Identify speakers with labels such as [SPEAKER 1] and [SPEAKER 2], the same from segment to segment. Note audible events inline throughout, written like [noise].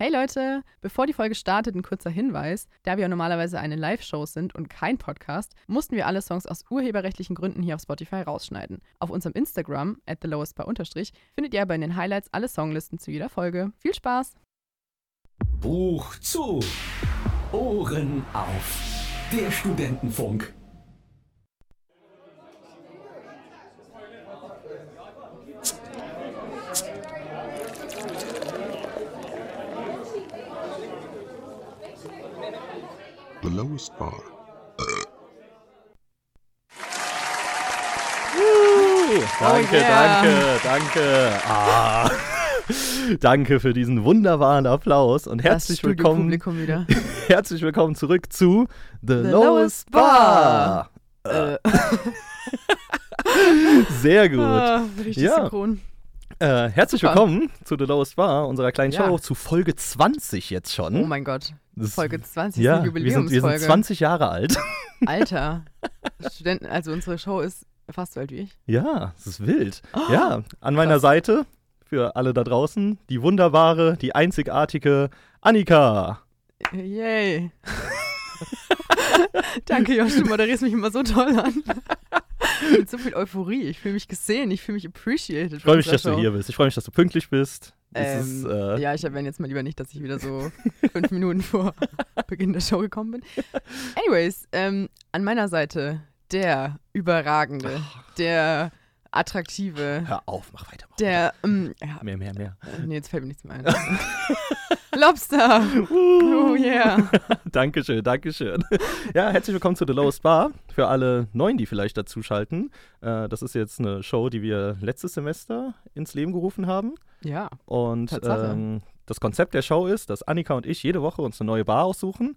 [SPEAKER 1] Hey Leute, bevor die Folge startet, ein kurzer Hinweis. Da wir ja normalerweise eine Live-Show sind und kein Podcast, mussten wir alle Songs aus urheberrechtlichen Gründen hier auf Spotify rausschneiden. Auf unserem Instagram, at findet ihr aber in den Highlights alle Songlisten zu jeder Folge. Viel Spaß!
[SPEAKER 2] Buch zu. Ohren auf. Der Studentenfunk.
[SPEAKER 3] The lowest bar.
[SPEAKER 4] Danke,
[SPEAKER 1] Oh yeah.
[SPEAKER 4] danke, danke. Ah. [laughs] danke für diesen wunderbaren Applaus und herzlich willkommen,
[SPEAKER 1] Publikum wieder.
[SPEAKER 4] [laughs] herzlich willkommen zurück zu The,
[SPEAKER 1] Lowest
[SPEAKER 4] Lowest
[SPEAKER 1] Bar.
[SPEAKER 4] Bar.
[SPEAKER 1] äh,
[SPEAKER 4] [laughs] Sehr gut.
[SPEAKER 1] ah, richtig
[SPEAKER 4] Ja.
[SPEAKER 1] synchron.
[SPEAKER 4] Äh, herzlich
[SPEAKER 1] Super.
[SPEAKER 4] willkommen zu The Lowest Bar, unserer kleinen
[SPEAKER 1] Ja.
[SPEAKER 4] Show zu Folge 20 jetzt schon.
[SPEAKER 1] Oh mein Gott.
[SPEAKER 4] Das-
[SPEAKER 1] Folge 20 ist
[SPEAKER 4] Hm? ja,
[SPEAKER 1] eine
[SPEAKER 4] wir sind,
[SPEAKER 1] Jubiläumsfolge.
[SPEAKER 4] wir sind 20 Jahre alt.
[SPEAKER 1] Alter. Studenten, also unsere Show ist fast so alt wie ich.
[SPEAKER 4] Ja, es ist wild.
[SPEAKER 1] Ah,
[SPEAKER 4] ja, an meiner Seite für alle da draußen die wunderbare, die einzigartige Annika.
[SPEAKER 1] Yay. [laughs] Danke, Josh, du moderierst mich immer so toll an. Mit so viel Euphorie. Ich fühle mich gesehen, ich fühle mich appreciated.
[SPEAKER 4] Ich freue mich, dass du hier bist. Ich freue mich, dass du pünktlich bist.
[SPEAKER 1] Ähm,
[SPEAKER 4] Es ist, äh,
[SPEAKER 1] Ja, ich erwähne jetzt mal lieber nicht, dass ich wieder
[SPEAKER 4] [laughs]
[SPEAKER 1] so fünf Minuten vor Beginn der Show gekommen bin. Anyways, ähm, an meiner Seite der Überragende, der Attraktive,
[SPEAKER 4] Hör auf, mach weiter. Mach
[SPEAKER 1] der, ähm, ja,
[SPEAKER 4] weiter. Mehr, mehr, mehr. [laughs]
[SPEAKER 1] nee, jetzt fällt mir nichts mehr ein. Lobster! Oh yeah!
[SPEAKER 4] Dankeschön, Dankeschön. [laughs] Ja, herzlich willkommen zu The Lowest Bar. Für alle Neuen, die vielleicht dazuschalten. Äh, das ist jetzt eine Show, die wir letztes Semester ins Leben gerufen haben.
[SPEAKER 1] Ja,
[SPEAKER 4] Und
[SPEAKER 1] Tatsache.
[SPEAKER 4] ähm, das Konzept der Show ist, dass Annika und ich jede Woche uns eine neue Bar aussuchen,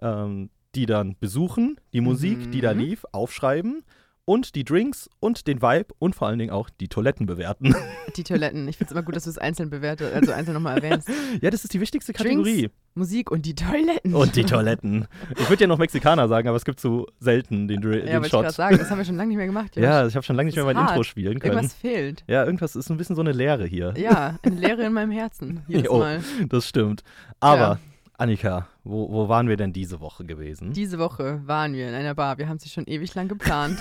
[SPEAKER 4] ähm, die dann besuchen, die Musik, die da
[SPEAKER 1] Mhm.
[SPEAKER 4] lief, aufschreiben und die Drinks und den Vibe und vor allen Dingen auch die Toiletten bewerten. [laughs]
[SPEAKER 1] die Toiletten. Ich finde es immer gut, dass du es einzeln bewertest, also einzeln nochmal erwähnst.
[SPEAKER 4] ja, das ist die wichtigste Kategorie.
[SPEAKER 1] Drinks, Musik und die Toiletten.
[SPEAKER 4] Und die Toiletten. Ich würde ja noch Mexikaner sagen, aber es gibt so selten den, Dr
[SPEAKER 1] ja,
[SPEAKER 4] den
[SPEAKER 1] wollte ich
[SPEAKER 4] Shot.
[SPEAKER 1] gerade sagen, das haben wir schon lange nicht mehr gemacht. Josh.
[SPEAKER 4] ja, ich habe schon lange nicht
[SPEAKER 1] Das
[SPEAKER 4] mehr
[SPEAKER 1] ist
[SPEAKER 4] mein
[SPEAKER 1] hart.
[SPEAKER 4] Intro spielen können.
[SPEAKER 1] Irgendwas fehlt.
[SPEAKER 4] ja, irgendwas ist ein bisschen so eine Leere hier.
[SPEAKER 1] Ja, eine Leere in meinem Herzen. Jedes
[SPEAKER 4] Jo.
[SPEAKER 1] Mal.
[SPEAKER 4] Das stimmt. Aber,
[SPEAKER 1] Ja.
[SPEAKER 4] Annika, wo, wo waren wir denn diese Woche gewesen?
[SPEAKER 1] Diese Woche waren wir in einer Bar. Wir haben sie schon ewig lang
[SPEAKER 4] [laughs]
[SPEAKER 1] geplant.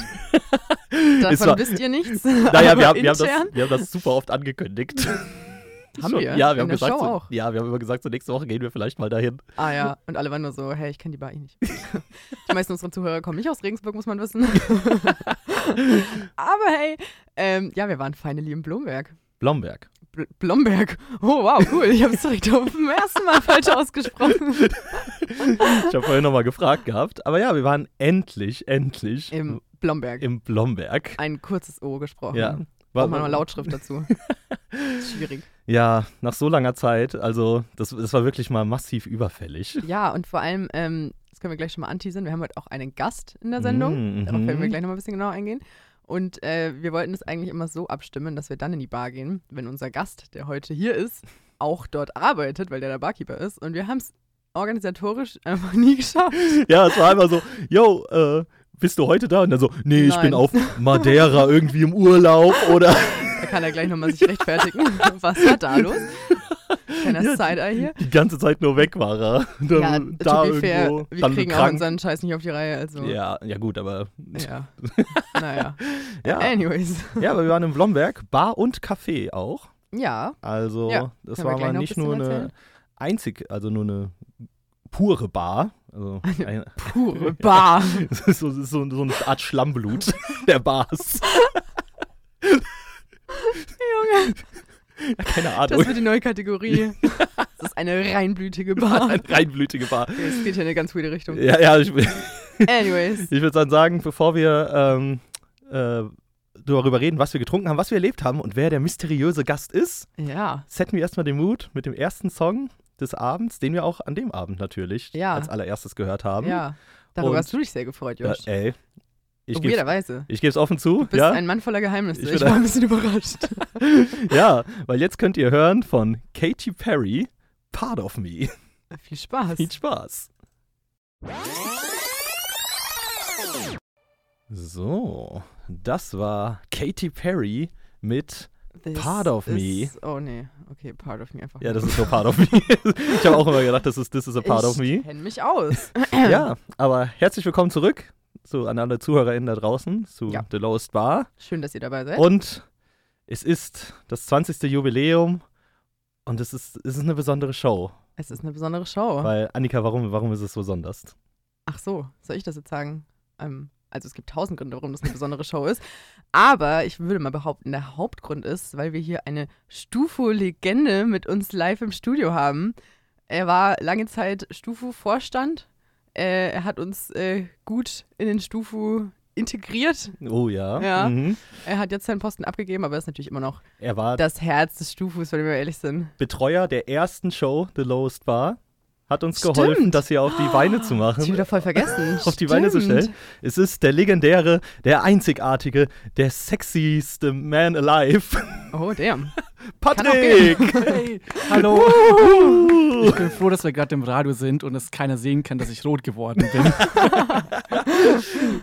[SPEAKER 1] Davon
[SPEAKER 4] Es war-
[SPEAKER 1] wisst ihr nichts.
[SPEAKER 4] [laughs] Naja,
[SPEAKER 1] aber
[SPEAKER 4] wir haben, wir, haben
[SPEAKER 1] intern-
[SPEAKER 4] das, wir haben das super oft angekündigt.
[SPEAKER 1] [laughs] Haben
[SPEAKER 4] Schon-
[SPEAKER 1] wir?
[SPEAKER 4] Ja,
[SPEAKER 1] In
[SPEAKER 4] wir
[SPEAKER 1] der
[SPEAKER 4] haben, gesagt,
[SPEAKER 1] Show
[SPEAKER 4] so,
[SPEAKER 1] auch.
[SPEAKER 4] ja, wir haben immer gesagt, so nächste Woche gehen wir vielleicht mal dahin.
[SPEAKER 1] Ah ja, und alle waren nur so, hey, ich kenne die Bar eh nicht. Die meisten unserer Zuhörer kommen nicht aus Regensburg, muss man
[SPEAKER 4] [laughs]
[SPEAKER 1] wissen. aber hey, ähm, ja, wir waren finally in Blomberg.
[SPEAKER 4] Blomberg.
[SPEAKER 1] Bl Blomberg. Oh, wow, cool. Ich habe es direkt auf dem ersten Mal
[SPEAKER 4] [laughs]
[SPEAKER 1] falsch ausgesprochen.
[SPEAKER 4] Ich habe vorhin nochmal gefragt gehabt. Aber ja, wir waren endlich, endlich
[SPEAKER 1] Im Blomberg.
[SPEAKER 4] im Blomberg.
[SPEAKER 1] Ein kurzes O gesprochen.
[SPEAKER 4] Ja.
[SPEAKER 1] Braucht man noch Lautschrift
[SPEAKER 4] [laughs]
[SPEAKER 1] dazu. Schwierig.
[SPEAKER 4] Ja, nach so langer Zeit. Also, das, das war wirklich mal massiv überfällig. [laughs]
[SPEAKER 1] Ja, und vor allem, ähm, das können wir gleich schon mal anteasern, wir haben heute auch einen Gast in der Sendung.
[SPEAKER 4] Mhm.
[SPEAKER 1] Darauf werden wir gleich nochmal ein bisschen genauer eingehen. Und äh, wir wollten das eigentlich immer so abstimmen, dass wir dann in die Bar gehen, wenn unser Gast, der heute hier ist, auch dott arbeitet, weil der der Barkeeper ist. Und wir haben es organisatorisch einfach nie geschafft.
[SPEAKER 4] Ja, es war immer so, yo, äh, bist du heute da? Und dann so, nee, ich
[SPEAKER 1] Nein.
[SPEAKER 4] bin auf Madeira irgendwie im Urlaub oder. [laughs]
[SPEAKER 1] Da kann er gleich nochmal sich [laughs] rechtfertigen. Was war da los? Kleiner
[SPEAKER 4] Ja,
[SPEAKER 1] Side-Eye hier.
[SPEAKER 4] Die ganze Zeit nur weg war er. Dann
[SPEAKER 1] Ja,
[SPEAKER 4] da
[SPEAKER 1] to be fair,
[SPEAKER 4] irgendwo,
[SPEAKER 1] wir
[SPEAKER 4] dann
[SPEAKER 1] kriegen auch
[SPEAKER 4] krank.
[SPEAKER 1] unseren Scheiß nicht auf die Reihe. Also,
[SPEAKER 4] Ja, ja gut, aber
[SPEAKER 1] [laughs] ja. naja.
[SPEAKER 4] ja,
[SPEAKER 1] Anyways.
[SPEAKER 4] ja, aber wir waren im Blomberg, Bar und Café auch.
[SPEAKER 1] Ja,
[SPEAKER 4] Also
[SPEAKER 1] Ja,
[SPEAKER 4] das
[SPEAKER 1] können wir
[SPEAKER 4] war
[SPEAKER 1] gleich
[SPEAKER 4] mal
[SPEAKER 1] noch ein
[SPEAKER 4] nicht
[SPEAKER 1] bisschen
[SPEAKER 4] nur eine
[SPEAKER 1] erzählen.
[SPEAKER 4] einzig, also nur eine pure Bar.
[SPEAKER 1] [laughs]
[SPEAKER 4] Also ein, [laughs]
[SPEAKER 1] pure Bar.
[SPEAKER 4] es ist so, es ist so, so eine
[SPEAKER 1] [laughs]
[SPEAKER 4] Art Schlammblut der Bars.
[SPEAKER 1] Junge.
[SPEAKER 4] Ja, keine
[SPEAKER 1] Das
[SPEAKER 4] Ahnung.
[SPEAKER 1] wird die neue Kategorie. Das ist eine reinblütige Bar.
[SPEAKER 4] [laughs] Eine reinblütige Bar.
[SPEAKER 1] Okay, Es geht hier in eine ganz weirde Richtung.
[SPEAKER 4] Ja, ja, ich,
[SPEAKER 1] Anyways.
[SPEAKER 4] Ich würde dann sagen, bevor wir ähm, äh, darüber reden, was wir getrunken haben, was wir erlebt haben und wer der mysteriöse Gast ist,
[SPEAKER 1] Ja.
[SPEAKER 4] setten wir erstmal den Mut mit dem ersten Song des Abends, den wir auch an dem Abend natürlich
[SPEAKER 1] Ja.
[SPEAKER 4] als allererstes gehört haben.
[SPEAKER 1] Ja. Darüber
[SPEAKER 4] Und-
[SPEAKER 1] hast du dich sehr gefreut,
[SPEAKER 4] Ja,
[SPEAKER 1] Josh.
[SPEAKER 4] ey, ich gebe
[SPEAKER 1] Weirderweise.
[SPEAKER 4] ich geb's offen zu,
[SPEAKER 1] Du bist
[SPEAKER 4] ja,
[SPEAKER 1] ein [laughs] Mann voller Geheimnisse.
[SPEAKER 4] Ich
[SPEAKER 1] Ich,
[SPEAKER 4] bin
[SPEAKER 1] war
[SPEAKER 4] ein-
[SPEAKER 1] ein bisschen überrascht.
[SPEAKER 4] [laughs] ja, weil jetzt könnt ihr hören von Katy Perry, Part of Me.
[SPEAKER 1] Viel Spaß.
[SPEAKER 4] Viel Spaß. So, das war Katy Perry mit
[SPEAKER 1] This
[SPEAKER 4] Part of
[SPEAKER 1] is,
[SPEAKER 4] me.
[SPEAKER 1] Oh nee, okay, part of me einfach.
[SPEAKER 4] Ja, das ist nur Part of Me. [laughs] ich habe auch immer gedacht, das ist This is a Part of
[SPEAKER 1] Ich
[SPEAKER 4] Me.
[SPEAKER 1] kenn mich
[SPEAKER 4] [laughs]
[SPEAKER 1] aus.
[SPEAKER 4] Ja, aber herzlich willkommen zurück zu, an alle ZuhörerInnen da draußen zu
[SPEAKER 1] Ja.
[SPEAKER 4] The Lowest Bar.
[SPEAKER 1] Schön, dass ihr dabei seid.
[SPEAKER 4] Und es ist das 20. Jubiläum und es ist, es ist eine besondere Show.
[SPEAKER 1] es ist eine besondere Show.
[SPEAKER 4] Weil, Annika, warum, warum ist es so besonders?
[SPEAKER 1] Ach so, soll ich das jetzt sagen? Ähm, also es gibt tausend Gründe, warum das eine besondere Show ist. Aber ich würde mal behaupten, der Hauptgrund ist, weil wir hier eine Stufu-Legende mit uns live im Studio haben. Er war lange Zeit Stufu-Vorstand. Äh, er hat uns äh, gut in den Stufu integriert.
[SPEAKER 4] Oh ja.
[SPEAKER 1] Ja.
[SPEAKER 4] Mhm.
[SPEAKER 1] Er hat jetzt seinen Posten abgegeben, aber ist natürlich immer noch
[SPEAKER 4] Er war
[SPEAKER 1] das Herz des Stufus, wenn wir ehrlich sind.
[SPEAKER 4] Betreuer der ersten Show, The Lowest Bar. Hat uns
[SPEAKER 1] Stimmt.
[SPEAKER 4] geholfen, das hier auf die Beine zu
[SPEAKER 1] Das hab ich
[SPEAKER 4] machen.
[SPEAKER 1] wieder voll vergessen.
[SPEAKER 4] [laughs] Auf die Beine zu
[SPEAKER 1] Stimmt.
[SPEAKER 4] stellen. Es ist der legendäre, der einzigartige, der sexieste Man alive, [laughs]
[SPEAKER 1] Oh, damn.
[SPEAKER 4] Patrick!
[SPEAKER 5] Hey, [laughs] hallo. Ich bin froh, dass wir gerade im Radio sind und es keiner sehen kann, dass ich rot geworden bin.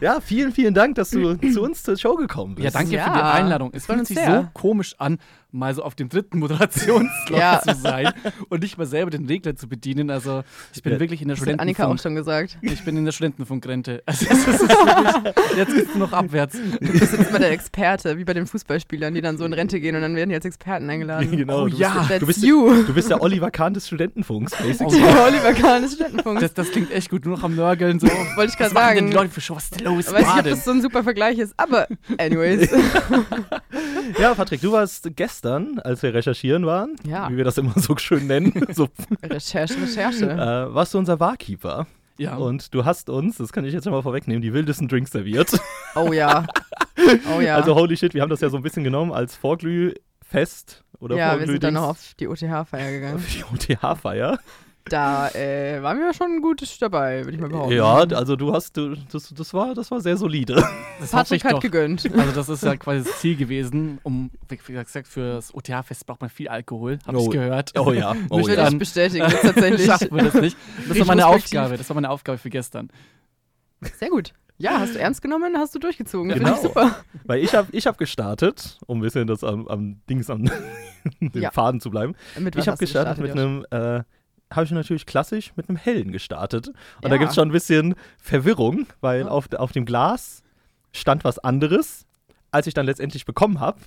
[SPEAKER 4] Ja, vielen, vielen Dank,
[SPEAKER 1] [clears throat]
[SPEAKER 4] dass du zu uns zur Show gekommen bist.
[SPEAKER 5] Ja, danke
[SPEAKER 1] Ja,
[SPEAKER 5] für die Einladung. Es
[SPEAKER 1] freut
[SPEAKER 5] fühlt
[SPEAKER 1] uns
[SPEAKER 5] sich
[SPEAKER 1] sehr.
[SPEAKER 5] so komisch an, mal so auf dem dritten Moderationsloch
[SPEAKER 1] Ja.
[SPEAKER 5] zu sein und nicht mal selber den Regler zu bedienen. Also ich bin
[SPEAKER 4] Ja.
[SPEAKER 5] wirklich in der
[SPEAKER 1] Das hat Annika auch
[SPEAKER 5] Studentenfunk.
[SPEAKER 1] schon gesagt.
[SPEAKER 5] Ich bin in der Studentenfunkrente. [laughs] Also, es ist wirklich, jetzt geht's nur noch abwärts.
[SPEAKER 1] Du bist immer der Experte, wie bei den Fußballspielern, die dann so in Rente gehen und dann werden die als Experten eingeladen.
[SPEAKER 4] [laughs]
[SPEAKER 1] Ah,
[SPEAKER 4] Genau,
[SPEAKER 5] Oh
[SPEAKER 4] du
[SPEAKER 5] ja.
[SPEAKER 4] bist,
[SPEAKER 1] That's
[SPEAKER 4] du, bist,
[SPEAKER 1] you.
[SPEAKER 4] du bist der Oliver Kahn
[SPEAKER 1] [laughs]
[SPEAKER 4] des Studentenfunks, basically.
[SPEAKER 5] Oh,
[SPEAKER 1] Der Oliver Kahn ist Studentenfunk.
[SPEAKER 5] Das, das klingt echt gut, nur noch am Nörgeln. So. Wollte
[SPEAKER 1] Wollte ich gerade
[SPEAKER 5] Was machen denn
[SPEAKER 1] sagen.
[SPEAKER 5] die Leute für Show? Was ist denn
[SPEAKER 1] Weiß
[SPEAKER 5] los?
[SPEAKER 1] nicht, ob
[SPEAKER 5] Baden?
[SPEAKER 1] das so ein super Vergleich ist, aber anyways.
[SPEAKER 4] Ja, Patrick, du warst gestern, als wir recherchieren waren,
[SPEAKER 1] Ja.
[SPEAKER 4] wie wir das immer so
[SPEAKER 1] [laughs]
[SPEAKER 4] schön nennen, so,
[SPEAKER 1] Recherche,
[SPEAKER 4] äh,
[SPEAKER 1] Recherche.
[SPEAKER 4] warst du unser Barkeeper.
[SPEAKER 5] Ja.
[SPEAKER 1] Oh.
[SPEAKER 4] Und du hast uns, das kann ich jetzt schon mal vorwegnehmen, die wildesten Drinks serviert.
[SPEAKER 1] Oh ja. Oh [laughs] ja.
[SPEAKER 4] Also holy shit, wir haben das ja so ein bisschen genommen als Vorglühfest oder
[SPEAKER 1] ja, wir sind dann
[SPEAKER 4] Vorglühdings
[SPEAKER 1] noch auf die OTH-Feier gegangen.
[SPEAKER 4] [laughs] für die OTH-Feier.
[SPEAKER 1] Da äh, waren wir schon gut dabei, würde ich mal behaupten.
[SPEAKER 4] Ja, also du hast, du, das, das, war, das war sehr solide.
[SPEAKER 5] das hoffe ich
[SPEAKER 1] Patrick hat halt
[SPEAKER 5] doch.
[SPEAKER 1] gegönnt.
[SPEAKER 5] [laughs] Also das ist ja quasi das Ziel gewesen, um, wie wie gesagt, fürs OTH-Fest braucht man viel Alkohol, habe
[SPEAKER 4] Oh.
[SPEAKER 5] ich gehört.
[SPEAKER 4] Oh [laughs]
[SPEAKER 5] [laughs]
[SPEAKER 4] ja, oh
[SPEAKER 1] ich will
[SPEAKER 4] ja.
[SPEAKER 1] das bestätigen, jetzt tatsächlich.
[SPEAKER 5] Schafft man das nicht. Das
[SPEAKER 1] Ich
[SPEAKER 5] war meine
[SPEAKER 1] respektiv.
[SPEAKER 5] Aufgabe, das war meine Aufgabe für gestern.
[SPEAKER 1] Sehr gut. Ja, hast du ernst genommen, hast du durchgezogen. Finde
[SPEAKER 4] Genau.
[SPEAKER 1] ich super.
[SPEAKER 4] Weil ich habe ich hab gestartet, um ein bisschen das am, am Dings, am [laughs] dem
[SPEAKER 1] Ja.
[SPEAKER 4] Faden zu bleiben.
[SPEAKER 1] Mit was
[SPEAKER 4] ich habe
[SPEAKER 1] hast du
[SPEAKER 4] gestartet, mit
[SPEAKER 1] Josh?
[SPEAKER 4] einem, äh, habe ich natürlich klassisch mit einem hellen gestartet. Und da
[SPEAKER 1] Ja.
[SPEAKER 4] gibt es schon ein bisschen Verwirrung, weil
[SPEAKER 1] Ja.
[SPEAKER 4] auf, auf dem Glas stand was anderes, als ich dann letztendlich bekommen habe.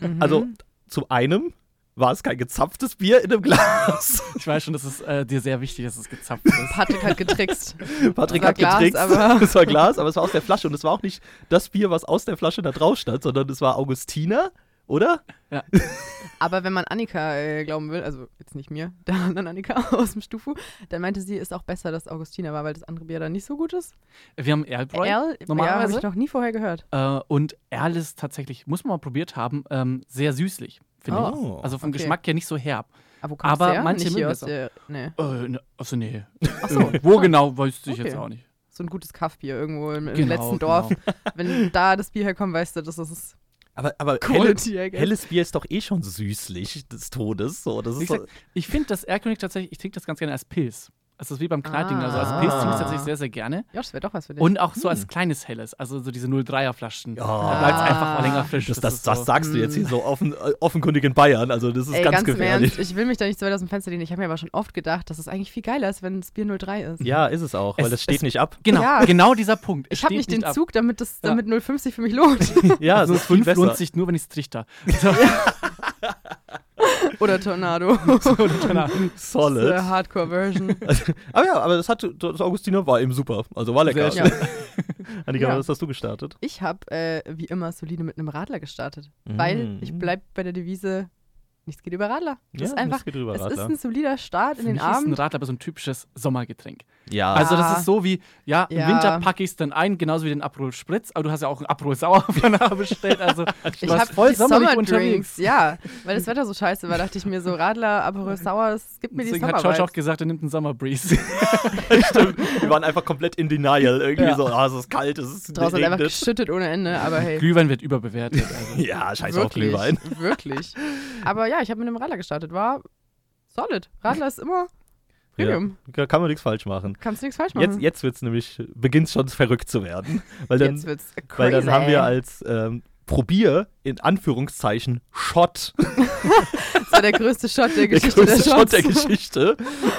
[SPEAKER 1] Mhm.
[SPEAKER 4] Also zum einen war es kein gezapftes Bier in
[SPEAKER 1] [laughs]
[SPEAKER 4] dem Glas.
[SPEAKER 5] Ich weiß schon, das ist äh, dir sehr wichtig, dass es gezapft ist.
[SPEAKER 1] Patrick hat getrickst.
[SPEAKER 4] Patrick
[SPEAKER 1] war
[SPEAKER 4] hat
[SPEAKER 1] Glas,
[SPEAKER 4] getrickst. [laughs]
[SPEAKER 1] aber-
[SPEAKER 4] Es war Glas, aber es war aus der Flasche. Und es war auch nicht das Bier, was aus der Flasche da drauf stand, sondern es war Augustiner, oder?
[SPEAKER 1] Aber wenn man Annika äh, glauben will, also jetzt nicht mir, [laughs] der anderen Annika aus dem Stufu, dann meinte sie, ist auch besser, dass Augustiner war, weil das andere Bier dann nicht so gut ist.
[SPEAKER 5] Wir haben Earlbräu.
[SPEAKER 1] Erl, ja, habe
[SPEAKER 5] normalerweise?
[SPEAKER 1] ich noch nie vorher gehört.
[SPEAKER 5] Äh, und Erl ist tatsächlich, muss man mal probiert haben, ähm, sehr süßlich, finde
[SPEAKER 4] Oh,
[SPEAKER 5] ich. Also vom
[SPEAKER 1] okay.
[SPEAKER 5] Geschmack her nicht so herb.
[SPEAKER 1] Aber, wo kommt's
[SPEAKER 5] Aber
[SPEAKER 1] her?
[SPEAKER 5] manche
[SPEAKER 1] nicht hier
[SPEAKER 5] mögen
[SPEAKER 1] aus
[SPEAKER 5] das auch.
[SPEAKER 1] der, nee.
[SPEAKER 5] Äh, ne, achso, nee.
[SPEAKER 1] Ach so,
[SPEAKER 5] Wo genau, weiß ich jetzt
[SPEAKER 1] Okay.
[SPEAKER 5] auch nicht.
[SPEAKER 1] so ein gutes Kaffbier irgendwo im, im
[SPEAKER 5] Genau,
[SPEAKER 1] letzten Dorf.
[SPEAKER 5] genau.
[SPEAKER 1] Wenn da das Bier herkommt, weißt du, das ist
[SPEAKER 4] Aber, aber
[SPEAKER 1] Quality, I
[SPEAKER 4] helle,
[SPEAKER 1] guess.
[SPEAKER 4] helles Bier ist doch eh schon süßlich des Todes. So, das
[SPEAKER 5] Wie
[SPEAKER 4] ist so,
[SPEAKER 5] gesagt, ich finde das Erlkönig tatsächlich, ich trinke das ganz gerne als Pilz. Also das ist wie beim Knallding. Also als
[SPEAKER 1] Ah.
[SPEAKER 5] Pilz trinke ich es tatsächlich sehr, sehr gerne.
[SPEAKER 1] Josh, wäre doch was für dich.
[SPEAKER 5] Und auch so als kleines Helles, also so diese 03er Flaschen.
[SPEAKER 4] Hm. Ja.
[SPEAKER 5] Da bleibt es einfach mal länger frisch.
[SPEAKER 4] das, das,
[SPEAKER 5] ist
[SPEAKER 4] das,
[SPEAKER 5] so.
[SPEAKER 4] sagst du jetzt hier so offen, äh, offenkundig in Bayern. Also das ist
[SPEAKER 1] Mm. Ey,
[SPEAKER 4] ganz,
[SPEAKER 1] ganz, im
[SPEAKER 4] gefährlich.
[SPEAKER 1] Ernst, ich will mich da nicht so weit aus dem Fenster lehnen. Ich habe mir aber schon oft gedacht, dass es eigentlich viel geiler ist, wenn das Bier 03 ist.
[SPEAKER 4] Ja, ist es auch, weil
[SPEAKER 5] Es-
[SPEAKER 4] es steht
[SPEAKER 5] es-
[SPEAKER 4] nicht ab. [laughs]
[SPEAKER 5] Genau,
[SPEAKER 1] Ja.
[SPEAKER 5] genau dieser Punkt. Es
[SPEAKER 1] ich habe
[SPEAKER 5] steht
[SPEAKER 1] nicht den
[SPEAKER 5] ab.
[SPEAKER 1] Zug, damit, das,
[SPEAKER 5] Ja.
[SPEAKER 1] damit 0,50 sich für mich lohnt.
[SPEAKER 5] [laughs]
[SPEAKER 4] Ja, es
[SPEAKER 5] Also
[SPEAKER 4] ist viel
[SPEAKER 5] 5
[SPEAKER 4] besser.
[SPEAKER 5] lohnt sich nur, wenn ich
[SPEAKER 4] [laughs]
[SPEAKER 5] es trichter.
[SPEAKER 1] Oder Tornado.
[SPEAKER 5] genau.
[SPEAKER 1] Das ist
[SPEAKER 4] Solid. Also,
[SPEAKER 1] eine
[SPEAKER 4] [laughs]
[SPEAKER 1] Hardcore-Version.
[SPEAKER 4] Aber ja, aber das, hat, das Augustiner war eben super. Also war lecker.
[SPEAKER 5] Sehr
[SPEAKER 4] [laughs] Annika,
[SPEAKER 1] Ja.
[SPEAKER 4] was hast du gestartet?
[SPEAKER 1] Ich habe äh, wie immer solide mit einem Radler gestartet, weil
[SPEAKER 4] Mm.
[SPEAKER 1] ich bleib bei der Devise, nichts geht über Radler. Das
[SPEAKER 4] Ja,
[SPEAKER 1] ist einfach,
[SPEAKER 4] nichts geht über
[SPEAKER 1] es
[SPEAKER 4] Radler.
[SPEAKER 1] ist ein solider Start in
[SPEAKER 5] Für
[SPEAKER 1] den
[SPEAKER 5] mich ist ein
[SPEAKER 1] Abend.
[SPEAKER 5] Radler aber so ein typisches Sommergetränk.
[SPEAKER 4] [laughs] Ja.
[SPEAKER 5] Also das ist so wie, ja, im
[SPEAKER 1] Ja.
[SPEAKER 5] Winter packe ich es dann ein, genauso wie den Aperol Spritz, aber du hast ja auch einen Aperol Sauer auf deiner [laughs] bestellt. Also
[SPEAKER 1] ich
[SPEAKER 5] du
[SPEAKER 1] hab
[SPEAKER 5] warst voll
[SPEAKER 1] die
[SPEAKER 5] sommerlich
[SPEAKER 1] Sommerdrinks,
[SPEAKER 5] unterwegs.
[SPEAKER 1] ja, weil das Wetter so scheiße war, dachte ich mir so, Radler, Aperol Sauer, das gibt mir die
[SPEAKER 5] Deswegen
[SPEAKER 1] Sommer
[SPEAKER 5] hat George auch gesagt, er nimmt einen Summer Breeze.
[SPEAKER 4] Wir waren einfach komplett in Denial. Irgendwie
[SPEAKER 5] Ja.
[SPEAKER 4] so, ah, es ist kalt, es ist
[SPEAKER 1] Draußen hat einfach [laughs]
[SPEAKER 4] regnet.
[SPEAKER 1] geschüttet ohne Ende, aber hey,
[SPEAKER 5] Glühwein wird überbewertet. Also.
[SPEAKER 4] Ja, scheiß auf
[SPEAKER 1] wirklich,
[SPEAKER 4] Glühwein.
[SPEAKER 1] [laughs] wirklich. Aber ja, ich habe mit einem Radler gestartet, war solid. Radler ist immer Premium,
[SPEAKER 4] Ja, kann man nichts falsch machen.
[SPEAKER 1] kannst du nichts falsch machen.
[SPEAKER 4] Jetzt,
[SPEAKER 1] [laughs]
[SPEAKER 4] jetzt wird's nämlich, beginnt schon verrückt zu werden. Weil dann,
[SPEAKER 1] Jetzt wird's crazy.
[SPEAKER 4] weil dann haben wir als ähm, probier in Anführungszeichen Schott.
[SPEAKER 1] Das war der größte Shot der
[SPEAKER 4] Der
[SPEAKER 1] Geschichte der,
[SPEAKER 4] größte Schott der
[SPEAKER 1] Shots.
[SPEAKER 4] Geschichte. [laughs]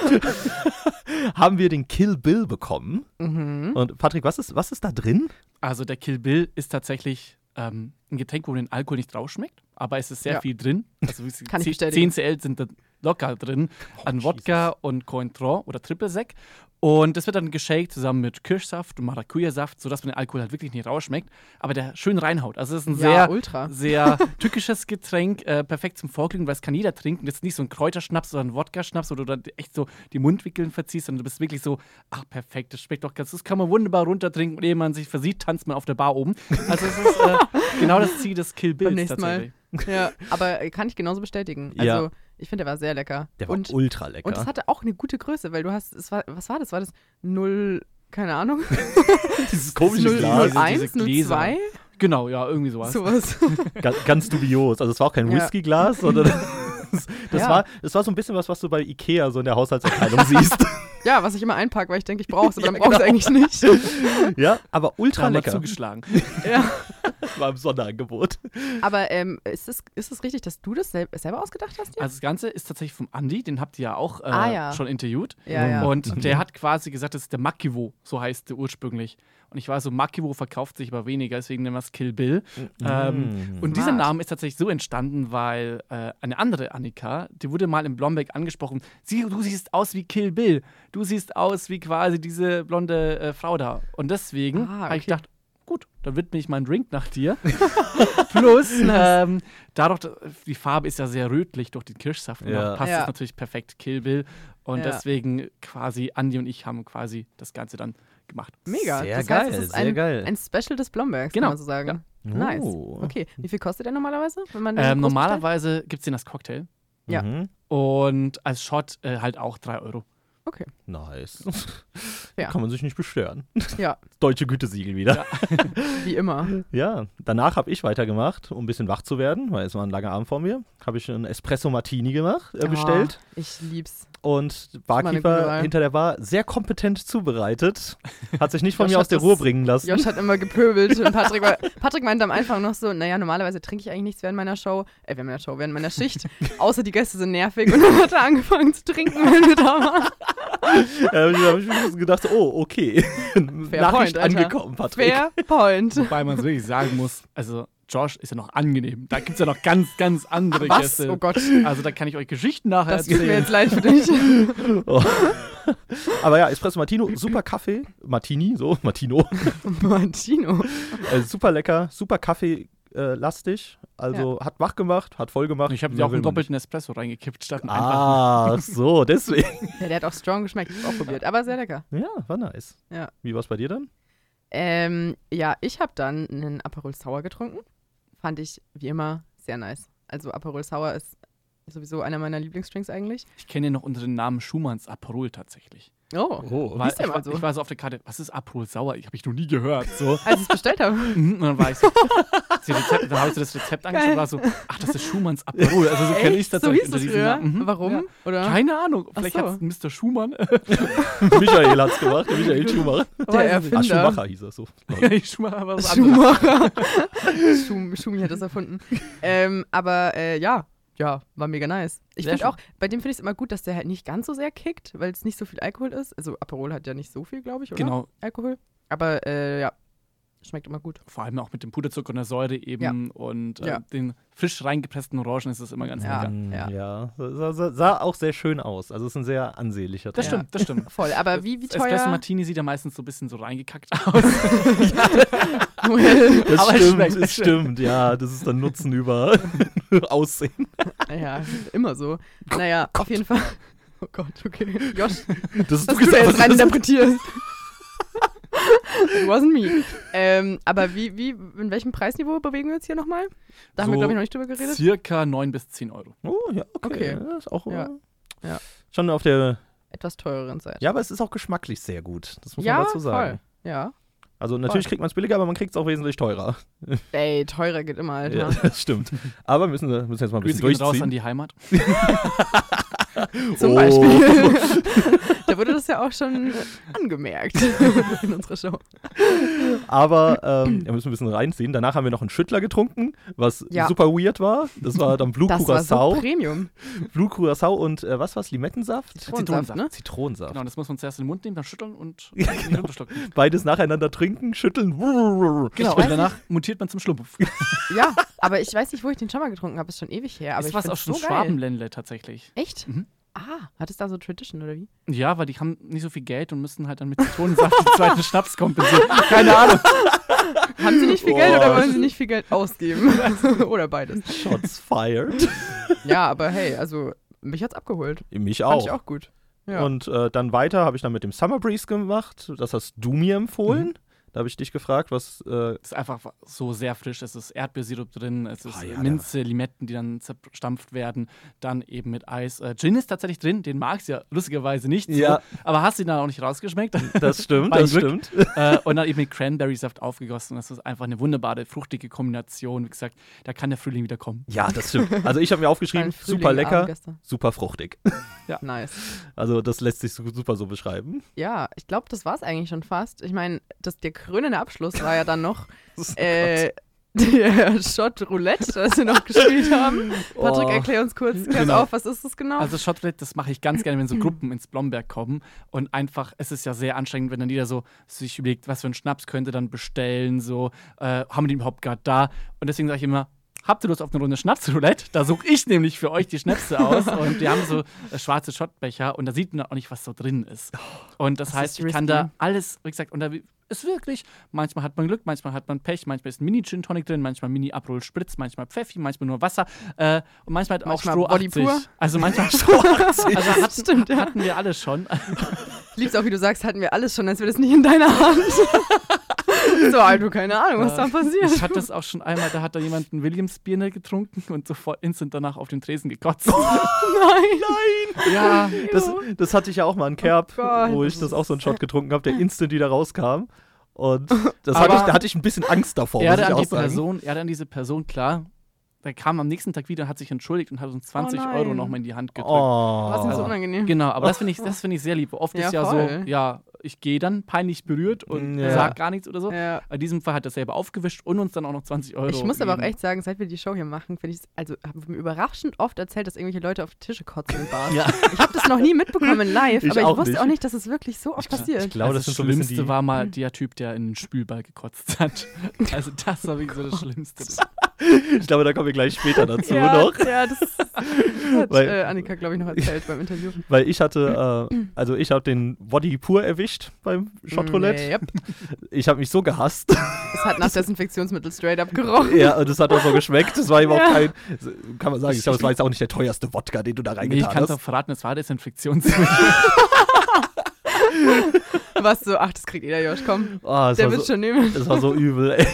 [SPEAKER 4] haben wir den Kill Bill bekommen.
[SPEAKER 1] Mhm.
[SPEAKER 4] Und Patrick, was ist, was ist da drin?
[SPEAKER 5] Also der Kill Bill ist tatsächlich ähm, ein Getränk, wo den Alkohol nicht rausschmeckt, aber es ist sehr
[SPEAKER 1] Ja.
[SPEAKER 5] viel drin.
[SPEAKER 1] [laughs]
[SPEAKER 5] Also wie sie-
[SPEAKER 1] Kann ich
[SPEAKER 5] zeh-
[SPEAKER 1] bestätigen. Oh,
[SPEAKER 5] 10 CL sind da locker drin an Wodka und Cointreau oder Trippelsack. Und das wird dann geshakt zusammen mit Kirschsaft und Maracuja-Saft, sodass man den Alkohol halt wirklich nicht rausschmeckt, aber der schön reinhaut. Also es ist
[SPEAKER 1] [laughs] Ja,
[SPEAKER 5] ein sehr,
[SPEAKER 1] ultra.
[SPEAKER 5] sehr tückisches Getränk, äh, perfekt zum Vorglühen, weil es kann jeder trinken. Das ist nicht so ein Kräuterschnaps oder ein Wodka-Schnaps, wo du dann echt so die Mundwickeln verziehst, sondern du bist wirklich so, ach perfekt, das schmeckt doch ganz, das kann man wunderbar runtertrinken und ehe man sich versieht, tanzt man auf der Bar oben. Also es ist
[SPEAKER 1] [laughs]
[SPEAKER 5] äh, genau das Ziel des Kill Bills
[SPEAKER 1] Beim nächsten Mal.
[SPEAKER 5] tatsächlich.
[SPEAKER 1] Ja, aber äh, kann ich genauso bestätigen. Also,
[SPEAKER 4] Ja.
[SPEAKER 1] ich finde, der war sehr lecker.
[SPEAKER 4] Der war
[SPEAKER 1] und,
[SPEAKER 4] ultra lecker.
[SPEAKER 1] und es hatte auch eine gute Größe, weil du hast, es war, was war das? War das null, keine
[SPEAKER 4] [laughs]
[SPEAKER 1] Ahnung,
[SPEAKER 4] [laughs] dieses
[SPEAKER 5] komische
[SPEAKER 1] null
[SPEAKER 5] Glas.
[SPEAKER 1] null
[SPEAKER 5] Diese-
[SPEAKER 1] eins,
[SPEAKER 5] diese
[SPEAKER 1] null
[SPEAKER 5] Gläser.
[SPEAKER 1] zwei,
[SPEAKER 5] Genau, ja, irgendwie sowas.
[SPEAKER 1] sowas. [laughs]
[SPEAKER 4] Ga- ganz dubios. Also es war auch kein
[SPEAKER 1] Ja.
[SPEAKER 4] Whiskyglas, sondern
[SPEAKER 1] [laughs]
[SPEAKER 4] das, das,
[SPEAKER 1] Ja.
[SPEAKER 4] war, das war so ein bisschen was, was du bei Ikea so in der
[SPEAKER 1] [laughs]
[SPEAKER 4] Haushaltsabteilung siehst.
[SPEAKER 1] Ja, was ich immer einpacke, weil ich denke, ich brauche es, aber
[SPEAKER 4] [laughs] Ja, genau.
[SPEAKER 1] dann brauche ich es eigentlich nicht.
[SPEAKER 4] [laughs] ja, aber
[SPEAKER 5] Da
[SPEAKER 4] ultra
[SPEAKER 5] haben wir
[SPEAKER 4] lecker.
[SPEAKER 5] zugeschlagen.
[SPEAKER 1] Ja.
[SPEAKER 4] War im Sonderangebot.
[SPEAKER 1] Aber ähm, ist, es, ist es richtig, dass du das sel selber ausgedacht hast? dir?
[SPEAKER 5] Also das Ganze ist tatsächlich vom Andi, den habt ihr ja auch äh,
[SPEAKER 1] Ah, ja.
[SPEAKER 5] schon interviewt.
[SPEAKER 1] Ja, ja.
[SPEAKER 4] oh,
[SPEAKER 1] Mhm.
[SPEAKER 5] Und der hat quasi gesagt, das ist der Makiwo, so heißt der ursprünglich. Und ich war so, Makiwo verkauft sich aber weniger, deswegen nennen wir es Kill Bill. Ähm,
[SPEAKER 4] Mm.
[SPEAKER 5] und dieser
[SPEAKER 1] Mhm. Smart.
[SPEAKER 5] Name ist tatsächlich so entstanden, weil äh, eine andere Annika, die wurde mal in Blomberg angesprochen, Sie, du siehst aus wie Kill Bill. Du siehst aus wie quasi diese blonde äh, Frau da. Und deswegen
[SPEAKER 1] Ah,
[SPEAKER 5] habe ich
[SPEAKER 1] okay.
[SPEAKER 5] gedacht, gut, dann widme ich meinen Drink nach dir. [laughs]
[SPEAKER 1] [laughs]
[SPEAKER 5] Plus, ähm, dadurch, die Farbe ist ja sehr rötlich durch den Kirschsaft. Und
[SPEAKER 4] Ja.
[SPEAKER 5] da passt
[SPEAKER 1] Ja.
[SPEAKER 5] es natürlich perfekt Kill Bill. Und
[SPEAKER 1] Ja.
[SPEAKER 5] deswegen quasi Andi und ich haben quasi das Ganze dann gemacht.
[SPEAKER 1] Mega.
[SPEAKER 4] Sehr
[SPEAKER 1] das
[SPEAKER 4] geil,
[SPEAKER 1] heißt, es ist
[SPEAKER 4] sehr
[SPEAKER 1] ein,
[SPEAKER 4] geil.
[SPEAKER 1] ein Special des Blombergs,
[SPEAKER 5] Genau,
[SPEAKER 1] kann man so sagen.
[SPEAKER 4] ja.
[SPEAKER 1] Nice.
[SPEAKER 4] Oh.
[SPEAKER 1] Okay, wie viel kostet der normalerweise? Wenn man den groß
[SPEAKER 5] Ähm, normalerweise gibt es den als Cocktail
[SPEAKER 1] Ja.
[SPEAKER 4] Mhm.
[SPEAKER 5] und als Shot äh, halt auch 3 Euro.
[SPEAKER 4] Nice.
[SPEAKER 1] [laughs] Ja.
[SPEAKER 4] Kann man sich nicht beschweren.
[SPEAKER 1] bestellt? [laughs] Ja,
[SPEAKER 4] Deutsche Gütesiegel wieder.
[SPEAKER 1] wie immer.
[SPEAKER 4] Ja, danach habe ich weitergemacht, um ein bisschen wach zu werden, weil es war ein langer Abend vor mir. Habe ich einen Espresso Martini gemacht, äh, bestellt.
[SPEAKER 1] Ah, ich [laughs] lieb's.
[SPEAKER 4] Und
[SPEAKER 1] meine gute
[SPEAKER 4] Barkeeper
[SPEAKER 1] Wahl.
[SPEAKER 4] hinter der Bar sehr kompetent zubereitet. Hat sich nicht von
[SPEAKER 1] Josh
[SPEAKER 4] mir aus
[SPEAKER 1] hat
[SPEAKER 4] der
[SPEAKER 1] das-
[SPEAKER 4] Ruhe bringen lassen. [laughs]
[SPEAKER 1] Josh hat immer gepöbelt und Patrick, war, Patrick meinte am Anfang noch so, naja, normalerweise trinke ich eigentlich nichts während meiner Show, äh, während meiner Show, während meiner Schicht, [laughs] außer die Gäste sind nervig und dann hat er angefangen zu trinken, wenn wir da waren.
[SPEAKER 4] Da habe ich, hab ich mir so gedacht, so, oh, okay. [laughs] Nachricht
[SPEAKER 1] Point, Alter.
[SPEAKER 4] angekommen, Patrick.
[SPEAKER 1] Fair point.
[SPEAKER 5] [laughs] Wobei man wirklich sagen muss, also Josh ist ja noch angenehm. Da gibt es ja noch ganz, ganz andere
[SPEAKER 1] Was?
[SPEAKER 5] Gäste.
[SPEAKER 1] Oh Gott,
[SPEAKER 5] Also da kann ich euch Geschichten nachher
[SPEAKER 1] das tut mir
[SPEAKER 5] erzählen.
[SPEAKER 1] jetzt leid für dich. [laughs]
[SPEAKER 4] Oh. [laughs] Aber ja, Espresso Martino, super Kaffee. Martini, so, Martino.
[SPEAKER 1] Martino.
[SPEAKER 4] Äh, super lecker, super Kaffee äh, lastig. Also hat wach gemacht, hat voll gemacht.
[SPEAKER 5] Ich habe
[SPEAKER 4] Mehr
[SPEAKER 5] dir auch
[SPEAKER 4] will
[SPEAKER 5] einen
[SPEAKER 4] man nicht.
[SPEAKER 5] doppelten Espresso reingekippt statt einem einfachen.
[SPEAKER 4] Ah, so, deswegen.
[SPEAKER 1] Ja, der hat auch strong geschmeckt, ich auch probiert, aber sehr lecker.
[SPEAKER 4] Ja, war nice.
[SPEAKER 1] Ja.
[SPEAKER 4] Wie war es bei dir dann?
[SPEAKER 1] Ähm, ja, ich habe dann einen Aperol Sour getrunken. Fand ich wie immer sehr nice. Also Aperol Sour ist sowieso einer meiner Lieblingsdrinks eigentlich.
[SPEAKER 5] Ich kenne ja noch unter dem Namen Schumanns Aperol tatsächlich.
[SPEAKER 1] Oh,
[SPEAKER 4] Oh.
[SPEAKER 5] Weil
[SPEAKER 1] Ist ja
[SPEAKER 5] ich,
[SPEAKER 1] mal
[SPEAKER 5] war,
[SPEAKER 1] so.
[SPEAKER 5] ich war so auf der Karte, was ist Aperol sauer? Ich habe ich noch nie gehört. So.
[SPEAKER 1] als ich es bestellt habe.
[SPEAKER 5] Mhm, Und dann war ich so, das Rezept, dann habe ich so das Rezept angeschaut und war so, ach, das ist Schumanns Aperol. Also so kenne ich es
[SPEAKER 1] so
[SPEAKER 5] tatsächlich
[SPEAKER 1] hieß das früher.
[SPEAKER 5] Namen. Mhm.
[SPEAKER 1] Warum?
[SPEAKER 5] Ja.
[SPEAKER 1] Oder?
[SPEAKER 5] Keine Ahnung, vielleicht
[SPEAKER 1] so.
[SPEAKER 5] hat es Mr. [laughs] Schumann,
[SPEAKER 4] [laughs] Michael hat's gemacht, der Michael Schumacher.
[SPEAKER 1] der
[SPEAKER 4] Ah,
[SPEAKER 1] Erfinder.
[SPEAKER 4] Schumacher hieß er so.
[SPEAKER 5] Schumacher war was anderes. [laughs]
[SPEAKER 1] Schumacher. Schum, Schumi hat das erfunden. ähm, aber äh, ja, ja, war mega nice. Ich
[SPEAKER 5] Sehr
[SPEAKER 1] finde auch, bei dem finde ich es immer gut, dass der halt nicht ganz so sehr kickt, weil es nicht so viel Alkohol ist. Also Aperol hat ja nicht so viel, glaube ich, oder?
[SPEAKER 5] Genau,
[SPEAKER 1] Alkohol. Aber äh, ja, schmeckt immer gut.
[SPEAKER 5] vor allem auch mit dem Puderzucker und der Säure eben und äh,
[SPEAKER 1] Ja.
[SPEAKER 5] den frisch reingepressten Orangen ist es immer ganz
[SPEAKER 1] Ja.
[SPEAKER 5] lecker.
[SPEAKER 4] Mm,
[SPEAKER 1] ja.
[SPEAKER 4] ja. Sah, sah, sah auch sehr schön aus. Also es ist ein sehr ansehnlicher
[SPEAKER 5] Das
[SPEAKER 4] Tag.
[SPEAKER 5] stimmt, das stimmt.
[SPEAKER 1] Voll, aber wie, wie
[SPEAKER 5] Das Espresso
[SPEAKER 1] teuer?
[SPEAKER 5] Martini sieht ja meistens so ein bisschen
[SPEAKER 1] [laughs]
[SPEAKER 5] so reingekackt aus.
[SPEAKER 4] Das
[SPEAKER 5] Aber es
[SPEAKER 4] stimmt,
[SPEAKER 1] [laughs]
[SPEAKER 4] es
[SPEAKER 5] schmeckt, es schmeckt.
[SPEAKER 4] stimmt, ja. Das ist dann Nutzen über [laughs] Aussehen.
[SPEAKER 1] ja, immer so. Naja, auf jeden Fall. [laughs] Oh Gott,
[SPEAKER 5] [laughs]
[SPEAKER 1] okay. Josh,
[SPEAKER 4] Das ist
[SPEAKER 1] dass du da jetzt rein interpretierst. It wasn't me. Ähm, aber wie, wie, in welchem Preisniveau bewegen wir uns hier nochmal? Da haben wir,
[SPEAKER 5] So
[SPEAKER 1] glaube ich, noch nicht drüber geredet.
[SPEAKER 5] Circa 9 bis 10 Euro.
[SPEAKER 4] Oh, ja, okay.
[SPEAKER 1] Okay.
[SPEAKER 4] Das ist auch
[SPEAKER 1] Ja.
[SPEAKER 4] äh,
[SPEAKER 1] Ja.
[SPEAKER 4] schon auf der.
[SPEAKER 1] Etwas teureren Zeit.
[SPEAKER 4] Ja, aber es ist auch geschmacklich sehr gut. Das muss
[SPEAKER 1] Ja,
[SPEAKER 4] man dazu
[SPEAKER 1] voll.
[SPEAKER 4] sagen.
[SPEAKER 1] Ja.
[SPEAKER 4] Also natürlich kriegt man es billiger, aber man kriegt es auch wesentlich teurer.
[SPEAKER 1] Ey, teurer geht immer, Alter.
[SPEAKER 4] Ja, das [laughs] stimmt. Aber müssen wir müssen jetzt mal ein bisschen
[SPEAKER 5] Grüße gehen raus
[SPEAKER 4] durchziehen.
[SPEAKER 5] an die Heimat.
[SPEAKER 1] Zum [laughs]
[SPEAKER 4] Oh. [laughs]
[SPEAKER 1] Beispiel. da wurde das ja auch schon angemerkt in unserer Show.
[SPEAKER 4] Aber ähm, wir müssen ein bisschen reinziehen. Danach haben wir noch einen Schüttler getrunken, was
[SPEAKER 1] Ja.
[SPEAKER 4] super weird war. Das war dann Blue
[SPEAKER 1] Das war so
[SPEAKER 4] Curacao.
[SPEAKER 1] Premium.
[SPEAKER 4] Blue Curacao und äh, was war's? Limettensaft?
[SPEAKER 1] Zitronensaft, ne?
[SPEAKER 4] Zitronensaft.
[SPEAKER 5] Genau, das muss man zuerst in den Mund nehmen, dann
[SPEAKER 1] [laughs]
[SPEAKER 5] schütteln und
[SPEAKER 4] Ja,
[SPEAKER 5] und
[SPEAKER 4] genau.
[SPEAKER 5] runterschlucken.
[SPEAKER 4] Beides nacheinander trinken, schütteln.
[SPEAKER 5] Genau,
[SPEAKER 1] weiß
[SPEAKER 5] und danach mutiert man zum Schlumpf.
[SPEAKER 1] ne? Ja, aber ich weiß nicht, wo ich den schon mal getrunken habe. Ist schon ewig her. Aber
[SPEAKER 5] das
[SPEAKER 1] ich
[SPEAKER 5] war auch
[SPEAKER 1] find's
[SPEAKER 5] schon
[SPEAKER 1] so geil.
[SPEAKER 5] Schwabenländle tatsächlich.
[SPEAKER 1] Echt?
[SPEAKER 5] Mhm.
[SPEAKER 1] Ah, hat es da so Tradition oder wie?
[SPEAKER 5] Ja, weil die haben nicht so viel Geld und müssen halt dann mit Zitronensaft den
[SPEAKER 1] [laughs]
[SPEAKER 5] zweiten Schnaps kompensieren. Keine Ahnung.
[SPEAKER 1] Haben sie nicht viel Geld
[SPEAKER 4] Boah.
[SPEAKER 1] oder wollen sie nicht viel Geld ausgeben? [laughs] oder beides. [laughs]
[SPEAKER 4] Shots fired.
[SPEAKER 1] Ja, aber hey, also mich hat's abgeholt.
[SPEAKER 4] Mich
[SPEAKER 1] Fand
[SPEAKER 4] auch.
[SPEAKER 1] ich auch gut. Ja.
[SPEAKER 4] Und äh, dann weiter habe ich dann mit dem Summer Breeze gemacht. Das hast du mir empfohlen.
[SPEAKER 1] Mhm.
[SPEAKER 4] Da habe ich dich gefragt, was. Äh,
[SPEAKER 5] Es ist einfach so sehr frisch. Es ist Erdbeersirup drin, es ist
[SPEAKER 4] Ah, ja,
[SPEAKER 5] Minze, Limetten, die dann zerstampft werden, dann eben mit Eis. Äh, Gin ist tatsächlich drin, den magst du ja lustigerweise nicht.
[SPEAKER 4] Ja.
[SPEAKER 5] So, aber hast ihn dann auch nicht rausgeschmeckt.
[SPEAKER 1] [laughs]
[SPEAKER 4] das stimmt,
[SPEAKER 5] Mein
[SPEAKER 4] das
[SPEAKER 5] Glück.
[SPEAKER 4] stimmt.
[SPEAKER 5] äh, und dann eben mit Cranberry-Saft aufgegossen. Das ist einfach eine wunderbare, fruchtige Kombination. Wie gesagt, da kann der Frühling wieder kommen.
[SPEAKER 4] Ja,
[SPEAKER 1] [laughs]
[SPEAKER 4] das stimmt. Also ich habe mir aufgeschrieben,
[SPEAKER 1] Ein Frühling,
[SPEAKER 4] super lecker,
[SPEAKER 1] Abendgäste.
[SPEAKER 4] super fruchtig.
[SPEAKER 1] Nice.
[SPEAKER 4] Also das lässt sich su- super so beschreiben.
[SPEAKER 1] Ja, ich glaube, das war's eigentlich schon fast. Ich meine, das- der krönende Abschluss war ja dann noch
[SPEAKER 4] Das ist-
[SPEAKER 1] äh, [laughs] der Shot Roulette, das wir noch gespielt haben. Patrick,
[SPEAKER 4] Oh.
[SPEAKER 1] erklär uns kurz ganz
[SPEAKER 5] Genau.
[SPEAKER 1] auf, was ist das genau? Mhm.
[SPEAKER 5] Also Shotlet, das mache ich ganz gerne, wenn so Gruppen ins Blomberg kommen und einfach, es ist ja sehr anstrengend, wenn dann jeder so sich überlegt, was für einen Schnaps könnte dann bestellen, so, äh, haben wir den überhaupt gerade da? Und deswegen sage ich immer, habt ihr Lust auf eine Runde Schnapsroulette? Da suche ich nämlich für euch die Schnäpse
[SPEAKER 1] [laughs]
[SPEAKER 5] aus und die haben so äh, schwarze Schottbecher und da sieht man auch nicht, was so drin ist. Und das,
[SPEAKER 1] Oh, Das
[SPEAKER 5] heißt,
[SPEAKER 1] ist
[SPEAKER 5] ich kann da
[SPEAKER 1] risky.
[SPEAKER 5] alles, wie gesagt, und da ist wirklich, manchmal hat man Glück, manchmal hat man Pech, manchmal ist ein Mini-Gin-Tonic drin, manchmal Mini-Aperol-Spritz, manchmal Pfeffi, manchmal nur Wasser äh, und manchmal hat auch
[SPEAKER 1] Manchmal
[SPEAKER 5] Stroh
[SPEAKER 1] Body
[SPEAKER 5] 80.
[SPEAKER 1] pur.
[SPEAKER 5] Also [laughs] manchmal Stroh 80. Also hatten,
[SPEAKER 1] Stimmt, ja.
[SPEAKER 5] hatten wir
[SPEAKER 1] [laughs]
[SPEAKER 5] alle schon.
[SPEAKER 1] Liebst auch, wie du sagst, hatten wir alles schon, als wäre das nicht in deiner Hand. so, Alter, keine Ahnung, was da passiert.
[SPEAKER 5] Ich hatte das auch schon einmal, da hat da jemand ein Williams Birne getrunken und sofort instant danach auf den Tresen
[SPEAKER 1] [laughs]
[SPEAKER 5] gekotzt.
[SPEAKER 1] Nein.
[SPEAKER 5] [laughs] ja.
[SPEAKER 4] Das, das hatte ich ja auch mal in Kerb,
[SPEAKER 1] Oh Gott,
[SPEAKER 4] wo
[SPEAKER 1] das
[SPEAKER 4] ich das
[SPEAKER 1] ist-
[SPEAKER 4] auch so
[SPEAKER 1] [laughs]
[SPEAKER 4] einen Shot getrunken habe, der instant wieder rauskam. Und das hatte
[SPEAKER 5] Aber-
[SPEAKER 4] ich, da hatte ich ein bisschen Angst davor, muss
[SPEAKER 5] Erde
[SPEAKER 4] ich
[SPEAKER 5] an
[SPEAKER 4] auch
[SPEAKER 5] die
[SPEAKER 4] sagen.
[SPEAKER 5] Person, Erde an diese Person, klar. Der kam am nächsten Tag wieder, hat sich entschuldigt und hat uns 20
[SPEAKER 1] nein.
[SPEAKER 5] Euro nochmal in die Hand gedrückt.
[SPEAKER 1] Was ist so
[SPEAKER 4] Oh.
[SPEAKER 1] unangenehm?
[SPEAKER 5] Genau, aber das
[SPEAKER 1] [laughs]
[SPEAKER 5] finde ich, das finde ich sehr lieb. Oft
[SPEAKER 1] Ja,
[SPEAKER 5] ist ja
[SPEAKER 1] voll.
[SPEAKER 5] so, ja, ich gehe dann peinlich berührt und
[SPEAKER 4] Ja.
[SPEAKER 5] sag gar nichts oder so.
[SPEAKER 1] Ja.
[SPEAKER 5] In diesem Fall hat er selber aufgewischt und uns dann auch noch 20 Euro.
[SPEAKER 1] Ich muss aber auch
[SPEAKER 5] gegeben.
[SPEAKER 1] echt sagen, seit wir die Show hier machen, finde ich, also haben wir überraschend oft erzählt, dass irgendwelche Leute auf Tische kotzen in
[SPEAKER 4] [laughs]
[SPEAKER 1] Bars.
[SPEAKER 5] Ja.
[SPEAKER 1] Ich habe das noch nie mitbekommen live,
[SPEAKER 4] Ich
[SPEAKER 1] aber
[SPEAKER 4] auch
[SPEAKER 1] ich wusste
[SPEAKER 4] nicht.
[SPEAKER 1] auch nicht, dass es wirklich so oft passiert.
[SPEAKER 4] Ich glaube, das sind
[SPEAKER 5] Also das
[SPEAKER 4] so ein bisschen
[SPEAKER 5] Schlimmste
[SPEAKER 4] die.
[SPEAKER 5] war mal
[SPEAKER 1] Hm.
[SPEAKER 5] der Typ, der in den Spülball gekotzt hat.
[SPEAKER 1] [laughs]
[SPEAKER 5] Also das war wirklich so das Schlimmste.
[SPEAKER 4] Ich glaube, da kommen wir gleich
[SPEAKER 1] [laughs]
[SPEAKER 4] später dazu
[SPEAKER 1] ja,
[SPEAKER 4] noch.
[SPEAKER 1] ja, das
[SPEAKER 4] [laughs]
[SPEAKER 1] hat
[SPEAKER 4] Weil-
[SPEAKER 1] äh, Annika, glaube ich, noch erzählt beim Interview.
[SPEAKER 4] Weil ich hatte,
[SPEAKER 1] [clears throat]
[SPEAKER 4] äh, also ich habe den Body pur erwischt beim Shot Roulette.
[SPEAKER 1] Mm, yep.
[SPEAKER 4] Ich habe mich so gehasst.
[SPEAKER 1] Es hat
[SPEAKER 4] [laughs]
[SPEAKER 1] nach Desinfektionsmittel straight up gerochen.
[SPEAKER 4] ja, und es hat auch so geschmeckt. Es war eben auch
[SPEAKER 1] Ja.
[SPEAKER 4] kein, kann man sagen, ich glaube, es war jetzt auch nicht der teuerste Wodka, den du da
[SPEAKER 5] Nee, ich
[SPEAKER 4] reingetan
[SPEAKER 5] kann es auch
[SPEAKER 4] hast.
[SPEAKER 5] verraten, es war Desinfektionsmittel.
[SPEAKER 1] [laughs] [laughs] Was so, ach, das kriegt jeder, Josh, komm.
[SPEAKER 4] Oh, es
[SPEAKER 1] Der
[SPEAKER 4] war
[SPEAKER 1] wird
[SPEAKER 4] so,
[SPEAKER 1] schon nehmen. [laughs]
[SPEAKER 4] das war so übel, ey.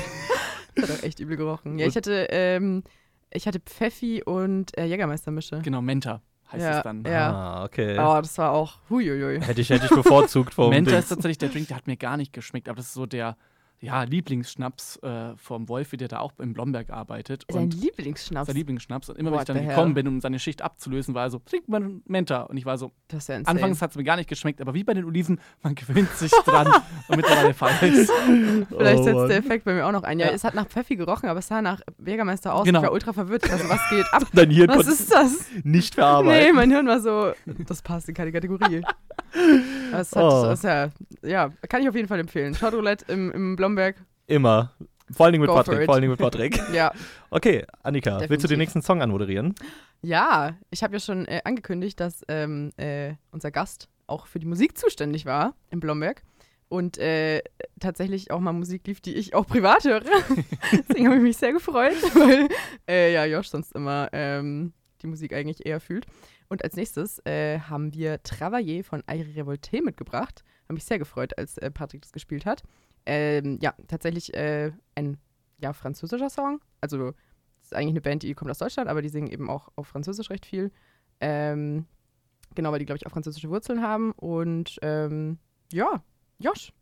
[SPEAKER 1] Das hat auch echt übel gerochen. Ja, ich hatte, ähm, ich hatte Pfeffi und äh, Jägermeistermische.
[SPEAKER 5] genau, Menta heißt
[SPEAKER 1] Ja,
[SPEAKER 5] es dann.
[SPEAKER 1] ja.
[SPEAKER 4] Ah, okay.
[SPEAKER 1] Oh, das war auch huiuiui.
[SPEAKER 4] Hätte ich, hätte ich bevorzugt vom
[SPEAKER 5] Menta ist
[SPEAKER 4] Dings.
[SPEAKER 5] tatsächlich der Drink, der hat mir gar nicht geschmeckt, aber das ist so der ja, Lieblingsschnaps äh, vom Wolfi, der da auch im Blomberg arbeitet.
[SPEAKER 1] Sein
[SPEAKER 5] Und
[SPEAKER 1] Lieblingsschnaps.
[SPEAKER 5] sein Lieblingsschnaps. Und immer, wenn
[SPEAKER 1] What
[SPEAKER 5] ich dann
[SPEAKER 1] the hell?
[SPEAKER 5] gekommen bin, um seine Schicht abzulösen, war er so, trink mal einen Menta. Und ich war so,
[SPEAKER 1] das ist ja insane.
[SPEAKER 5] anfangs hat es mir gar nicht geschmeckt, aber wie bei den Oliven, man gewöhnt sich
[SPEAKER 1] [laughs]
[SPEAKER 5] dran. und mittlerweile feiert es.
[SPEAKER 1] Vielleicht
[SPEAKER 4] Oh,
[SPEAKER 1] setzt
[SPEAKER 4] Mann.
[SPEAKER 1] der Effekt bei mir auch noch ein. Ja,
[SPEAKER 5] Ja.
[SPEAKER 1] es hat nach Pfeffi gerochen, aber es sah nach Jägermeister aus.
[SPEAKER 5] Genau.
[SPEAKER 1] Ich war ultra verwirrt. Also, was
[SPEAKER 4] [laughs]
[SPEAKER 1] geht ab?
[SPEAKER 4] Dein Hirn
[SPEAKER 1] Was
[SPEAKER 4] konnte
[SPEAKER 1] ist das?
[SPEAKER 4] nicht
[SPEAKER 1] Nee,
[SPEAKER 4] verarbeiten.
[SPEAKER 1] mein Hirn war so, das passt in keine Kategorie. Das hat,
[SPEAKER 4] Oh.
[SPEAKER 1] das ist ja, ja, kann ich auf jeden Fall empfehlen. Shot Roulette im, im Blomberg.
[SPEAKER 4] Immer. Vor allen Dingen mit
[SPEAKER 1] Go for
[SPEAKER 4] Patrick.
[SPEAKER 1] it.
[SPEAKER 4] Vor allen Dingen mit Patrick.
[SPEAKER 1] [laughs] Ja,
[SPEAKER 4] Okay, Annika, willst du den
[SPEAKER 1] Definitiv.
[SPEAKER 4] nächsten Song anmoderieren? [laughs]
[SPEAKER 1] ja ich habe ja schon äh, angekündigt, dass ähm, äh, unser Gast auch für die Musik zuständig war im Blomberg. Und äh, tatsächlich auch mal Musik lief, die ich auch privat höre. Deswegen habe ich mich sehr gefreut, [laughs] weil äh, ja, Josh sonst immer ähm, die Musik eigentlich eher fühlt. Und als nächstes äh, haben wir Travailler von Aire Revolte mitgebracht. Habe mich sehr gefreut, als äh, Patrick das gespielt hat. Ähm, ja, tatsächlich äh, ein ja, französischer Song. Also es ist eigentlich eine Band, die kommt aus Deutschland, aber die singen eben auch auf Französisch recht viel. Ähm, genau, weil die, glaube ich, auch französische Wurzeln haben. Und ähm, ja, Josh,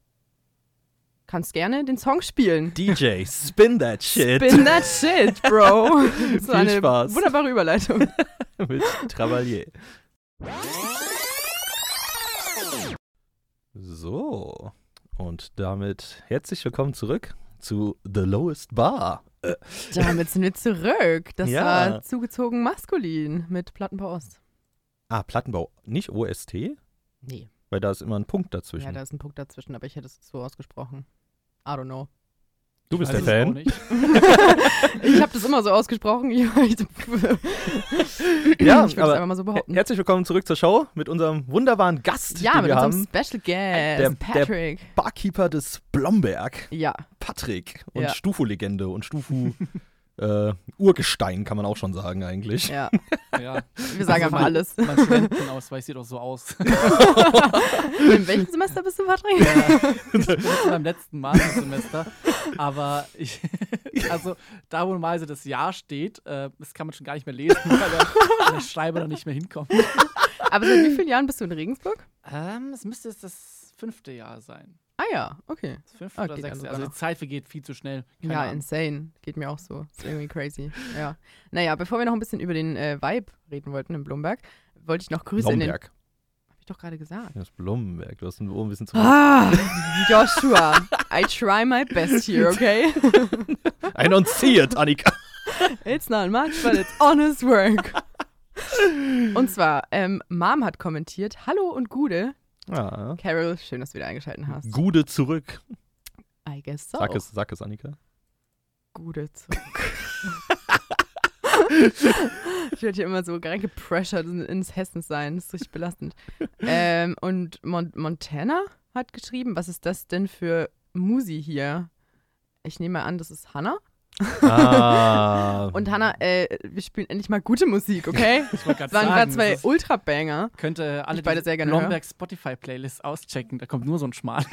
[SPEAKER 1] kannst gerne den Song spielen.
[SPEAKER 4] DJ, spin that shit
[SPEAKER 1] Spin that shit,
[SPEAKER 4] [laughs]
[SPEAKER 1] bro. Das war
[SPEAKER 4] Viel
[SPEAKER 1] eine
[SPEAKER 4] Spaß.
[SPEAKER 1] wunderbare Überleitung.
[SPEAKER 4] [laughs] mit Travalier. So, Und damit herzlich willkommen zurück zu The Lowest Bar. Äh,
[SPEAKER 1] [laughs] Damit sind wir zurück. Das
[SPEAKER 4] Ja.
[SPEAKER 1] war zugezogen maskulin mit Plattenbau Ost.
[SPEAKER 4] ah, Plattenbau, nicht OST,
[SPEAKER 1] Nee.
[SPEAKER 4] weil da ist immer ein Punkt dazwischen.
[SPEAKER 1] Ja, da ist ein Punkt dazwischen, aber ich hätte es so ausgesprochen. I don't [laughs] know.
[SPEAKER 4] du bist
[SPEAKER 5] Weiß
[SPEAKER 4] der
[SPEAKER 5] es auch
[SPEAKER 4] Fan.
[SPEAKER 5] nicht.
[SPEAKER 1] Ich habe das immer so ausgesprochen. [laughs] Ich, ich,
[SPEAKER 4] Ja,
[SPEAKER 1] ich würde es
[SPEAKER 4] aber-
[SPEAKER 1] einfach mal so behaupten.
[SPEAKER 4] Herzlich willkommen zurück zur Show mit unserem wunderbaren Gast,
[SPEAKER 1] ja,
[SPEAKER 4] den
[SPEAKER 1] mit
[SPEAKER 4] wir
[SPEAKER 1] unserem
[SPEAKER 4] haben. äh,
[SPEAKER 1] Special Guest,
[SPEAKER 4] der- der-
[SPEAKER 1] Patrick.
[SPEAKER 4] Barkeeper des Blomberg,
[SPEAKER 1] ja,
[SPEAKER 4] Patrick und
[SPEAKER 1] Ja.
[SPEAKER 4] Stufu-Legende und
[SPEAKER 1] [laughs]
[SPEAKER 4] Stufu äh, Urgestein kann man auch schon sagen eigentlich.
[SPEAKER 1] ja.
[SPEAKER 5] Ja.
[SPEAKER 1] Wir
[SPEAKER 4] Also
[SPEAKER 1] sagen
[SPEAKER 5] Also
[SPEAKER 1] einfach
[SPEAKER 4] [laughs]
[SPEAKER 1] alles.
[SPEAKER 5] Mein Studentenausweis sieht auch
[SPEAKER 1] [laughs]
[SPEAKER 5] so aus.
[SPEAKER 1] In welchem Semester bist du, Patrick?
[SPEAKER 5] Ich bin jetzt beim letzten Mastersemester. Aber ich, [laughs] also da, wo normalerweise das Jahr steht, äh, das kann man schon gar nicht mehr lesen, weil der, der Schreiber da nicht mehr hinkommt.
[SPEAKER 1] Aber seit wie vielen Jahren bist du in Regensburg?
[SPEAKER 5] Ähm, es müsste jetzt das fünfte Jahr sein.
[SPEAKER 1] Ah ja, okay.
[SPEAKER 5] Das fünfte
[SPEAKER 1] Ah,
[SPEAKER 5] oder
[SPEAKER 1] geht ja
[SPEAKER 5] sechste.
[SPEAKER 1] sogar
[SPEAKER 5] Also die
[SPEAKER 1] noch.
[SPEAKER 5] Zeit vergeht viel zu schnell. Keine
[SPEAKER 1] ja,
[SPEAKER 5] Ahnung.
[SPEAKER 1] insane. Geht mir auch so. Ist irgendwie crazy. Ja. Naja, bevor wir noch ein bisschen über den äh, Vibe reden wollten in Blomberg, wollte ich noch Grüße in den.
[SPEAKER 4] Blomberg.
[SPEAKER 1] Hab ich doch gerade gesagt.
[SPEAKER 4] Das Blomberg, du hast ein Ohr ein bisschen zu.
[SPEAKER 1] Ah, Joshua, [laughs] I try my best
[SPEAKER 5] [laughs]
[SPEAKER 1] here, okay?
[SPEAKER 4] I don't see it, Annika.
[SPEAKER 1] It's not much, but it's honest work. Und zwar, ähm, Mom hat kommentiert, Hallo und Gude.
[SPEAKER 4] Ja.
[SPEAKER 1] Carol, schön, dass du wieder eingeschaltet hast.
[SPEAKER 4] Gude zurück.
[SPEAKER 1] I guess so.
[SPEAKER 4] Sag es, sag es,
[SPEAKER 1] [laughs]
[SPEAKER 4] Annika.
[SPEAKER 1] Gude zurück. ich werde hier immer so reingepressured in- ins Hessen sein. Das ist richtig belastend. Ähm, und Mon Montana hat geschrieben, was ist das denn für Musi hier? Ich nehme mal an, das ist Hannah.
[SPEAKER 4] Ah.
[SPEAKER 1] Und Hannah, äh, wir spielen endlich mal gute Musik, okay?
[SPEAKER 5] Ich wollte
[SPEAKER 1] Das
[SPEAKER 5] gerade
[SPEAKER 1] waren gerade
[SPEAKER 5] sagen,
[SPEAKER 1] zwei
[SPEAKER 5] Mhm. das ist,
[SPEAKER 1] Ultra-Banger.
[SPEAKER 5] könnte alle
[SPEAKER 1] ich beide
[SPEAKER 5] die
[SPEAKER 1] sehr gerne
[SPEAKER 5] Blomberg Spotify-Playlist auschecken. Da kommt nur so ein Schmarrn.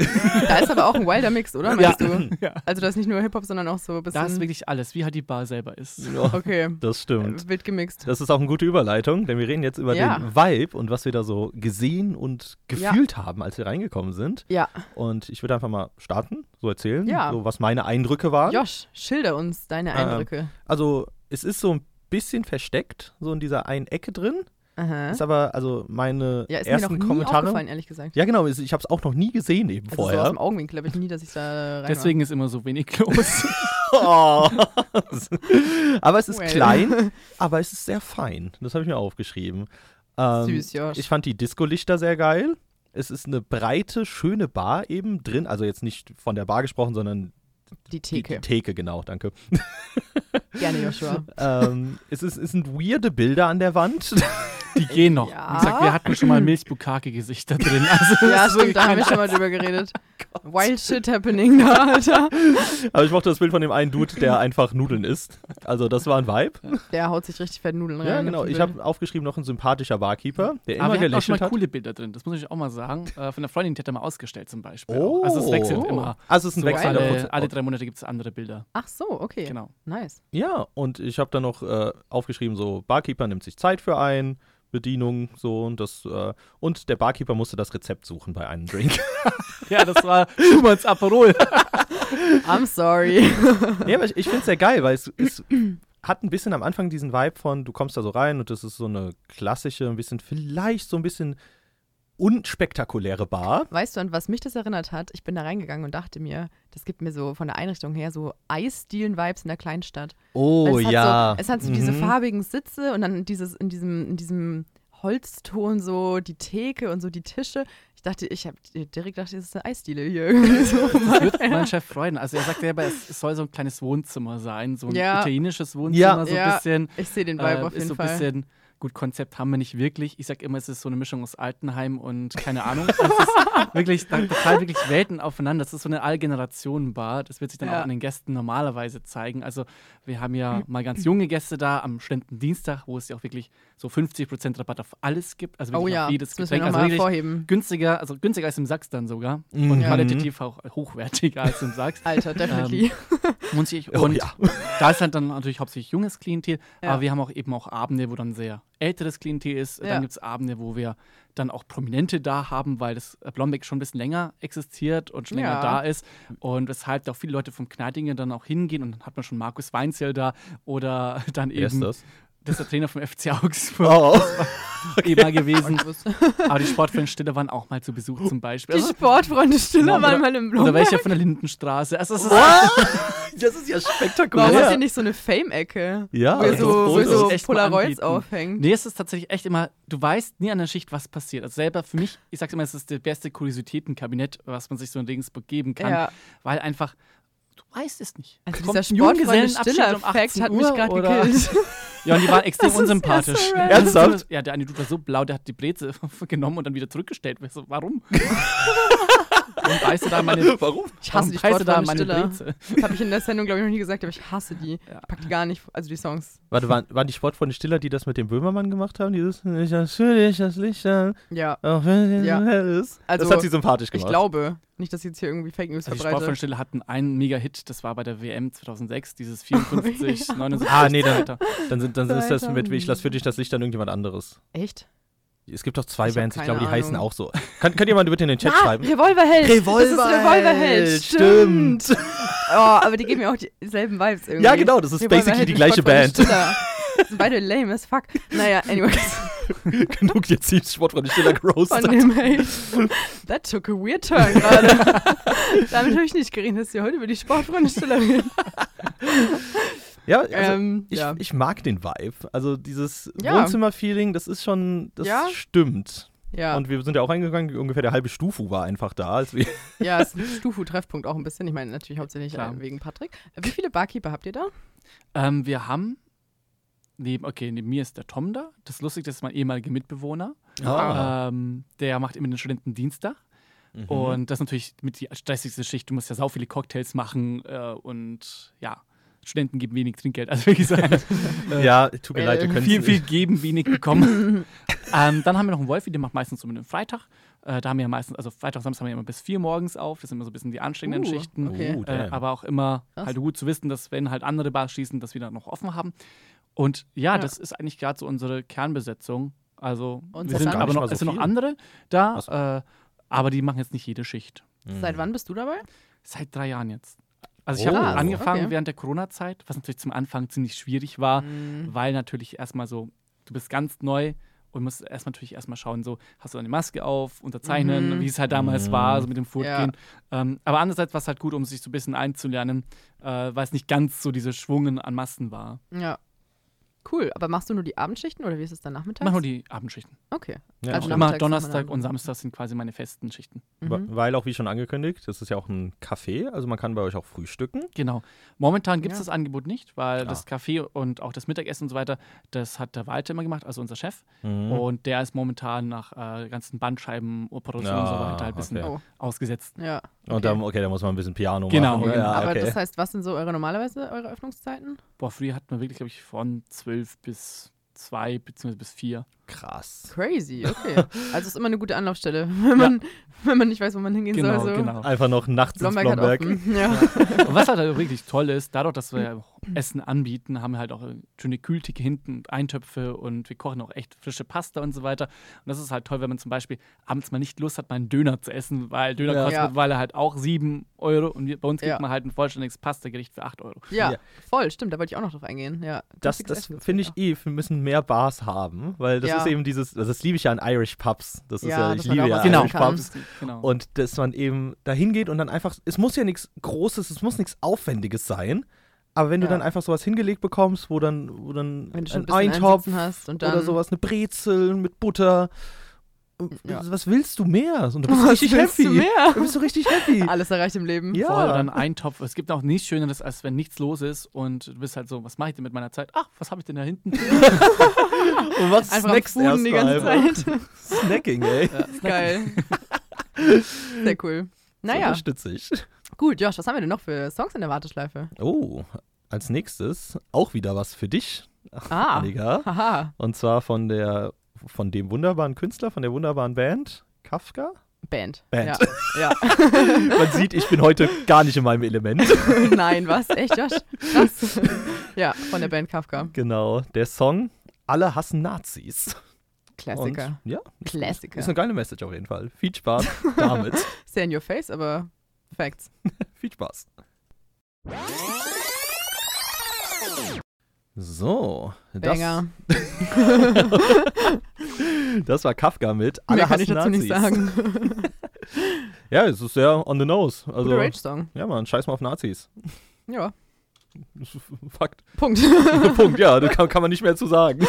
[SPEAKER 1] Da ist aber auch ein wilder Mix, oder? Meinst du?
[SPEAKER 5] [laughs] Ja.
[SPEAKER 1] Also da ist nicht nur Hip-Hop, sondern auch so ein bisschen.
[SPEAKER 5] Da ist wirklich alles, wie halt die Bar selber ist.
[SPEAKER 4] Ja,
[SPEAKER 5] [laughs]
[SPEAKER 1] okay,
[SPEAKER 4] das stimmt.
[SPEAKER 1] wild gemixt.
[SPEAKER 4] Das ist auch eine gute Überleitung, denn wir reden jetzt über
[SPEAKER 1] Ja.
[SPEAKER 4] den Vibe und was wir da so gesehen und
[SPEAKER 1] Ja.
[SPEAKER 4] gefühlt haben, als wir reingekommen sind.
[SPEAKER 1] Ja,
[SPEAKER 4] Und ich würde einfach mal starten, so erzählen,
[SPEAKER 1] Ja.
[SPEAKER 4] so was meine Eindrücke waren.
[SPEAKER 1] Josh, schilder uns deine
[SPEAKER 4] Ähm,
[SPEAKER 1] Eindrücke.
[SPEAKER 4] Also, es ist so ein bisschen versteckt, so in dieser einen Ecke drin.
[SPEAKER 1] Aha.
[SPEAKER 4] Ist aber, also meine
[SPEAKER 1] Ja, ist
[SPEAKER 4] ersten
[SPEAKER 1] mir noch nie
[SPEAKER 4] Kommentare.
[SPEAKER 1] aufgefallen, ehrlich gesagt.
[SPEAKER 4] Ja, genau, ich habe es auch noch nie gesehen eben
[SPEAKER 1] Also so
[SPEAKER 4] vorher. [laughs]
[SPEAKER 1] aus dem Augenwinkel habe ich nie, dass ich da rein
[SPEAKER 5] Deswegen ist immer so wenig [laughs] los.
[SPEAKER 4] Oh. aber es ist
[SPEAKER 1] Well.
[SPEAKER 5] [laughs]
[SPEAKER 4] klein, aber es ist sehr fein. Das habe ich mir aufgeschrieben. Ähm,
[SPEAKER 1] war. Süß, Josh.
[SPEAKER 4] Ich fand die Disco-Lichter sehr geil. Es ist eine breite, schöne Bar eben drin. Also jetzt nicht von der Bar gesprochen, sondern
[SPEAKER 1] die
[SPEAKER 4] die-
[SPEAKER 1] Theke.
[SPEAKER 4] die Theke, genau, danke.
[SPEAKER 1] Gerne, Joshua.
[SPEAKER 5] [laughs]
[SPEAKER 4] ähm, es, ist, es sind weirde Bilder an der Wand. [laughs]
[SPEAKER 5] Die gehen noch.
[SPEAKER 1] Ja.
[SPEAKER 5] Wie gesagt, wir hatten schon mal Milchbukake-Gesichter [laughs] drin. Also,
[SPEAKER 1] ja,
[SPEAKER 5] das ist
[SPEAKER 1] stimmt, da haben wir
[SPEAKER 5] wirklich
[SPEAKER 1] schon mal drüber geredet. Wild shit happening da, Alter.
[SPEAKER 4] aber ich mochte das Bild von dem einen Dude, der einfach Nudeln isst. Also das war ein Vibe.
[SPEAKER 1] Der haut sich richtig fette Nudeln rein. ne,
[SPEAKER 4] Ja,
[SPEAKER 1] auf
[SPEAKER 4] genau.
[SPEAKER 1] dem
[SPEAKER 4] Ich
[SPEAKER 1] Bild.
[SPEAKER 4] habe aufgeschrieben, noch ein sympathischer Barkeeper, der
[SPEAKER 5] Aber
[SPEAKER 4] immer
[SPEAKER 5] wir hatten auch schon
[SPEAKER 4] gelächelt
[SPEAKER 5] mal
[SPEAKER 4] hat.
[SPEAKER 5] coole Bilder drin, das muss ich auch mal sagen. Äh, von der Freundin, die hat er mal ausgestellt zum Beispiel.
[SPEAKER 4] Oh.
[SPEAKER 5] auch. Also es wechselt immer.
[SPEAKER 4] Also es ist ein
[SPEAKER 5] So
[SPEAKER 4] Wechsel.
[SPEAKER 5] alle, alle drei Monate gibt es andere Bilder.
[SPEAKER 1] Ach so, okay.
[SPEAKER 5] Genau.
[SPEAKER 1] Nice.
[SPEAKER 4] Ja, und ich habe dann noch äh, aufgeschrieben, so Barkeeper nimmt sich Zeit für ein, Bedienung, so und das. Äh, und der Barkeeper musste das Rezept suchen bei einem [laughs] Drink.
[SPEAKER 5] Ja, das war [laughs] Schumanns Aperol.
[SPEAKER 1] I'm sorry.
[SPEAKER 4] ja, aber ich, ich finde es sehr geil, weil es, es hat ein bisschen am Anfang diesen Vibe von, du kommst da so rein und das ist so eine klassische, ein bisschen, vielleicht so ein bisschen unspektakuläre Bar.
[SPEAKER 1] Weißt du, an was mich das erinnert hat? Ich bin da reingegangen und dachte mir, das gibt mir so von der Einrichtung her so Eisdielen-Vibes in der Kleinstadt. Weil
[SPEAKER 4] Oh
[SPEAKER 1] es hat So, es hat so
[SPEAKER 4] Mhm.
[SPEAKER 5] Mhm.
[SPEAKER 1] diese farbigen Sitze und dann dieses, in, diesem, in diesem Holzton so die Theke und so die Tische. Ich dachte, ich habe direkt gedacht, das ist eine Eisdiele hier. [laughs] irgendwie so.
[SPEAKER 5] Das [laughs] wird mein Chef freuen. Also er sagt selber, es es soll so ein kleines Wohnzimmer sein, so ein
[SPEAKER 1] Ja.
[SPEAKER 5] italienisches
[SPEAKER 4] Ja.
[SPEAKER 5] Wohnzimmer, so ein
[SPEAKER 1] Ja.
[SPEAKER 5] bisschen.
[SPEAKER 1] Ich sehe den Vibe
[SPEAKER 5] Äh,
[SPEAKER 1] auf
[SPEAKER 5] ist
[SPEAKER 1] jeden
[SPEAKER 5] so ein
[SPEAKER 1] Fall.
[SPEAKER 5] bisschen, gut, Konzept haben wir nicht wirklich. Ich sag immer, es ist so eine Mischung aus Altenheim und
[SPEAKER 1] [laughs]
[SPEAKER 5] keine Ahnung. es ist wirklich, da, da fallen wirklich Welten aufeinander. Das ist so eine Allgenerationen-Bar. Das wird sich dann
[SPEAKER 1] Ja. Mhm.
[SPEAKER 5] auch an den Gästen normalerweise zeigen. Also wir haben ja mal ganz junge Gäste da am ständigen Dienstag, wo es ja auch wirklich so 50% Rabatt auf alles gibt. Also wirklich
[SPEAKER 1] Oh ja,
[SPEAKER 5] auf jedes
[SPEAKER 1] das müssen wir
[SPEAKER 5] Getränk.
[SPEAKER 1] nochmal
[SPEAKER 5] also wirklich
[SPEAKER 1] hervorheben.
[SPEAKER 5] günstiger, also günstiger als im Sachs dann sogar.
[SPEAKER 4] Mhm.
[SPEAKER 5] Und qualitativ auch hochwertiger als im
[SPEAKER 1] [laughs]
[SPEAKER 5] Sachs.
[SPEAKER 1] Alter, definitely.
[SPEAKER 5] ähm, Und, ich,
[SPEAKER 4] Oh
[SPEAKER 5] und
[SPEAKER 4] ja.
[SPEAKER 5] [laughs] da ist halt dann natürlich hauptsächlich junges Klientel,
[SPEAKER 1] Ja.
[SPEAKER 5] aber wir haben auch eben auch Abende, wo dann sehr älteres Klientel ist.
[SPEAKER 1] Ja.
[SPEAKER 5] Dann gibt es Abende, wo wir dann auch Prominente da haben, weil das äh, Blombeck schon ein bisschen länger existiert und schon länger
[SPEAKER 1] Ja.
[SPEAKER 5] da ist. Und weshalb da auch viele Leute vom Kneidinger dann auch hingehen und dann hat man schon Markus Weinzell da oder [laughs] dann eben
[SPEAKER 4] Wer ist das?
[SPEAKER 5] Das ist der Trainer vom
[SPEAKER 4] [laughs]
[SPEAKER 5] FC Augsburg
[SPEAKER 4] Oh. [laughs]
[SPEAKER 5] eben mal gewesen.
[SPEAKER 1] Bus.
[SPEAKER 5] Aber die Sportfreunde Stiller waren auch mal zu Besuch zum
[SPEAKER 1] [laughs]
[SPEAKER 5] Beispiel. Also,
[SPEAKER 1] Die Sportfreunde Stiller
[SPEAKER 5] Oder-
[SPEAKER 1] waren mal im
[SPEAKER 5] oder
[SPEAKER 1] Blumen.
[SPEAKER 5] welche von der Lindenstraße. Also, es ist
[SPEAKER 4] Das ist ja spektakulär.
[SPEAKER 1] Warum
[SPEAKER 4] Also Ja.
[SPEAKER 1] habt ihr nicht so eine Fame-Ecke?
[SPEAKER 4] Ja,
[SPEAKER 1] wo ihr
[SPEAKER 4] das
[SPEAKER 1] so, wo
[SPEAKER 4] Fotos
[SPEAKER 1] ihr so
[SPEAKER 5] echt mal
[SPEAKER 1] Polaroids
[SPEAKER 5] anbieten.
[SPEAKER 1] aufhängt.
[SPEAKER 5] Nee, es ist tatsächlich echt immer, du weißt nie an der Schicht, was passiert. Also selber für mich, ich sag's immer, es ist das beste Kuriositätenkabinett, was man sich so in Regensburg geben kann.
[SPEAKER 1] Ja.
[SPEAKER 5] Weil einfach, du weißt es nicht.
[SPEAKER 1] Also
[SPEAKER 5] Kommt
[SPEAKER 1] dieser
[SPEAKER 5] ein Junggesellenabschied
[SPEAKER 1] Sportfreunde-Stiller-Effekt hat mich
[SPEAKER 5] um Uhr
[SPEAKER 1] gerade
[SPEAKER 5] oder- [laughs]
[SPEAKER 1] gekillt.
[SPEAKER 5] Ja, und die
[SPEAKER 1] [laughs]
[SPEAKER 5] waren extrem
[SPEAKER 1] Das ist ja
[SPEAKER 5] unsympathisch.
[SPEAKER 1] so random.
[SPEAKER 4] Ernsthaft?
[SPEAKER 5] Ja, der eine Dude war so blau, der hat die Breze [laughs] genommen und dann wieder zurückgestellt. Ich So,
[SPEAKER 1] [laughs]
[SPEAKER 5] warum? und weißt du da meine.
[SPEAKER 4] Warum?
[SPEAKER 1] Ich
[SPEAKER 5] warum
[SPEAKER 1] hasse die
[SPEAKER 5] beißt du da
[SPEAKER 1] Sportfreunde
[SPEAKER 5] meine Also
[SPEAKER 1] Stiller.
[SPEAKER 5] Breze?
[SPEAKER 1] Das habe ich in der Sendung, glaube ich, noch nie gesagt, aber ich hasse die.
[SPEAKER 5] Ja.
[SPEAKER 1] Ich pack die gar nicht, also die Songs.
[SPEAKER 4] Warte, waren, waren die Sportfreunde Stiller, die das mit dem Böhmermann gemacht haben? Dieses Ich natürlich das Licht an,
[SPEAKER 1] Ja,
[SPEAKER 4] auch wenn es
[SPEAKER 1] Ja.
[SPEAKER 4] hell ist.
[SPEAKER 1] Also,
[SPEAKER 4] das hat sie sympathisch
[SPEAKER 1] ich
[SPEAKER 4] gemacht.
[SPEAKER 1] glaube. Nicht, dass ich jetzt hier irgendwie Fake News
[SPEAKER 5] Also die
[SPEAKER 1] verbreite.
[SPEAKER 5] Sportfreunde hatten einen Mega-Hit, das war bei der WM 2006,
[SPEAKER 1] [laughs]
[SPEAKER 5] dieses 54, 79.
[SPEAKER 4] Ah, nee, dann, dann, sind, dann ist das
[SPEAKER 1] Zweiter
[SPEAKER 4] mit wie Ich lass für dich das Licht an irgendjemand anderes.
[SPEAKER 1] Echt?
[SPEAKER 4] Es gibt doch zwei
[SPEAKER 1] Ich hab
[SPEAKER 4] Bands, ich
[SPEAKER 1] keine
[SPEAKER 4] glaube, die heißen
[SPEAKER 1] Ahnung.
[SPEAKER 4] auch so. Kann, kann jemand bitte in den Chat
[SPEAKER 1] Ah,
[SPEAKER 4] schreiben?
[SPEAKER 1] Revolverheld. das ist Revolverheld.
[SPEAKER 4] Revolverheld,
[SPEAKER 1] Stimmt. oh, aber die geben mir auch dieselben Vibes irgendwie.
[SPEAKER 4] Ja, genau, das ist
[SPEAKER 1] Revolverheld
[SPEAKER 4] basically die
[SPEAKER 1] und
[SPEAKER 4] gleiche
[SPEAKER 1] Sportfreunde
[SPEAKER 4] Band. [laughs]
[SPEAKER 1] Stiller. Das sind beide lame as fuck. Naja, anyways.
[SPEAKER 4] [laughs] Genug jetzt die Sportfreunde Stiller
[SPEAKER 1] Von
[SPEAKER 4] geroastet.
[SPEAKER 1] dem Hate. That took a weird turn
[SPEAKER 4] [laughs]
[SPEAKER 1] gerade. Damit habe ich nicht gerechnet, dass wir heute über die Sportfreunde Stiller reden.
[SPEAKER 4] Ja, also,
[SPEAKER 1] ähm,
[SPEAKER 4] ich,
[SPEAKER 1] ja.
[SPEAKER 4] ich mag den Vibe. Also dieses
[SPEAKER 1] Ja.
[SPEAKER 4] Wohnzimmer-Feeling, das ist schon, das
[SPEAKER 1] Ja.
[SPEAKER 4] stimmt.
[SPEAKER 1] ja.
[SPEAKER 4] Und wir sind ja auch eingegangen, ungefähr der halbe Stufu war einfach da. Als [laughs] wir
[SPEAKER 1] Ja, ist ein Stufu-Treffpunkt auch ein bisschen. Ich meine natürlich hauptsächlich
[SPEAKER 5] Klar.
[SPEAKER 1] äh, wegen Patrick. Äh, Wie viele Barkeeper habt ihr da?
[SPEAKER 5] Ähm, wir haben neben, okay, neben mir ist der Tom da. Das ist lustig, das ist mein ehemaliger Mitbewohner.
[SPEAKER 4] Ah. Mhm.
[SPEAKER 5] Ähm, der macht immer den Studenten Dienstag. Und das ist natürlich mit die stressigste Schicht. Du musst ja sau viele Cocktails machen äh, und ja, Studenten geben wenig Trinkgeld.
[SPEAKER 4] [laughs]
[SPEAKER 5] Also wirklich so
[SPEAKER 4] ja, tut mir
[SPEAKER 1] Äh,
[SPEAKER 4] leid, wir können [laughs]
[SPEAKER 5] viel, viel geben, wenig bekommen. [laughs] ähm, dann haben wir noch einen Wolfi, der macht meistens so mit dem Freitag. Äh, da haben wir ja meistens, also Freitag, Samstag haben wir immer bis vier morgens auf. Das sind immer so ein bisschen die anstrengenden
[SPEAKER 1] Uh,
[SPEAKER 5] Schichten.
[SPEAKER 1] Okay.
[SPEAKER 4] Oh,
[SPEAKER 5] Äh,
[SPEAKER 4] damn.
[SPEAKER 5] aber auch immer
[SPEAKER 1] Krass.
[SPEAKER 5] halt gut zu wissen, dass wenn halt andere Bars schließen, dass wir dann noch offen haben. Und ja,
[SPEAKER 1] Ja.
[SPEAKER 5] das ist eigentlich gerade so unsere Kernbesetzung. Also
[SPEAKER 1] Und
[SPEAKER 5] wir
[SPEAKER 1] seit
[SPEAKER 5] sind
[SPEAKER 1] wann?
[SPEAKER 5] aber
[SPEAKER 4] Gar nicht
[SPEAKER 5] noch,
[SPEAKER 4] mal so
[SPEAKER 5] es sind noch
[SPEAKER 4] viel.
[SPEAKER 5] andere da,
[SPEAKER 4] Ach so.
[SPEAKER 5] äh, aber die machen jetzt nicht jede Schicht.
[SPEAKER 4] Hm.
[SPEAKER 1] Seit wann bist du dabei?
[SPEAKER 5] Seit drei Jahren jetzt. Also ich
[SPEAKER 4] Oh.
[SPEAKER 5] habe angefangen
[SPEAKER 1] Okay.
[SPEAKER 5] während der Corona-Zeit, was natürlich zum Anfang ziemlich schwierig war,
[SPEAKER 1] Mhm.
[SPEAKER 5] weil natürlich erstmal so, du bist ganz neu und musst erstmal natürlich erstmal schauen, so hast du deine Maske auf, unterzeichnen,
[SPEAKER 1] Mhm.
[SPEAKER 5] wie es halt damals
[SPEAKER 4] Mhm.
[SPEAKER 5] war, so mit dem
[SPEAKER 1] Ja.
[SPEAKER 5] Furtgehen. Ähm, aber andererseits war es halt gut, um sich so ein bisschen einzulernen, äh, weil es nicht ganz so diese Schwungen an Massen war.
[SPEAKER 1] Ja. Cool, aber machst du nur die Abendschichten oder wie ist es dann nachmittags?
[SPEAKER 5] Mach nur die Abendschichten.
[SPEAKER 1] Okay.
[SPEAKER 4] Ja,
[SPEAKER 1] Also
[SPEAKER 4] also
[SPEAKER 1] nachmittags
[SPEAKER 5] Immer
[SPEAKER 1] ist
[SPEAKER 5] Donnerstag
[SPEAKER 1] man
[SPEAKER 5] und
[SPEAKER 1] dann-
[SPEAKER 5] Samstag sind quasi meine festen Schichten.
[SPEAKER 1] Mhm.
[SPEAKER 4] Weil auch wie schon angekündigt, das ist ja auch ein Café, also man kann bei euch auch frühstücken.
[SPEAKER 5] Genau. Momentan gibt es
[SPEAKER 1] Ja.
[SPEAKER 5] das Angebot nicht, weil
[SPEAKER 4] Klar.
[SPEAKER 5] das Café und auch das Mittagessen und so weiter, das hat der Walter immer gemacht, also unser Chef.
[SPEAKER 4] Mhm.
[SPEAKER 5] Und der ist momentan nach äh, ganzen Bandscheiben, Operationen und so
[SPEAKER 4] Ah,
[SPEAKER 5] weiter halt ein bisschen
[SPEAKER 4] okay.
[SPEAKER 1] Oh.
[SPEAKER 5] ausgesetzt.
[SPEAKER 1] Ja.
[SPEAKER 4] Und dann, okay, da muss man ein bisschen Piano
[SPEAKER 5] Genau,
[SPEAKER 4] machen.
[SPEAKER 5] genau.
[SPEAKER 4] Ja,
[SPEAKER 1] aber
[SPEAKER 4] okay.
[SPEAKER 1] das heißt, was sind so eure normalerweise eure Öffnungszeiten?
[SPEAKER 5] Boah, früher hatten wir wirklich, glaube ich, von 12 bis 2 beziehungsweise bis 4.
[SPEAKER 4] krass.
[SPEAKER 1] Crazy, okay. [laughs] also ist immer eine gute Anlaufstelle, [laughs] wenn man, wenn man nicht weiß, wo man hingehen
[SPEAKER 5] Genau,
[SPEAKER 1] soll. So.
[SPEAKER 5] genau.
[SPEAKER 4] Einfach noch nachts
[SPEAKER 1] Blomberg,
[SPEAKER 4] ins Blomberg.
[SPEAKER 1] hat offen. Ja.
[SPEAKER 5] Und was halt wirklich toll ist, dadurch, dass wir ja auch Essen anbieten, haben wir halt auch schöne Kühltheke hinten und Eintöpfe und wir kochen auch echt frische Pasta und so weiter. Und das ist halt toll, wenn man zum Beispiel abends mal nicht Lust hat, mal einen Döner zu essen, weil Döner
[SPEAKER 4] Ja.
[SPEAKER 5] kostet
[SPEAKER 1] Ja.
[SPEAKER 5] mittlerweile halt auch 7 Euro und wir, bei uns kriegt
[SPEAKER 1] Ja.
[SPEAKER 5] man halt ein vollständiges Pastagericht für
[SPEAKER 4] [laughs]
[SPEAKER 5] 8 Euro.
[SPEAKER 1] [laughs] ja,
[SPEAKER 4] Ja.
[SPEAKER 1] voll, stimmt, da wollte ich auch noch drauf eingehen. Ja,
[SPEAKER 4] Das,
[SPEAKER 1] günstiges
[SPEAKER 4] das
[SPEAKER 1] Essen,
[SPEAKER 4] finde ich eh, wir müssen mehr Bars haben, weil das
[SPEAKER 1] Ja.
[SPEAKER 4] ist eben dieses, also das liebe ich ja an Irish Pubs. Das ist
[SPEAKER 1] Ja,
[SPEAKER 4] ja,
[SPEAKER 1] dass
[SPEAKER 4] ich
[SPEAKER 1] man
[SPEAKER 4] liebe
[SPEAKER 1] da was
[SPEAKER 4] ja
[SPEAKER 1] machen
[SPEAKER 4] Irish
[SPEAKER 1] kann.
[SPEAKER 4] Pubs.
[SPEAKER 5] Genau.
[SPEAKER 4] Und dass man eben da hingeht und dann einfach, es muss ja nichts Großes, es muss nichts Aufwendiges sein, aber wenn du
[SPEAKER 1] Ja.
[SPEAKER 4] dann einfach sowas hingelegt bekommst, wo dann, wo dann
[SPEAKER 1] Wenn du schon ein
[SPEAKER 4] ein
[SPEAKER 1] bisschen
[SPEAKER 4] Eintopf
[SPEAKER 1] Einsitzen hast und dann
[SPEAKER 4] oder sowas, eine Brezel mit Butter.
[SPEAKER 1] Ja.
[SPEAKER 4] Was willst du mehr? Und du bist richtig
[SPEAKER 1] willst
[SPEAKER 4] happy.
[SPEAKER 1] du mehr?
[SPEAKER 4] Du bist so richtig happy.
[SPEAKER 1] alles erreicht im Leben.
[SPEAKER 4] Ja.
[SPEAKER 5] Voll, dann Eintopf. Es gibt auch nichts Schöneres, als wenn nichts los ist und du bist halt so, was mache ich denn mit meiner Zeit? Ach, was habe ich denn da hinten?
[SPEAKER 4] Und was
[SPEAKER 1] Einfach am Fuden die ganze Zeit.
[SPEAKER 4] [laughs]
[SPEAKER 1] [laughs]
[SPEAKER 4] Snacking, ey.
[SPEAKER 1] Geil. Sehr cool. Naja,
[SPEAKER 4] Unterstütze ich.
[SPEAKER 1] gut, Josh, was haben wir denn noch für Songs in der Warteschleife?
[SPEAKER 4] Oh, als nächstes auch wieder was für dich,
[SPEAKER 1] Ah,
[SPEAKER 4] Annika.
[SPEAKER 1] haha,
[SPEAKER 4] Und zwar von der von dem wunderbaren Künstler, von der wunderbaren Band Kafka.
[SPEAKER 1] Band.
[SPEAKER 4] Band.
[SPEAKER 1] Ja. ja. [laughs]
[SPEAKER 4] Man sieht, ich bin heute gar nicht in meinem Element.
[SPEAKER 1] Nein, was? Echt, Josh?
[SPEAKER 4] [laughs]
[SPEAKER 1] Krass. Ja, von der Band Kafka.
[SPEAKER 4] genau, der Song Alle hassen Nazis.
[SPEAKER 1] Klassiker.
[SPEAKER 4] Und, ja,
[SPEAKER 1] Klassiker.
[SPEAKER 4] ist eine geile Message auf jeden Fall. Viel Spaß damit.
[SPEAKER 1] [laughs] Sehr in your face, aber Facts.
[SPEAKER 4] Viel Spaß. So, das,
[SPEAKER 1] Banger.
[SPEAKER 4] [laughs] das war Kafka mit
[SPEAKER 1] Mehr
[SPEAKER 4] Alle
[SPEAKER 1] kann ich
[SPEAKER 4] hassen
[SPEAKER 1] dazu nicht
[SPEAKER 4] Nazis.
[SPEAKER 1] sagen.
[SPEAKER 4] Ja, es ist sehr on the nose. [laughs] Also,
[SPEAKER 1] Guter Rage-Song.
[SPEAKER 4] ja, man, scheiß mal auf Nazis. [laughs]
[SPEAKER 1] Ja,
[SPEAKER 4] Das ist Fakt. [laughs]
[SPEAKER 1] Punkt.
[SPEAKER 4] Punkt, ja, da kann, kann man nicht mehr zu sagen.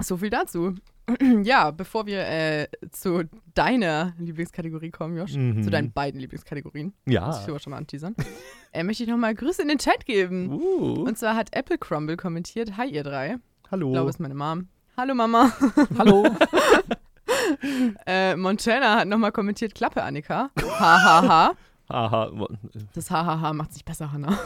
[SPEAKER 1] so viel dazu. [clears throat] ja, bevor wir äh, zu deiner Lieblingskategorie kommen, Josh,
[SPEAKER 4] Mhm. Ah.
[SPEAKER 1] zu deinen beiden Lieblingskategorien, das
[SPEAKER 4] Ja.
[SPEAKER 1] ich aber schon mal anteasern, äh, möchte ich nochmal Grüße in den Chat geben.
[SPEAKER 4] Uh,
[SPEAKER 1] Und zwar hat Apple Crumble kommentiert, hi ihr drei. Ich glaube,
[SPEAKER 4] hallo.
[SPEAKER 1] es ist meine Mom. Hallo Mama.
[SPEAKER 5] Oh. Hallo.
[SPEAKER 1] [laughs] Äh, Montana hat nochmal kommentiert, Klappe Annika. Hahaha.
[SPEAKER 4] Aha.
[SPEAKER 1] Das Hahaha macht nicht besser,
[SPEAKER 5] [laughs]
[SPEAKER 1] Hannah.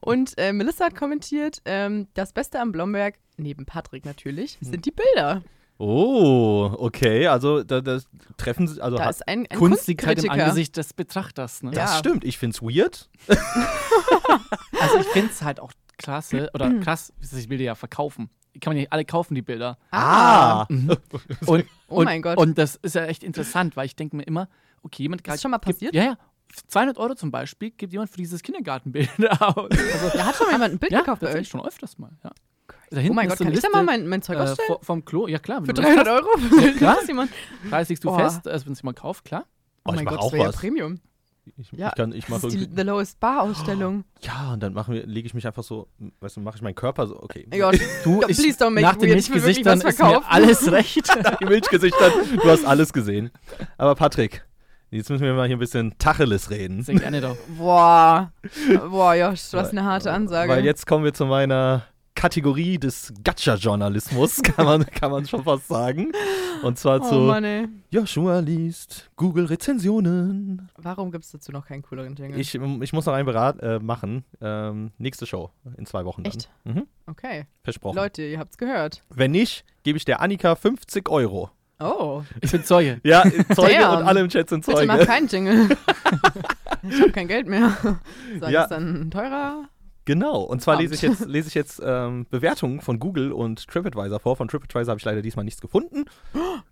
[SPEAKER 1] Und äh, Melissa hat kommentiert, ähm, das Beste am Blomberg, neben Patrick natürlich,
[SPEAKER 5] Hm.
[SPEAKER 1] sind die Bilder.
[SPEAKER 4] Oh, okay. Also, da, das treffen sie. Also,
[SPEAKER 1] Da
[SPEAKER 4] hat-
[SPEAKER 1] ist ein, ein
[SPEAKER 5] Kunst liegt halt im
[SPEAKER 1] Kunstkritiker.
[SPEAKER 5] Angesicht des Betrachters. Ne?
[SPEAKER 4] das
[SPEAKER 1] ja.
[SPEAKER 4] stimmt. Ich find's weird.
[SPEAKER 5] Also ich finde es halt auch
[SPEAKER 1] Hm.
[SPEAKER 5] klasse, oder krass, ich will die ja verkaufen. Die kann man ja alle kaufen,
[SPEAKER 1] [laughs]
[SPEAKER 5] die Bilder.
[SPEAKER 4] Ah.
[SPEAKER 5] Und,
[SPEAKER 1] Oh
[SPEAKER 5] und,
[SPEAKER 1] mein Gott.
[SPEAKER 5] Und das ist ja echt interessant, weil ich denke mir immer, okay, jemand
[SPEAKER 1] Ist schon mal passiert?
[SPEAKER 5] Gibt, ja, ja. 200 Euro zum Beispiel gibt jemand für dieses Kindergartenbild [laughs] aus. Also,
[SPEAKER 1] Da hat schon mal jemand ein Bild
[SPEAKER 5] ja,
[SPEAKER 1] gekauft bei
[SPEAKER 5] tatsächlich
[SPEAKER 1] euch.
[SPEAKER 5] schon öfters mal. Ja.
[SPEAKER 1] Oh mein Gott, kann ich da mal mein, mein Zeug
[SPEAKER 5] äh,
[SPEAKER 1] ausstellen?
[SPEAKER 5] vo- vom Klo? Ja, klar. wenn
[SPEAKER 1] Für Oh.
[SPEAKER 5] du willst.
[SPEAKER 1] 300 Euro?
[SPEAKER 5] Ja, Oh, klar.
[SPEAKER 1] [laughs] Das jemand-
[SPEAKER 5] Preis legst du
[SPEAKER 1] Boah.
[SPEAKER 5] fest, also wenn es jemand kauft, klar.
[SPEAKER 1] Oh
[SPEAKER 4] ich
[SPEAKER 1] mein
[SPEAKER 4] mach
[SPEAKER 1] Gott,
[SPEAKER 4] auch
[SPEAKER 1] das wäre ja
[SPEAKER 4] was.
[SPEAKER 1] Premium.
[SPEAKER 4] Ich,
[SPEAKER 1] Ja,
[SPEAKER 4] ich kann, ich
[SPEAKER 1] Das
[SPEAKER 4] mache
[SPEAKER 1] ist die The Lowest Bar Ausstellung.
[SPEAKER 4] Ja, und dann machen wir, lege ich mich einfach so, weißt du, mache ich meinen Körper so, okay.
[SPEAKER 1] Oh Gott,
[SPEAKER 5] Du,
[SPEAKER 1] ich- please don't make
[SPEAKER 5] nach
[SPEAKER 1] it
[SPEAKER 5] den
[SPEAKER 1] weird, ich will wirklich
[SPEAKER 5] Milchgesichtern
[SPEAKER 1] was
[SPEAKER 5] ist mir
[SPEAKER 1] verkaufen.
[SPEAKER 5] alles [laughs] recht.
[SPEAKER 4] [laughs] Die Milchgesichter, du hast alles gesehen. Aber Patrick, jetzt müssen wir mal hier ein bisschen Tacheles reden.
[SPEAKER 5] Sehr gerne doch.
[SPEAKER 1] boah. Boah, Josh, was eine harte Ansage.
[SPEAKER 4] Weil jetzt kommen wir zu meiner Kategorie des Gacha-Journalismus, [laughs] kann man, kann man schon fast sagen. Und zwar
[SPEAKER 1] oh
[SPEAKER 4] zu
[SPEAKER 1] Mann, ey.
[SPEAKER 4] Joshua liest Google-Rezensionen.
[SPEAKER 1] Warum gibt es dazu noch keinen cooleren Jingle?
[SPEAKER 4] Ich, ähm, ich muss noch einen Berat äh, machen. Ähm, nächste Show in zwei Wochen. Dann.
[SPEAKER 1] Echt?
[SPEAKER 4] Mhm.
[SPEAKER 1] Okay.
[SPEAKER 4] Versprochen.
[SPEAKER 1] Leute, ihr habt's gehört.
[SPEAKER 4] Wenn nicht, gebe ich der Annika 50 Euro.
[SPEAKER 1] Oh,
[SPEAKER 5] Ich bin Zeuge.
[SPEAKER 1] [laughs]
[SPEAKER 4] Ja, äh, Zeuge
[SPEAKER 1] Damn.
[SPEAKER 4] und alle im Chat sind
[SPEAKER 1] bitte
[SPEAKER 4] Zeuge.
[SPEAKER 1] mach keinen Jingle. ich hab kein Geld mehr. So,
[SPEAKER 4] Ja.
[SPEAKER 1] ist dann teurer.
[SPEAKER 4] Genau, und zwar lese ich
[SPEAKER 1] Verdammt.
[SPEAKER 4] jetzt, lese ich jetzt ähm, Bewertungen von Google und TripAdvisor vor. Von TripAdvisor habe ich leider diesmal
[SPEAKER 1] [gasps]
[SPEAKER 4] nichts gefunden.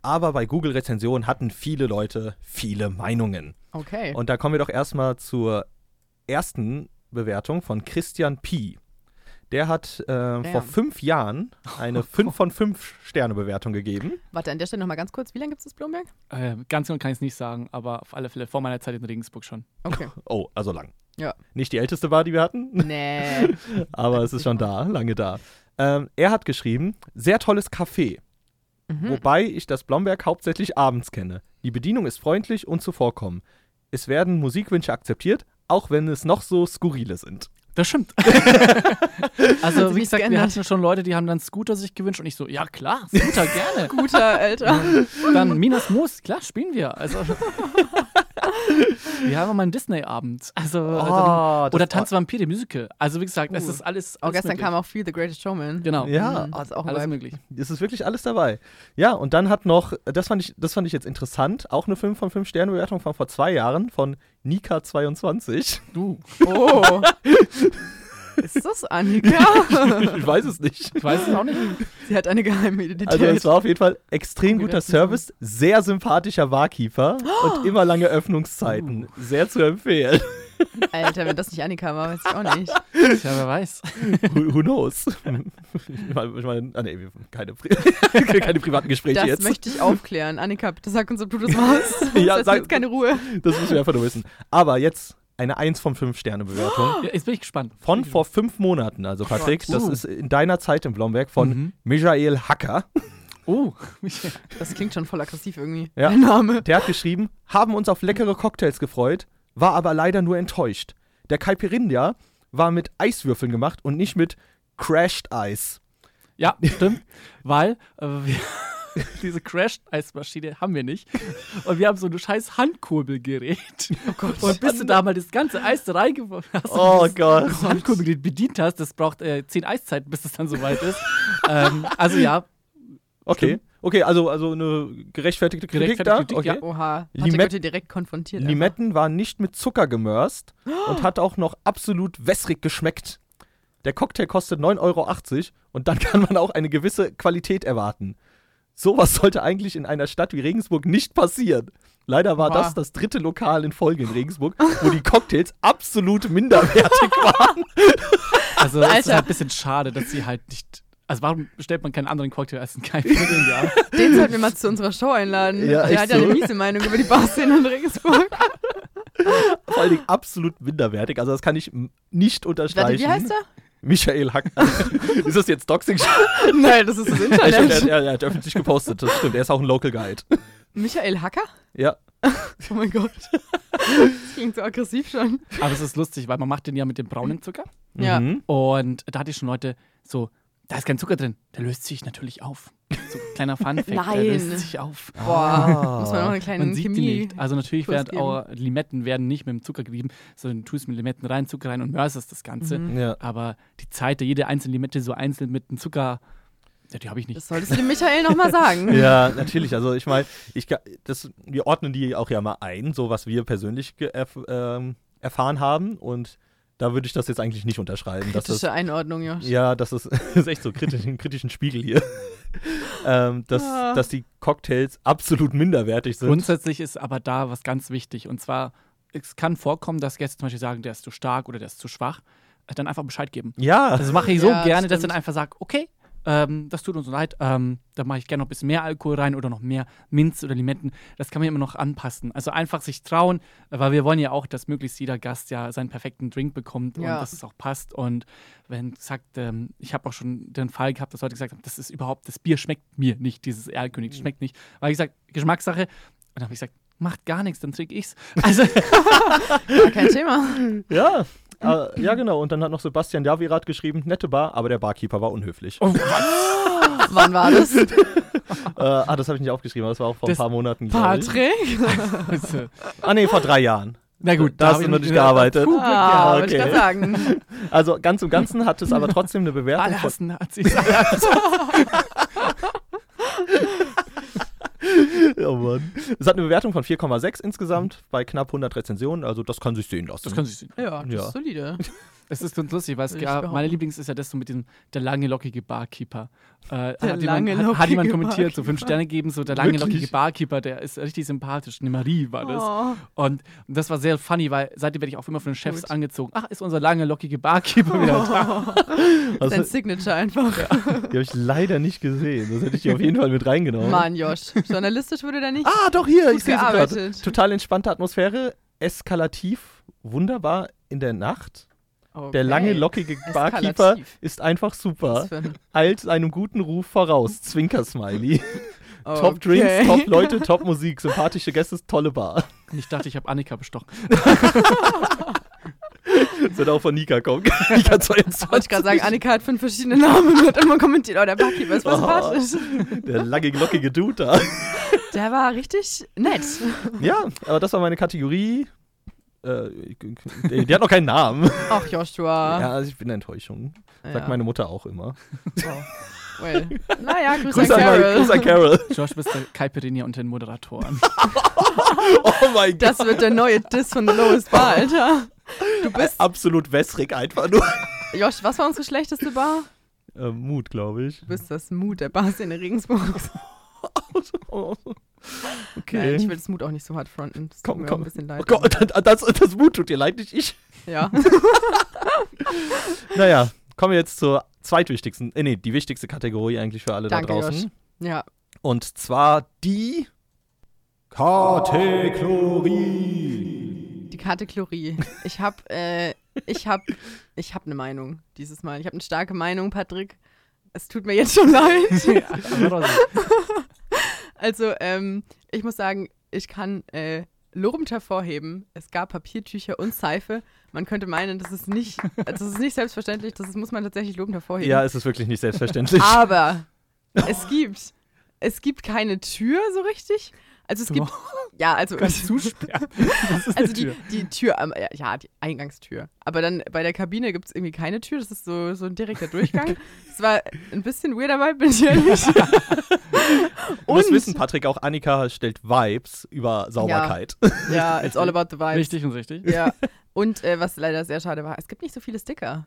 [SPEAKER 4] Aber bei Google-Rezensionen hatten viele Leute viele Meinungen.
[SPEAKER 1] Okay.
[SPEAKER 4] Und da kommen wir doch erstmal zur ersten Bewertung von Christian P. Der hat ähm, vor fünf Jahren
[SPEAKER 1] [laughs]
[SPEAKER 4] eine 5 von 5 Sterne-Bewertung gegeben.
[SPEAKER 1] Warte, an der Stelle nochmal ganz kurz. Wie lange gibt's das Blomberg?
[SPEAKER 5] Äh, ganz genau kann ich es nicht sagen, aber auf alle Fälle vor meiner Zeit in Regensburg schon.
[SPEAKER 1] Okay.
[SPEAKER 4] Oh, also lang.
[SPEAKER 1] Ja.
[SPEAKER 4] Nicht die älteste war, die wir hatten, [laughs]
[SPEAKER 1] Nee.
[SPEAKER 4] aber es ist schon da, lange da. Ähm, er hat geschrieben, sehr tolles Café.
[SPEAKER 1] Mhm.
[SPEAKER 4] Wobei ich das Blomberg hauptsächlich abends kenne. Die Bedienung ist freundlich und zuvorkommend. Es werden Musikwünsche akzeptiert, auch wenn es noch so skurrile sind.
[SPEAKER 5] Das [laughs] stimmt.
[SPEAKER 1] sich
[SPEAKER 5] also,
[SPEAKER 1] nichts
[SPEAKER 5] wie gesagt, wir
[SPEAKER 1] geändert.
[SPEAKER 5] hatten schon Leute, die haben dann Scooter sich gewünscht und ich so, ja klar, [laughs] Scooter gerne.
[SPEAKER 1] Guter Alter.
[SPEAKER 5] Dann Minas Moos, klar, spielen wir. Also, [laughs] wir haben mal einen Disney-Abend. Also,
[SPEAKER 1] Oh,
[SPEAKER 4] das-
[SPEAKER 5] oder Tanz Vampir, die Musical. Also, wie gesagt, es
[SPEAKER 1] Uh.
[SPEAKER 5] ist alles.
[SPEAKER 1] Oh,
[SPEAKER 5] alles
[SPEAKER 1] gestern
[SPEAKER 5] möglich.
[SPEAKER 1] kam auch viel The Greatest Showman.
[SPEAKER 5] Genau.
[SPEAKER 4] Ja,
[SPEAKER 1] Mhm, das ist auch ein
[SPEAKER 5] Alles
[SPEAKER 1] Vibe.
[SPEAKER 5] möglich.
[SPEAKER 4] es ist wirklich alles dabei. Ja, und dann hat noch, das fand ich, das fand ich jetzt interessant, auch eine 5 von 5 Sterne Bewertung von vor zwei Jahren von Nika22.
[SPEAKER 5] Du,
[SPEAKER 1] Oh. [laughs] Ist das Annika?
[SPEAKER 4] [laughs]
[SPEAKER 1] [laughs]
[SPEAKER 4] ich weiß es nicht.
[SPEAKER 5] ich weiß es auch nicht.
[SPEAKER 1] Sie hat eine geheime Identität.
[SPEAKER 4] Also es war auf jeden Fall extrem
[SPEAKER 1] Wie
[SPEAKER 4] guter
[SPEAKER 1] das denn so?
[SPEAKER 4] Service, sehr sympathischer Barkeeper und immer lange Öffnungszeiten. Sehr zu empfehlen.
[SPEAKER 1] Alter, wenn das nicht Annika war, weiß ich auch nicht.
[SPEAKER 5] Ja, wer [laughs] weiß.
[SPEAKER 4] Who, who knows? ich meine, ich meine ah, nee, wir- keine, Pri- [laughs] keine privaten Gespräche
[SPEAKER 1] Das
[SPEAKER 4] jetzt.
[SPEAKER 1] möchte ich aufklären. Annika, bitte sag uns, ob du das warst.
[SPEAKER 4] [laughs] Ja,
[SPEAKER 1] das
[SPEAKER 4] sag-
[SPEAKER 1] jetzt keine Ruhe.
[SPEAKER 4] Das müssen wir einfach nur wissen. Aber jetzt eine 1 von 5 Sterne Bewertung.
[SPEAKER 5] Ja, jetzt bin ich gespannt.
[SPEAKER 4] Von vor fünf Monaten, also Patrick,
[SPEAKER 1] Gott.
[SPEAKER 4] das
[SPEAKER 5] Uh.
[SPEAKER 4] ist in deiner Zeit im Blomberg von
[SPEAKER 5] Mhm.
[SPEAKER 4] Michael Hacker.
[SPEAKER 5] [laughs] Oh,
[SPEAKER 1] Das klingt schon voll aggressiv irgendwie.
[SPEAKER 4] Ja.
[SPEAKER 1] Der Name.
[SPEAKER 4] Der hat geschrieben, haben uns auf leckere Cocktails gefreut, war aber leider nur enttäuscht. Der Caipirinha war mit Eiswürfeln gemacht und nicht mit Crashed Eis.
[SPEAKER 5] ja, stimmt. Weil äh, wir, [laughs] diese Crash-Eismaschine haben wir nicht. Und wir haben so ein scheiß Handkurbelgerät.
[SPEAKER 1] Oh Gott.
[SPEAKER 5] Und bis du da mal das ganze Eis da reingeworfen hast, und
[SPEAKER 4] Oh
[SPEAKER 5] dieses-
[SPEAKER 4] Gott.
[SPEAKER 5] das Handkurbelgerät bedient hast, das braucht äh, zehn Eiszeiten, bis es dann soweit ist. ähm, also ja,
[SPEAKER 4] Okay. Okay, also, also eine gerechtfertigte Kritik
[SPEAKER 5] Gerechtfertigte
[SPEAKER 4] da.
[SPEAKER 5] Kritik,
[SPEAKER 4] okay.
[SPEAKER 5] ja.
[SPEAKER 1] Oha. Patrick
[SPEAKER 4] Limett-
[SPEAKER 1] wird hier direkt konfrontiert. einfach.
[SPEAKER 4] Limetten war nicht mit
[SPEAKER 1] [gasps]
[SPEAKER 4] Zucker gemörst und hat auch noch absolut wässrig geschmeckt. Der Cocktail kostet 9,80 Euro und dann [laughs] kann man auch eine gewisse Qualität erwarten. Sowas sollte eigentlich in einer Stadt wie Regensburg nicht passieren. Leider war
[SPEAKER 5] Oha.
[SPEAKER 4] das das dritte Lokal in Folge in Regensburg, wo die Cocktails absolut minderwertig
[SPEAKER 1] [laughs]
[SPEAKER 4] waren.
[SPEAKER 5] Also das ist
[SPEAKER 1] Alter.
[SPEAKER 5] halt ein bisschen schade, dass sie halt nicht. Also warum stellt man keinen anderen Cocktail als einen Kaifling? Ja.
[SPEAKER 1] Den sollten wir mal zu unserer Show einladen.
[SPEAKER 4] Ja,
[SPEAKER 1] Der
[SPEAKER 4] echt
[SPEAKER 1] hat ja eine
[SPEAKER 4] so.
[SPEAKER 1] miese Meinung über die Barszene in
[SPEAKER 4] [laughs]
[SPEAKER 1] Regensburg.
[SPEAKER 4] Vor allen Dingen absolut minderwertig. Also das kann ich m- nicht
[SPEAKER 1] Warte,
[SPEAKER 4] unterstreichen.
[SPEAKER 1] wie heißt
[SPEAKER 4] [laughs]
[SPEAKER 1] er?
[SPEAKER 4] Michael Hack. ist das jetzt
[SPEAKER 1] [laughs]
[SPEAKER 4] Doxing?
[SPEAKER 1] Nein, das ist das
[SPEAKER 4] er,
[SPEAKER 1] Internet.
[SPEAKER 4] hat- er, er hat öffentlich gepostet, das stimmt. Er ist auch ein Local Guide.
[SPEAKER 1] Michael Hacker?
[SPEAKER 4] Ja.
[SPEAKER 1] Oh mein
[SPEAKER 4] [laughs]
[SPEAKER 1] Gott. Das klingt so aggressiv schon.
[SPEAKER 5] Aber es ist lustig, weil man macht den ja mit dem braunen Zucker.
[SPEAKER 1] Ja.
[SPEAKER 4] Mhm.
[SPEAKER 5] Und da hatte ich schon Leute so, da ist kein Zucker drin. Der löst sich natürlich auf. So ein
[SPEAKER 1] [laughs]
[SPEAKER 5] kleiner Funfact, der
[SPEAKER 1] Nein.
[SPEAKER 5] löst sich auf.
[SPEAKER 1] Boah, muss man auch eine
[SPEAKER 5] Man
[SPEAKER 1] kleine
[SPEAKER 5] sieht die
[SPEAKER 1] Chemie.
[SPEAKER 5] nicht. Also natürlich
[SPEAKER 1] Kurs
[SPEAKER 5] werden
[SPEAKER 1] geben.
[SPEAKER 5] auch Limetten werden nicht mit dem Zucker gerieben, sondern du tust mit Limetten rein, Zucker rein und mörserst das Ganze.
[SPEAKER 1] Mhm.
[SPEAKER 5] [laughs]
[SPEAKER 4] Ja.
[SPEAKER 5] Aber die Zeit, da jede einzelne Limette so einzeln mit dem Zucker, ja, die habe ich nicht.
[SPEAKER 1] Das solltest du dem Michael nochmal sagen.
[SPEAKER 4] [laughs] Ja, natürlich. Also ich meine, ich, ga- das, wir ordnen die auch ja mal ein, so was wir persönlich ge- erf ähm, erfahren haben. Und da würde ich das jetzt eigentlich nicht unterschreiben. Dass das,
[SPEAKER 1] Kritische Einordnung, Josh.
[SPEAKER 4] ja, das ist, [laughs] das ist echt so kritisch, einen kritischen Spiegel
[SPEAKER 5] [laughs]
[SPEAKER 4] hier. ähm, dass,
[SPEAKER 1] Ah.
[SPEAKER 4] dass die Cocktails absolut minderwertig sind.
[SPEAKER 5] Grundsätzlich ist aber da was ganz wichtig. Und zwar, es kann vorkommen, dass Gäste zum Beispiel sagen, der ist zu stark oder der ist zu schwach. Äh, Dann einfach Bescheid geben.
[SPEAKER 4] ja,
[SPEAKER 5] Das Also mache ich so
[SPEAKER 1] Ja, das
[SPEAKER 5] gerne, dass ich
[SPEAKER 1] stimmt.
[SPEAKER 5] dann einfach sage, okay, ähm, das tut uns leid, ähm, da mache ich gerne noch ein bisschen mehr Alkohol rein oder noch mehr Minz oder Limetten. Das kann man immer noch anpassen. Also einfach sich trauen, weil wir wollen ja auch, dass möglichst jeder Gast ja seinen perfekten Drink bekommt
[SPEAKER 1] Ja.
[SPEAKER 5] und dass es auch passt. Und wenn sagt, ähm, ich habe auch schon den Fall gehabt, dass Leute gesagt haben, das ist überhaupt, das Bier schmeckt mir nicht, dieses Erlkönig,
[SPEAKER 4] Mhm.
[SPEAKER 5] das schmeckt nicht. Weil ich gesagt, Geschmackssache. Und dann habe ich gesagt, macht gar nichts, dann trinke ich's. Also [laughs]
[SPEAKER 1] Gar kein Thema.
[SPEAKER 4] ja. Äh, ja, genau. Und dann hat noch Sebastian Javirat geschrieben, nette Bar, aber der Barkeeper war
[SPEAKER 5] Oh.
[SPEAKER 4] unhöflich.
[SPEAKER 1] Wann war das?
[SPEAKER 4] Äh, ah, das habe ich nicht aufgeschrieben, aber das war auch vor
[SPEAKER 5] Das
[SPEAKER 4] ein paar Monaten. glaub ich.
[SPEAKER 1] Patrick?
[SPEAKER 5] [laughs]
[SPEAKER 4] Ah, nee, vor drei Jahren.
[SPEAKER 5] Also, na gut,
[SPEAKER 4] Da hast
[SPEAKER 5] hab
[SPEAKER 4] du
[SPEAKER 5] ich
[SPEAKER 4] noch nicht gearbeitet.
[SPEAKER 5] Puh, Glück
[SPEAKER 1] Ah,
[SPEAKER 5] gehabt.
[SPEAKER 1] wollte ich
[SPEAKER 4] okay.
[SPEAKER 1] gerade sagen.
[SPEAKER 4] Also ganz im Ganzen hat es aber trotzdem eine Bewertung
[SPEAKER 5] Alle
[SPEAKER 4] von
[SPEAKER 5] hassen Nazis. Alle
[SPEAKER 4] Oh Mann. Es hat eine Bewertung von 4,6 insgesamt bei knapp 100 Rezensionen, also das kann sich sehen lassen.
[SPEAKER 5] [laughs] Das können Sie sehen.
[SPEAKER 1] Ja, das
[SPEAKER 4] Ja.
[SPEAKER 1] ist solide.
[SPEAKER 5] Es ist ganz lustig, weil es
[SPEAKER 1] Würde ich
[SPEAKER 5] gab,
[SPEAKER 1] behaupten.
[SPEAKER 5] meine Lieblings ist ja das so mit dem, der lange lockige Barkeeper. Äh,
[SPEAKER 1] Der
[SPEAKER 5] hat,
[SPEAKER 1] lange
[SPEAKER 5] jemand, hat, hat
[SPEAKER 1] lockige
[SPEAKER 5] jemand kommentiert, so fünf
[SPEAKER 1] Barkeeper.
[SPEAKER 5] Sterne geben, so der lange
[SPEAKER 4] Wirklich?
[SPEAKER 5] lockige Barkeeper, der ist richtig sympathisch. Eine Marie war das.
[SPEAKER 1] Oh.
[SPEAKER 5] Und, und das war sehr funny, weil seitdem werde ich auch immer von den Chefs
[SPEAKER 1] Gut. Oh.
[SPEAKER 5] angezogen. Ach, ist unser lange lockige Barkeeper wieder da.
[SPEAKER 1] Sein
[SPEAKER 4] also,
[SPEAKER 1] Signature einfach.
[SPEAKER 4] die habe ich leider nicht gesehen. Das hätte ich auf jeden Fall mit
[SPEAKER 1] [laughs]
[SPEAKER 4] reingenommen.
[SPEAKER 1] Mann, Josh. Journalistisch wurde der nicht.
[SPEAKER 4] Ah, doch hier,
[SPEAKER 1] Gut
[SPEAKER 4] ich sehe sie gerade.
[SPEAKER 1] gearbeitet.
[SPEAKER 4] Total entspannte Atmosphäre, eskalativ, wunderbar in der Nacht.
[SPEAKER 1] Okay.
[SPEAKER 4] Der lange lockige
[SPEAKER 1] Eskalativ.
[SPEAKER 4] Barkeeper ist einfach
[SPEAKER 1] Was
[SPEAKER 4] super.
[SPEAKER 1] für ein-
[SPEAKER 4] Eilt einem guten Ruf voraus. Zwinker-Smiley.
[SPEAKER 1] [laughs] Okay.
[SPEAKER 4] Top Drinks, Top Leute, Top Musik, sympathische Gäste, tolle Bar. [laughs]
[SPEAKER 5] Und ich dachte, ich habe Annika bestochen.
[SPEAKER 4] Das wird auch von Nika kommen. [laughs] Nika 22.
[SPEAKER 1] Wollte ich gerade sagen, Annika hat fünf verschiedene Namen und hat immer kommentiert, oh, der Barkeeper ist voll
[SPEAKER 4] Oh.
[SPEAKER 1] sympathisch.
[SPEAKER 4] Der lange, lockige Dude da.
[SPEAKER 1] Der war richtig nett.
[SPEAKER 4] [laughs] Ja, aber das war meine Kategorie. Äh, die die hat noch keinen Namen.
[SPEAKER 1] Ach, Joshua.
[SPEAKER 4] Ja, also ich bin eine Enttäuschung. Sagt
[SPEAKER 1] Ja.
[SPEAKER 4] meine Mutter auch immer.
[SPEAKER 1] Oh. Well. Naja, Grüße
[SPEAKER 4] Grüß
[SPEAKER 1] an
[SPEAKER 4] an,
[SPEAKER 1] Carol.
[SPEAKER 4] meine- Grüß an Carol.
[SPEAKER 1] [laughs]
[SPEAKER 5] Josh, bist der Kaipirinha unter den Moderatoren.
[SPEAKER 4] Oh mein Gott.
[SPEAKER 1] Das wird der neue Diss von The Lowest
[SPEAKER 4] [laughs]
[SPEAKER 1] Bar, Alter. Du bist.
[SPEAKER 4] Absolut wässrig einfach nur.
[SPEAKER 1] Josh, was war unsere schlechteste Bar?
[SPEAKER 4] Äh, Mut, glaube [laughs] ich.
[SPEAKER 1] Du bist das Mut der Bars in Regensburg. Nein, ich
[SPEAKER 4] Okay.
[SPEAKER 1] will das Mut auch nicht so hart fronten. Das tut
[SPEAKER 4] Komm,
[SPEAKER 1] mir
[SPEAKER 4] komm.
[SPEAKER 1] auch ein bisschen leid.
[SPEAKER 4] Oh Gott, das, das Mut tut dir leid, nicht ich.
[SPEAKER 1] Ja.
[SPEAKER 4] Naja, kommen wir jetzt zur zweitwichtigsten, äh, nee, die wichtigste Kategorie eigentlich für alle
[SPEAKER 1] Danke,
[SPEAKER 4] da draußen.
[SPEAKER 1] Josh. Ja.
[SPEAKER 4] Und zwar die Kategorie.
[SPEAKER 1] Die Kategorie. Ich hab, äh, ich hab, ich hab eine Meinung dieses Mal. Ich habe eine starke Meinung, Patrick. Es tut mir jetzt schon leid. Also, ähm, ich muss sagen, ich kann äh, lobend hervorheben, es gab Papiertücher und Seife. Man könnte meinen, das ist nicht, das ist nicht selbstverständlich, das ist, muss man tatsächlich lobend hervorheben.
[SPEAKER 4] Ja, es ist wirklich
[SPEAKER 1] [laughs]
[SPEAKER 4] nicht selbstverständlich.
[SPEAKER 1] Aber es gibt, es gibt keine Tür so richtig. Also es gibt, ja, also
[SPEAKER 5] Kannst zusperren. Das
[SPEAKER 1] also
[SPEAKER 5] ist eine
[SPEAKER 1] die,
[SPEAKER 5] Tür.
[SPEAKER 1] die Tür, am- ja, ja, die Eingangstür. Aber dann bei der Kabine gibt es irgendwie keine Tür, das ist so, so ein direkter Durchgang. Es war ein bisschen weird dabei, bin ich ehrlich.
[SPEAKER 4] Du musst wissen, Patrick, auch Annika stellt Vibes über Sauberkeit. [laughs]
[SPEAKER 1] ja, it's all about the vibes.
[SPEAKER 5] Richtig und richtig.
[SPEAKER 1] Ja. Und äh, was leider sehr schade war, es gibt nicht so viele Sticker.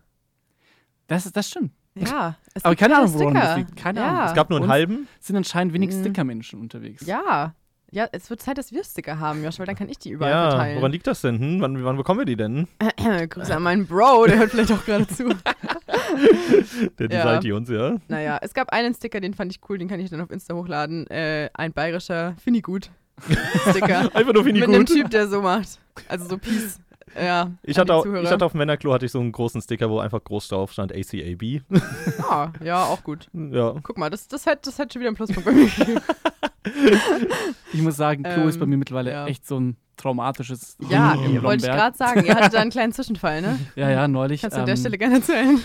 [SPEAKER 5] Das, ist- das stimmt.
[SPEAKER 1] Ja, es
[SPEAKER 5] Aber
[SPEAKER 1] gibt
[SPEAKER 5] keine
[SPEAKER 1] keine
[SPEAKER 5] Ahnung, woran das
[SPEAKER 1] Sticker.
[SPEAKER 5] liegt. Keine
[SPEAKER 1] ja.
[SPEAKER 5] Ahnung.
[SPEAKER 4] Es gab nur einen
[SPEAKER 5] Und-
[SPEAKER 4] halben.
[SPEAKER 5] Sind anscheinend wenig
[SPEAKER 1] Mhm.
[SPEAKER 5] Stickermenschen unterwegs.
[SPEAKER 1] Ja, Ja, es wird Zeit, dass wir Sticker haben, Josh, weil dann kann ich die überall
[SPEAKER 4] Ja, woran
[SPEAKER 1] verteilen.
[SPEAKER 4] liegt das denn? Hm? Wann, wann bekommen wir
[SPEAKER 1] [laughs]
[SPEAKER 4] die denn?
[SPEAKER 1] [clears throat] Grüße an meinen Bro, der hört vielleicht auch gerade zu.
[SPEAKER 4] Der
[SPEAKER 1] Ja.
[SPEAKER 4] designt die uns, ja?
[SPEAKER 1] Naja, es gab einen Sticker, den fand ich cool, den kann ich dann auf Insta hochladen. Äh, ein bayerischer Finigut
[SPEAKER 4] [laughs]
[SPEAKER 1] Sticker.
[SPEAKER 4] Einfach nur finde
[SPEAKER 1] mit
[SPEAKER 4] ich
[SPEAKER 1] einem
[SPEAKER 4] gut.
[SPEAKER 1] Typ, der so macht. Also so Peace. Ja, an
[SPEAKER 4] Ich
[SPEAKER 1] die
[SPEAKER 4] hatte, auch,
[SPEAKER 1] Zuhörer.
[SPEAKER 4] ich hatte auf dem Männerklo hatte ich so einen großen Sticker, wo einfach groß drauf stand ACAB.
[SPEAKER 1] Ah, ja, auch gut.
[SPEAKER 4] [laughs] ja.
[SPEAKER 1] Guck mal, das, das, hat, das hat schon wieder einen Pluspunkt bei mir gegeben.
[SPEAKER 5] Ich muss sagen, Klo ist bei
[SPEAKER 1] Ähm,
[SPEAKER 5] mir mittlerweile
[SPEAKER 1] ja.
[SPEAKER 5] echt so ein traumatisches
[SPEAKER 1] Ja,
[SPEAKER 5] Ding im
[SPEAKER 1] wollte ich
[SPEAKER 5] Lomberg.
[SPEAKER 1] gerade sagen. Ihr hattet da einen kleinen Zwischenfall, ne?
[SPEAKER 5] Ja, ja, neulich.
[SPEAKER 1] Kannst du an der
[SPEAKER 5] ähm,
[SPEAKER 1] Stelle gerne erzählen.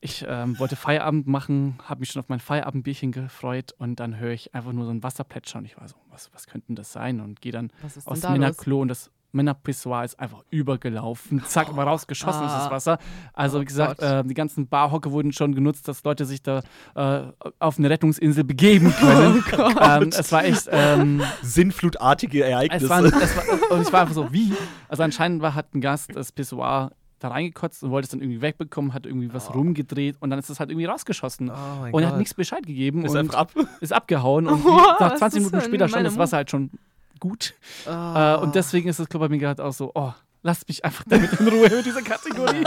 [SPEAKER 5] Ich ähm, wollte Feierabend machen, habe mich schon auf mein Feierabendbierchen gefreut und dann höre ich einfach nur so ein Wasserplätschern und ich war so, was, was könnte denn das sein? Und gehe dann
[SPEAKER 1] Was ist
[SPEAKER 5] aus dem Männerklo und das Männerpissoir ist einfach übergelaufen. Zack, mal rausgeschossen ist
[SPEAKER 1] Ah.
[SPEAKER 5] das Wasser. Also, wie gesagt,
[SPEAKER 1] Gott.
[SPEAKER 5] äh, die ganzen Barhocke wurden schon genutzt, dass Leute sich da äh, auf eine Rettungsinsel begeben
[SPEAKER 1] [laughs]
[SPEAKER 5] können.
[SPEAKER 1] Oh
[SPEAKER 5] ähm, es war echt. Ähm,
[SPEAKER 4] Sinnflutartige
[SPEAKER 5] es
[SPEAKER 4] Ereignisse.
[SPEAKER 5] war, es war, und ich war einfach so, wie? Also anscheinend war, hat ein Gast das Pissoir da reingekotzt und wollte es dann irgendwie wegbekommen, hat irgendwie
[SPEAKER 1] Ah.
[SPEAKER 5] was rumgedreht und dann ist es halt irgendwie rausgeschossen.
[SPEAKER 4] Oh mein
[SPEAKER 5] und er hat
[SPEAKER 4] Gott.
[SPEAKER 5] nichts Bescheid
[SPEAKER 4] [laughs]
[SPEAKER 5] gegeben
[SPEAKER 4] ist
[SPEAKER 5] und
[SPEAKER 4] einfach ab.
[SPEAKER 5] ist
[SPEAKER 1] [laughs]
[SPEAKER 5] abgehauen. Und
[SPEAKER 1] Oh,
[SPEAKER 5] nach
[SPEAKER 1] was
[SPEAKER 5] 20
[SPEAKER 1] ist
[SPEAKER 5] Minuten
[SPEAKER 1] denn
[SPEAKER 5] später stand
[SPEAKER 1] meine
[SPEAKER 5] das Wasser halt schon gut.
[SPEAKER 1] Ah.
[SPEAKER 5] Äh, und deswegen ist das Club bei mir gerade auch so, oh, lasst mich einfach damit in Ruhe mit
[SPEAKER 1] [laughs]
[SPEAKER 5] dieser Kategorie.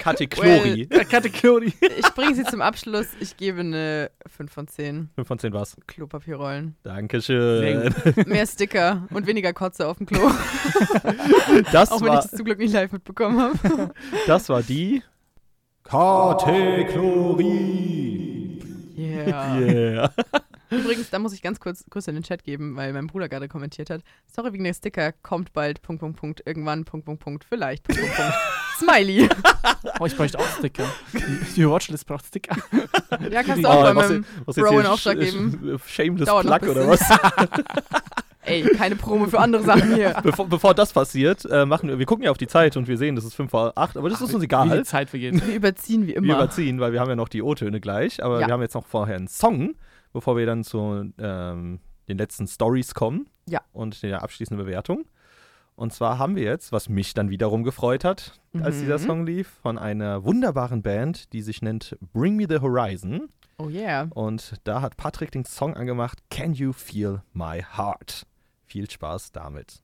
[SPEAKER 4] Kategorie.
[SPEAKER 5] Äh, Kategorie.
[SPEAKER 1] Ich bringe sie zum Abschluss. Ich gebe eine 5 von 10
[SPEAKER 4] 5 von 10 war's.
[SPEAKER 1] Klopapierrollen.
[SPEAKER 4] Dankeschön.
[SPEAKER 1] Mehr Sticker und weniger Kotze auf dem Klo.
[SPEAKER 4] Das
[SPEAKER 1] Auch wenn ich
[SPEAKER 4] war,
[SPEAKER 1] das zum Glück nicht live mitbekommen habe.
[SPEAKER 4] das
[SPEAKER 1] [laughs]
[SPEAKER 4] war die Kategorie.
[SPEAKER 1] Yeah.
[SPEAKER 4] Yeah.
[SPEAKER 1] Übrigens, da muss ich ganz kurz Grüße in den Chat geben, weil mein Bruder gerade kommentiert hat. Sorry wegen der Sticker, kommt bald, Punkt, Punkt, Punkt, irgendwann, Punkt, Punkt, Punkt, vielleicht, Punkt, Punkt, Punkt. Smiley.
[SPEAKER 5] Oh, ich bräuchte auch Sticker. Die Watchlist braucht Sticker.
[SPEAKER 1] Ja, kannst du
[SPEAKER 4] Oh,
[SPEAKER 1] auch bei
[SPEAKER 4] was,
[SPEAKER 1] meinem,
[SPEAKER 4] was
[SPEAKER 1] Bro
[SPEAKER 4] hier
[SPEAKER 1] in Auftrag
[SPEAKER 4] sh-
[SPEAKER 1] geben?
[SPEAKER 4] sh- Shameless
[SPEAKER 1] Dauert noch
[SPEAKER 4] Plug oder
[SPEAKER 1] ein
[SPEAKER 4] was?
[SPEAKER 1] ey, keine Promo für andere Sachen hier.
[SPEAKER 4] Bevor, bevor das passiert, äh, machen wir, wir gucken ja auf die Zeit und wir sehen, das ist 5 vor 8, aber das ist uns
[SPEAKER 5] Wie
[SPEAKER 4] egal.
[SPEAKER 5] die Zeit vergeht.
[SPEAKER 1] Wir überziehen wie
[SPEAKER 4] Wir
[SPEAKER 1] immer.
[SPEAKER 4] überziehen, weil wir haben ja noch die O-Töne gleich, aber
[SPEAKER 1] Ja.
[SPEAKER 4] wir haben jetzt noch vorher einen Song, bevor wir dann zu ähm, den letzten Stories kommen
[SPEAKER 1] Ja.
[SPEAKER 4] und der abschließenden Bewertung. Und zwar haben wir jetzt, was mich dann wiederum gefreut hat, als
[SPEAKER 1] Mhm.
[SPEAKER 4] dieser Song lief, von einer wunderbaren Band, die sich nennt Bring Me the Horizon.
[SPEAKER 1] oh yeah.
[SPEAKER 4] Und da hat Patrick den Song angemacht, Can You Feel My Heart? Viel Spaß damit.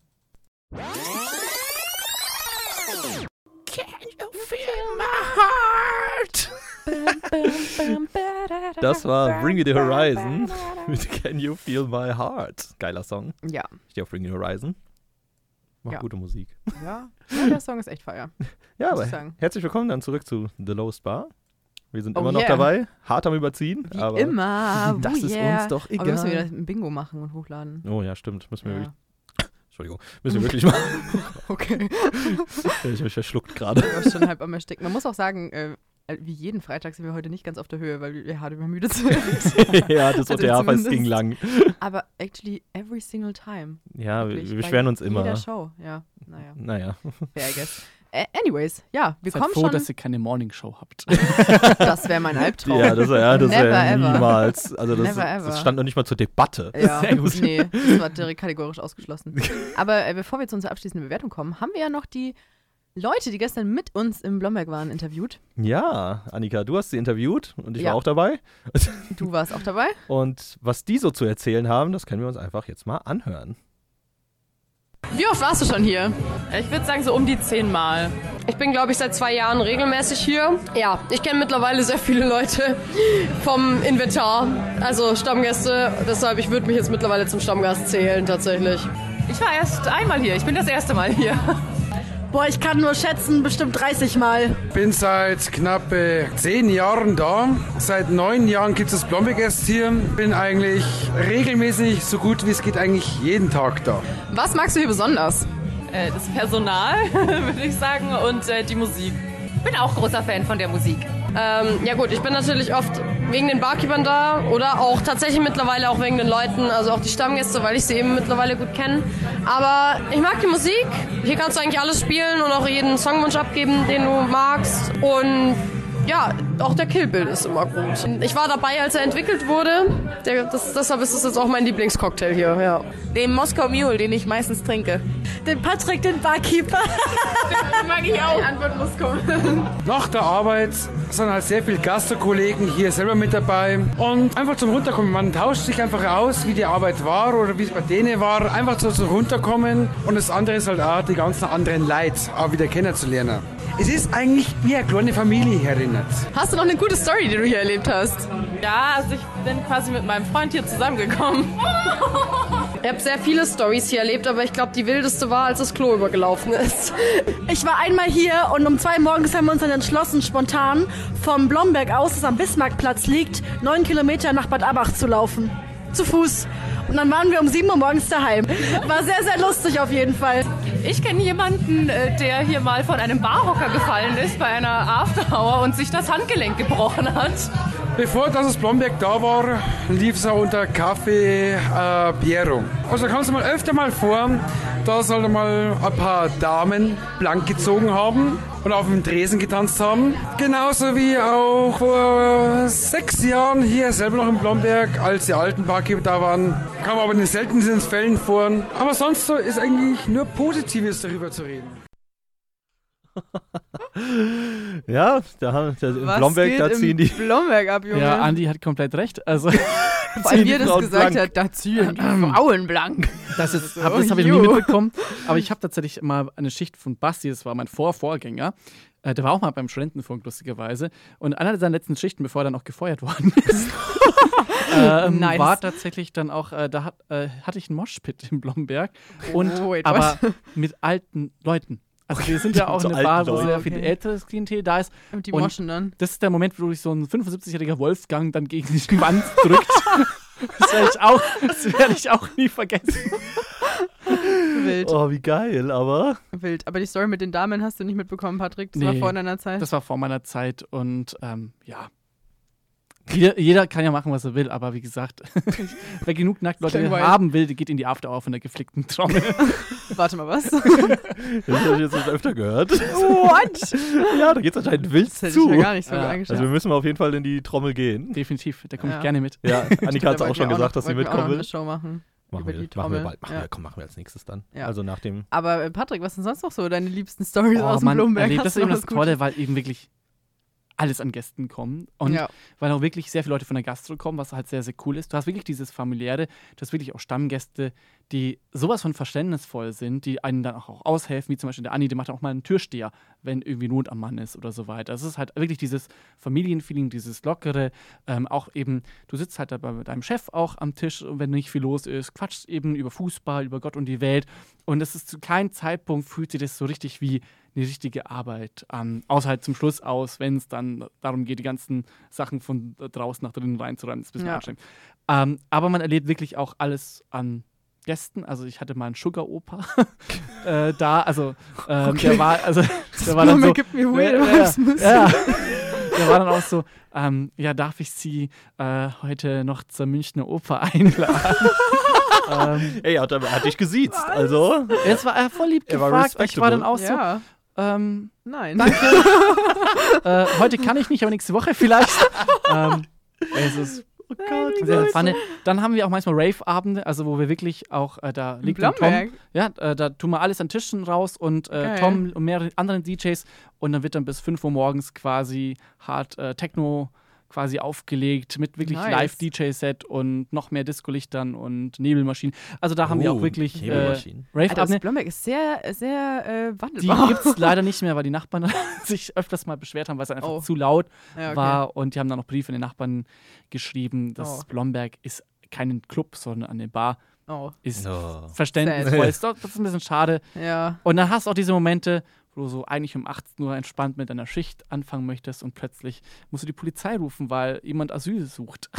[SPEAKER 4] Das war Bring Me
[SPEAKER 1] [laughs]
[SPEAKER 4] the Horizon [laughs] mit Can You Feel My Heart. Geiler Song.
[SPEAKER 1] Ja.
[SPEAKER 4] Ich stehe auf Bring Me the Horizon. Macht
[SPEAKER 1] Ja.
[SPEAKER 4] gute Musik.
[SPEAKER 1] ja. Ja, der Song ist echt feier.
[SPEAKER 4] Ja,
[SPEAKER 1] Muss ich
[SPEAKER 4] aber
[SPEAKER 1] sagen.
[SPEAKER 4] herzlich willkommen dann zurück zu The Lowest Bar. Wir sind
[SPEAKER 1] Oh
[SPEAKER 4] immer noch
[SPEAKER 1] yeah.
[SPEAKER 4] dabei, hart am Überziehen.
[SPEAKER 1] Wie
[SPEAKER 4] aber
[SPEAKER 1] immer.
[SPEAKER 4] Das
[SPEAKER 1] oh
[SPEAKER 4] ist
[SPEAKER 1] yeah.
[SPEAKER 4] uns doch
[SPEAKER 1] Aber wir müssen wieder
[SPEAKER 4] egal.
[SPEAKER 1] ein Bingo machen und hochladen.
[SPEAKER 4] Oh ja, stimmt. Müssen wir,
[SPEAKER 1] Ja.
[SPEAKER 4] wirklich, Entschuldigung, müssen
[SPEAKER 1] [laughs]
[SPEAKER 4] wir wirklich machen.
[SPEAKER 1] Okay.
[SPEAKER 4] [laughs] ich habe mich
[SPEAKER 1] [laughs]
[SPEAKER 4] verschluckt gerade.
[SPEAKER 1] Ich war schon halb am Ersticken. Man muss auch sagen, äh, wie jeden Freitag sind wir heute nicht ganz auf der Höhe, weil wir hart übermüdet
[SPEAKER 4] [laughs]
[SPEAKER 1] sind.
[SPEAKER 4] ja, das
[SPEAKER 1] Also
[SPEAKER 4] OTA-Fest ging
[SPEAKER 1] zumindest.
[SPEAKER 4] lang.
[SPEAKER 1] Aber actually every single time.
[SPEAKER 4] Ja, wir,
[SPEAKER 1] Wirklich,
[SPEAKER 4] wir
[SPEAKER 1] bei
[SPEAKER 4] beschweren uns immer.
[SPEAKER 1] Jeder Show, ja. Naja, [laughs]
[SPEAKER 4] Naja.
[SPEAKER 1] fair I
[SPEAKER 4] [laughs]
[SPEAKER 1] guess. Ä- anyways, ja, wir
[SPEAKER 5] Seid
[SPEAKER 1] kommen
[SPEAKER 5] froh,
[SPEAKER 1] schon.
[SPEAKER 5] dass ihr keine Morningshow habt.
[SPEAKER 1] das wäre mein Albtraum.
[SPEAKER 4] Ja, das, ja, das
[SPEAKER 1] Never
[SPEAKER 4] wär
[SPEAKER 1] ever.
[SPEAKER 4] niemals. Also das,
[SPEAKER 1] Never ever.
[SPEAKER 4] das stand noch nicht mal zur Debatte.
[SPEAKER 1] Ja,
[SPEAKER 5] Sehr gut.
[SPEAKER 1] nee, das war direkt kategorisch
[SPEAKER 5] [laughs]
[SPEAKER 1] ausgeschlossen. Aber äh, bevor wir zu unserer abschließenden Bewertung kommen, haben wir ja noch die Leute, die gestern mit uns im Blomberg waren, interviewt.
[SPEAKER 4] Ja, Annika, du hast sie interviewt und ich
[SPEAKER 1] Ja.
[SPEAKER 4] war auch dabei.
[SPEAKER 1] Du warst auch dabei.
[SPEAKER 4] Und was die so zu erzählen haben, das können wir uns einfach jetzt mal anhören.
[SPEAKER 1] Wie oft warst du schon hier?
[SPEAKER 6] Ich würde sagen, so um die zehnmal. Ich bin, glaube ich, seit zwei Jahren regelmäßig hier. Ja, ich kenne mittlerweile sehr viele Leute vom Inventar, also Stammgäste. Deshalb, ich würde mich jetzt mittlerweile zum Stammgast zählen, tatsächlich.
[SPEAKER 7] Ich war erst einmal hier. Ich bin das erste Mal hier.
[SPEAKER 8] Boah, ich kann nur schätzen, bestimmt 30 Mal.
[SPEAKER 9] bin seit knapp äh, zehn Jahren da. Seit neun Jahren gibt es das Blomberg erst hier. Bin eigentlich regelmäßig, so gut wie es geht, eigentlich jeden Tag da.
[SPEAKER 1] Was magst du hier besonders?
[SPEAKER 7] Äh, Das
[SPEAKER 6] [laughs]
[SPEAKER 7] Personal, würde ich sagen, und äh, die Musik. Bin auch großer Fan von der Musik.
[SPEAKER 6] Ähm, ja gut, ich bin natürlich oft wegen den Barkeepern da oder auch tatsächlich mittlerweile auch wegen den Leuten, also auch die Stammgäste, weil ich sie eben mittlerweile gut kenne. Aber ich mag die Musik. Hier kannst du eigentlich alles spielen und auch jeden Songwunsch abgeben, den du magst. Und ja, Auch der Kill Bill ist immer gut. Ich war dabei, als er entwickelt wurde. Der, das, deshalb ist es jetzt auch mein Lieblingscocktail hier. Ja.
[SPEAKER 10] Den Moskau Mule, den ich meistens trinke.
[SPEAKER 8] Den Patrick, den Barkeeper.
[SPEAKER 6] Mag ich auch. Die Antwort muss kommen.
[SPEAKER 9] Nach der Arbeit sind halt sehr viele Gasterkollegen hier selber mit dabei. Und einfach zum Runterkommen. Man tauscht sich einfach aus, wie die Arbeit war oder wie es bei denen war. Einfach so zum Runterkommen. Und das andere ist halt auch die ganzen anderen Leute auch wieder kennenzulernen. Es ist eigentlich wie eine kleine Familie hier erinnert.
[SPEAKER 6] Hast du noch eine gute Story, die du hier erlebt hast?
[SPEAKER 7] Ja, also ich bin quasi mit meinem Freund hier zusammengekommen.
[SPEAKER 6] Ich habe sehr viele Stories hier erlebt, aber ich glaube, die wildeste war, als das Klo übergelaufen ist.
[SPEAKER 8] Ich war einmal hier und um zwei Uhr morgens haben wir uns dann entschlossen, spontan vom Blomberg aus, das am Bismarckplatz liegt, neun Kilometer nach Bad Abach zu laufen. Zu Fuß. Und dann waren wir um sieben Uhr morgens daheim. War sehr, sehr lustig auf jeden Fall.
[SPEAKER 7] Ich kenne jemanden, äh, der hier mal von einem Barhocker gefallen ist bei einer Afterhour und sich das Handgelenk gebrochen hat.
[SPEAKER 9] Bevor das das Blomberg da war, lief es auch unter Kaffee äh, Piero. Also kam es mal öfter mal vor, dass halt mal ein paar Damen blank gezogen haben und auf dem Tresen getanzt haben. Genauso wie auch vor sechs Jahren hier selber noch in Blomberg, als die alten Barkeeper da waren. Kam aber in den seltensten Fällen vor. Aber sonst so ist eigentlich nur Positives darüber zu reden.
[SPEAKER 4] Ja, da haben da, in
[SPEAKER 1] Was
[SPEAKER 4] Blomberg,
[SPEAKER 1] geht
[SPEAKER 4] da
[SPEAKER 1] im
[SPEAKER 4] ziehen die.
[SPEAKER 1] Blomberg ab, Junge.
[SPEAKER 5] Ja, Andi hat komplett recht.
[SPEAKER 1] [laughs]
[SPEAKER 5] Also,
[SPEAKER 1] Vor allem,
[SPEAKER 4] ziehen
[SPEAKER 1] wie
[SPEAKER 4] die
[SPEAKER 1] er das
[SPEAKER 4] Frauen
[SPEAKER 1] gesagt
[SPEAKER 4] blank.
[SPEAKER 1] hat, da ziehen die Frauen blank.
[SPEAKER 5] das ist, hab, das habe ich
[SPEAKER 1] [laughs] Oh,
[SPEAKER 5] nie
[SPEAKER 1] jo.
[SPEAKER 5] mitbekommen. Aber ich habe tatsächlich mal eine Schicht von Basti, das war mein Vorvorgänger. äh, Der war auch mal beim Studentenfunk, lustigerweise. Und einer seiner letzten Schichten, bevor er dann auch gefeuert worden [laughs]
[SPEAKER 1] [laughs]
[SPEAKER 5] ist, ähm,
[SPEAKER 1] Nice.
[SPEAKER 5] war tatsächlich dann auch, äh, da hat, äh, hatte ich einen Moshpit in Blomberg. Und,
[SPEAKER 1] Oh, wait,
[SPEAKER 5] aber
[SPEAKER 1] [laughs]
[SPEAKER 5] mit alten Leuten. Also wir sind ja auch
[SPEAKER 4] Mit
[SPEAKER 5] eine
[SPEAKER 4] alten
[SPEAKER 5] Bar, wo
[SPEAKER 4] Leuten.
[SPEAKER 5] sehr viel
[SPEAKER 1] Okay.
[SPEAKER 5] älteres Klientel da ist.
[SPEAKER 1] Und die
[SPEAKER 5] Und-
[SPEAKER 1] moschen dann.
[SPEAKER 5] Das ist der Moment, wo sich so ein 75-jähriger Wolfgang dann gegen die Wand
[SPEAKER 1] [laughs]
[SPEAKER 5] drückt. Das werde ich, auch- das werde ich auch nie vergessen.
[SPEAKER 1] Wild,
[SPEAKER 4] Oh, wie geil, aber.
[SPEAKER 1] wild. Aber die Story mit den Damen hast du nicht mitbekommen, Patrick. Das war
[SPEAKER 5] Nee.
[SPEAKER 1] vor deiner Zeit.
[SPEAKER 5] Das war vor meiner Zeit und ähm, ja. Jeder, jeder kann ja machen, was er will, aber wie gesagt, [laughs] wer genug Nacktleute
[SPEAKER 1] Klingt wild.
[SPEAKER 5] haben will, der geht in die Afterhour von der
[SPEAKER 1] [laughs]
[SPEAKER 5] geflickten Trommel.
[SPEAKER 1] [laughs] Warte mal,
[SPEAKER 4] [laughs]
[SPEAKER 1] was?
[SPEAKER 4] Das habe ich jetzt nicht öfter gehört.
[SPEAKER 1] What?
[SPEAKER 4] [laughs] ja, da geht es anscheinend wild
[SPEAKER 1] Das hätte
[SPEAKER 4] zu.
[SPEAKER 1] ich mir gar nicht so
[SPEAKER 5] Ja,
[SPEAKER 1] eingeschätzt.
[SPEAKER 4] also, wir müssen mal auf jeden Fall in die Trommel gehen.
[SPEAKER 5] Definitiv, da komme
[SPEAKER 1] Ja.
[SPEAKER 5] ich gerne mit. [laughs] Oh,
[SPEAKER 4] Ja, Annika hat
[SPEAKER 1] Da
[SPEAKER 4] auch
[SPEAKER 1] wollten
[SPEAKER 4] schon
[SPEAKER 1] wir
[SPEAKER 4] gesagt,
[SPEAKER 1] noch-
[SPEAKER 4] dass sie
[SPEAKER 1] wollten wir auch noch
[SPEAKER 4] mitkommen will.
[SPEAKER 1] Eine Show machen.
[SPEAKER 4] Machen
[SPEAKER 1] über
[SPEAKER 4] wir,
[SPEAKER 1] die
[SPEAKER 4] machen wir
[SPEAKER 1] Trommel.
[SPEAKER 4] bald. Machen
[SPEAKER 1] Ja.
[SPEAKER 4] wir, komm, machen wir als nächstes dann.
[SPEAKER 1] Ja.
[SPEAKER 4] Also nach dem.
[SPEAKER 1] Aber äh, Patrick, was sind sonst noch so deine liebsten Stories aus dem
[SPEAKER 5] Mann,
[SPEAKER 1] Blomberg?
[SPEAKER 5] erlebt,
[SPEAKER 1] Hast
[SPEAKER 5] das
[SPEAKER 1] du
[SPEAKER 5] ist eben
[SPEAKER 1] noch
[SPEAKER 5] das
[SPEAKER 1] was
[SPEAKER 5] Tolle, weil eben wirklich alles an Gästen kommen. Und
[SPEAKER 1] Ja.
[SPEAKER 5] weil auch wirklich sehr viele Leute von der Gastro kommen, was halt sehr, sehr cool ist. Du hast wirklich dieses familiäre, du hast wirklich auch Stammgäste, die sowas von verständnisvoll sind, die einem dann auch, auch aushelfen, wie zum Beispiel der Anni, der macht auch mal einen Türsteher, wenn irgendwie Not am Mann ist oder so weiter. Also es ist halt wirklich dieses Familienfeeling, dieses Lockere, ähm, auch eben, du sitzt halt dabei mit deinem Chef auch am Tisch, und wenn nicht viel los ist, quatschst eben über Fußball, über Gott und die Welt und es ist zu keinem Zeitpunkt fühlt sich das so richtig wie eine richtige Arbeit an. Außer halt zum Schluss aus, wenn es dann darum geht, die ganzen Sachen von draußen nach drinnen reinzuräumen. Das ist ein bisschen
[SPEAKER 1] Ja.
[SPEAKER 5] anstrengend. Ähm, aber man erlebt wirklich auch alles an Gästen. Also ich hatte mal einen Sugar-Opa [laughs] äh, da. Also ähm, der war, [laughs] also der war dann
[SPEAKER 1] Blomberg
[SPEAKER 5] so,
[SPEAKER 1] gibt mir weird
[SPEAKER 5] ja, ja,
[SPEAKER 1] vibes, Miss.
[SPEAKER 5] ja. [laughs] Der war dann auch so, ähm, ja, darf ich Sie äh, heute noch zur Münchner Oper [laughs] einladen? ähm,
[SPEAKER 4] Ey, hat, er- hat dich gesiezt. Also.
[SPEAKER 5] es war äh, voll lieb
[SPEAKER 4] Er war
[SPEAKER 5] gefragt. Ich war
[SPEAKER 4] respectable.
[SPEAKER 5] dann auch so,
[SPEAKER 1] Ja,
[SPEAKER 5] ähm,
[SPEAKER 1] nein. [laughs]
[SPEAKER 5] äh, heute kann ich nicht, aber nächste Woche [laughs] vielleicht. ähm, es ist
[SPEAKER 4] Oh Gott.
[SPEAKER 5] sehr, sehr funny. Dann haben wir auch manchmal Rave-Abende, also wo wir wirklich auch, äh, da
[SPEAKER 1] In
[SPEAKER 5] liegt dann Tom.
[SPEAKER 1] Blomberg.
[SPEAKER 5] Ja, äh, da tun wir alles an Tischen raus und äh,
[SPEAKER 1] Geil.
[SPEAKER 5] Tom und mehrere anderen DJs und dann wird dann bis 5 Uhr morgens quasi hart äh, Techno quasi aufgelegt mit wirklich
[SPEAKER 1] Nice.
[SPEAKER 5] Live-DJ-Set und noch mehr Disco-Lichtern und Nebelmaschinen. Also da haben wir
[SPEAKER 4] Oh,
[SPEAKER 5] auch wirklich äh,
[SPEAKER 4] Nebelmaschinen.
[SPEAKER 1] Alter, das
[SPEAKER 5] Rave-Abende.
[SPEAKER 1] Blomberg ist sehr, sehr äh,
[SPEAKER 5] Die
[SPEAKER 1] wandelbar. [laughs]
[SPEAKER 5] gibt es leider nicht mehr, weil die Nachbarn [laughs] sich öfters mal beschwert haben, weil es einfach
[SPEAKER 1] Oh.
[SPEAKER 5] zu laut
[SPEAKER 1] ja, okay.
[SPEAKER 5] war und die haben dann noch Briefe an den Nachbarn geschrieben, dass
[SPEAKER 1] Oh.
[SPEAKER 5] Blomberg ist kein Club, sondern eine Bar
[SPEAKER 1] Oh,
[SPEAKER 5] ist
[SPEAKER 4] Oh.
[SPEAKER 5] verständnisvoll. Ist doch- Das ist ein bisschen schade.
[SPEAKER 1] ja.
[SPEAKER 5] Und dann hast du auch diese Momente, wo du so eigentlich um 18 Uhr entspannt mit deiner Schicht anfangen möchtest und plötzlich musst du die Polizei rufen, weil jemand Asyl
[SPEAKER 4] [laughs]
[SPEAKER 5] sucht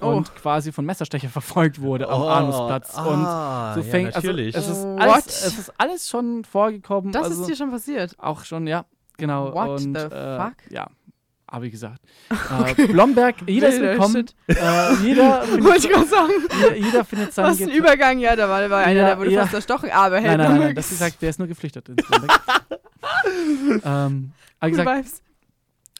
[SPEAKER 1] Oh.
[SPEAKER 5] und quasi von Messerstecher verfolgt wurde am Arnusplatz.
[SPEAKER 4] Oh. Ah,
[SPEAKER 5] und so fängt
[SPEAKER 4] ja, natürlich.
[SPEAKER 5] Also, es, ist
[SPEAKER 1] What?
[SPEAKER 5] alles, es ist alles schon vorgekommen.
[SPEAKER 1] Das
[SPEAKER 5] also,
[SPEAKER 1] ist dir schon passiert.
[SPEAKER 5] auch schon, ja, genau.
[SPEAKER 1] What
[SPEAKER 5] und,
[SPEAKER 1] the
[SPEAKER 5] äh,
[SPEAKER 1] fuck?
[SPEAKER 5] Ja, aber wie gesagt,
[SPEAKER 1] [laughs]
[SPEAKER 5] äh, Blomberg, jeder ist
[SPEAKER 1] Wilder
[SPEAKER 5] willkommen.
[SPEAKER 1] Shit.
[SPEAKER 5] Äh,
[SPEAKER 1] [laughs]
[SPEAKER 5] jeder,
[SPEAKER 1] Wollte
[SPEAKER 5] findet,
[SPEAKER 1] ich gerade sagen.
[SPEAKER 5] jeder, jeder findet seinen
[SPEAKER 1] Was ein Übergang. Ja, da war, war einer,
[SPEAKER 5] Ja,
[SPEAKER 1] der wurde
[SPEAKER 5] ja.
[SPEAKER 1] fast erstochen. Aber hey,
[SPEAKER 5] Nein, nein, nein,
[SPEAKER 1] [laughs]
[SPEAKER 5] nein, halt,
[SPEAKER 1] Blomberg. [laughs]
[SPEAKER 5] das ist gesagt, der ist nur geflüchtet. ins Blomberg. ähm, aber
[SPEAKER 1] Gute
[SPEAKER 5] wie gesagt,
[SPEAKER 1] Vibes.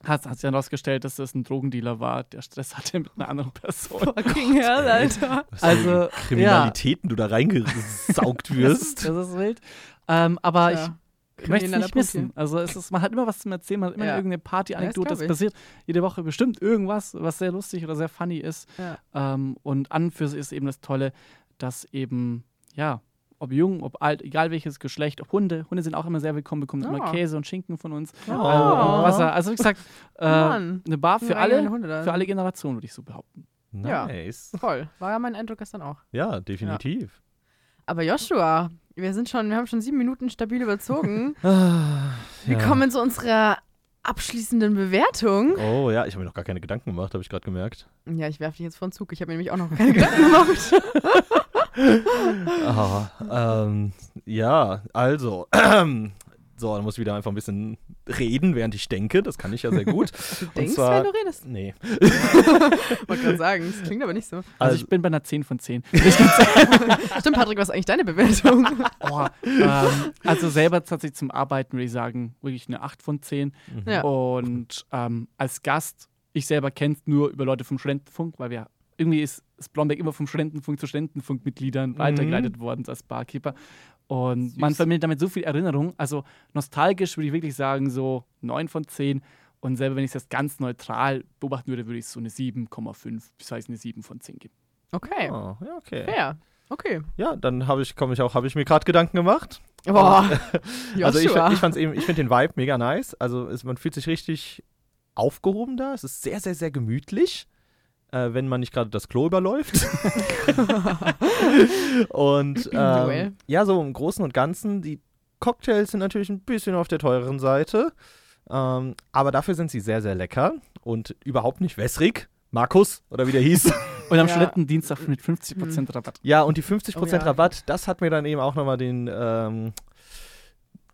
[SPEAKER 5] Hat, hat sich dann rausgestellt, dass das ein Drogendealer war, der Stress hatte mit einer
[SPEAKER 1] [laughs]
[SPEAKER 5] anderen Person.
[SPEAKER 1] Fucking hell,
[SPEAKER 5] [laughs]
[SPEAKER 1] Alter.
[SPEAKER 4] Was
[SPEAKER 5] Also,
[SPEAKER 4] für Kriminalitäten du
[SPEAKER 1] [laughs]
[SPEAKER 4] da reingesaugt
[SPEAKER 5] Das ist,
[SPEAKER 4] wirst.
[SPEAKER 5] das ist wild. Ähm, aber ich,
[SPEAKER 1] Ja.
[SPEAKER 5] Ich möchte es
[SPEAKER 1] Krimineller
[SPEAKER 5] nicht
[SPEAKER 1] Punkt
[SPEAKER 5] missen. Also es ist, man hat immer was zum Erzählen, man hat immer
[SPEAKER 1] Ja.
[SPEAKER 5] irgendeine Party-Anekdote,
[SPEAKER 1] Das glaub
[SPEAKER 5] das
[SPEAKER 1] ich.
[SPEAKER 5] passiert jede Woche bestimmt irgendwas, was sehr lustig oder sehr funny ist.
[SPEAKER 1] Ja.
[SPEAKER 5] Ähm, und an und für sich ist eben das Tolle, dass eben, ja, ob jung, ob alt, egal welches Geschlecht, ob Hunde, Hunde sind auch immer sehr willkommen, bekommen
[SPEAKER 1] Ah.
[SPEAKER 5] immer Käse und Schinken von uns.
[SPEAKER 1] Oh.
[SPEAKER 5] Äh, Wasser. Also wie gesagt, äh,
[SPEAKER 1] Mann.
[SPEAKER 5] eine Bar für alle,
[SPEAKER 1] Hunde da.
[SPEAKER 5] für alle Generationen, würde ich so behaupten.
[SPEAKER 1] Ja.
[SPEAKER 4] Nice.
[SPEAKER 1] Voll. War ja mein Eindruck gestern auch.
[SPEAKER 4] Ja, definitiv.
[SPEAKER 1] Aber Joshua, wir sind schon, wir haben schon sieben Minuten stabil
[SPEAKER 5] [laughs]
[SPEAKER 1] überzogen.
[SPEAKER 4] Ah,
[SPEAKER 1] Wir kommen zu unserer abschließenden Bewertung.
[SPEAKER 4] Oh ja, ich habe mir noch gar keine Gedanken gemacht, habe ich gerade gemerkt.
[SPEAKER 1] Ja, ich werfe dich jetzt vor den Zug. Ich habe mir nämlich auch noch
[SPEAKER 5] [laughs]
[SPEAKER 1] keine Gedanken gemacht.
[SPEAKER 4] Ah, ähm, ja, also. [clears throat] so, dann muss ich wieder einfach ein bisschen reden, während ich denke. Das kann ich ja
[SPEAKER 1] [laughs]
[SPEAKER 4] sehr gut.
[SPEAKER 1] Du denkst,
[SPEAKER 4] zwar-
[SPEAKER 1] wenn du redest.
[SPEAKER 4] nee.
[SPEAKER 1] Wollte gerade sagen. Das klingt aber nicht so.
[SPEAKER 5] Also,
[SPEAKER 4] Also-
[SPEAKER 5] ich bin bei einer 10 von 10.
[SPEAKER 1] Stimmt, Patrick, was ist eigentlich deine
[SPEAKER 4] [laughs]
[SPEAKER 1] Bewertung?
[SPEAKER 5] Boah, ähm, also selber tatsächlich zum Arbeiten würde ich sagen, wirklich eine 8 von 10.
[SPEAKER 1] Ja.
[SPEAKER 5] Und ähm, als Gast, ich selber kenne es nur über Leute vom Studentenfunk, weil wir irgendwie ist, ist Blomberg immer vom Studentenfunk zu
[SPEAKER 1] Mhm.
[SPEAKER 5] Studentenfunkmitgliedern weitergeleitet worden als Barkeeper. Und man vermittelt damit so viel Erinnerung. Also nostalgisch würde ich wirklich sagen, so 9 von 10. Und selber, wenn ich das ganz neutral beobachten würde, würde ich so eine 7,5 bis heißt eine 7 von 10 geben.
[SPEAKER 1] Okay.
[SPEAKER 4] Oh, ja, okay.
[SPEAKER 1] Fair. Okay.
[SPEAKER 4] Ja, dann habe ich, komme ich auch, habe ich mir gerade Gedanken gemacht.
[SPEAKER 1] Boah. Joshua.
[SPEAKER 4] Oh. [laughs] Also ich, ich fand's eben, ich finde den Vibe mega nice. Also es, man fühlt sich richtig aufgehoben da. Es ist sehr, sehr, sehr gemütlich, äh, wenn man nicht gerade das Klo überläuft. und
[SPEAKER 1] Well.
[SPEAKER 4] ähm, ja, so im Großen und Ganzen, die Cocktails sind natürlich ein bisschen auf der teureren Seite. Ähm, aber dafür sind sie sehr, sehr lecker und überhaupt nicht wässrig. Markus, oder wie der hieß.
[SPEAKER 5] Und am
[SPEAKER 1] Ja. Mhm.
[SPEAKER 5] Studentendienstag mit 50% Rabatt.
[SPEAKER 4] ja, und die 50%
[SPEAKER 1] Oh ja.
[SPEAKER 4] Rabatt, das hat mir dann eben auch nochmal den ähm,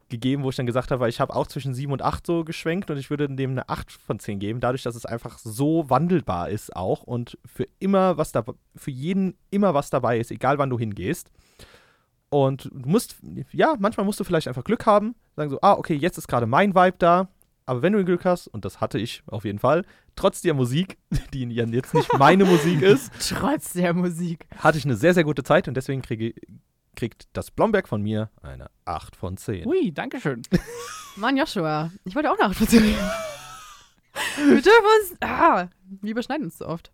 [SPEAKER 4] gegeben, wo ich dann gesagt habe, weil ich habe auch zwischen 7 und 8 so geschwenkt und ich würde dem eine 8 von 10 geben, dadurch, dass es einfach so wandelbar ist auch und für immer was dabei, für jeden immer was dabei ist, egal wann du hingehst. Und du musst, ja, manchmal musst du vielleicht einfach Glück haben, sagen so, ah, okay, jetzt ist gerade mein Vibe da. Aber wenn du Glück hast, und das hatte ich auf jeden Fall, trotz der Musik, [laughs] die ja jetzt nicht meine Musik ist,
[SPEAKER 1] Trotz der Musik.
[SPEAKER 4] hatte ich eine sehr, sehr gute Zeit und deswegen kriege, kriegt das Blomberg von mir eine 8 von 10.
[SPEAKER 5] Ui, Dankeschön.
[SPEAKER 1] Mann, Joshua. Ich wollte auch eine 8 von 10.
[SPEAKER 4] [laughs]
[SPEAKER 1] Wir dürfen uns. Ah, wir überschneiden uns so oft.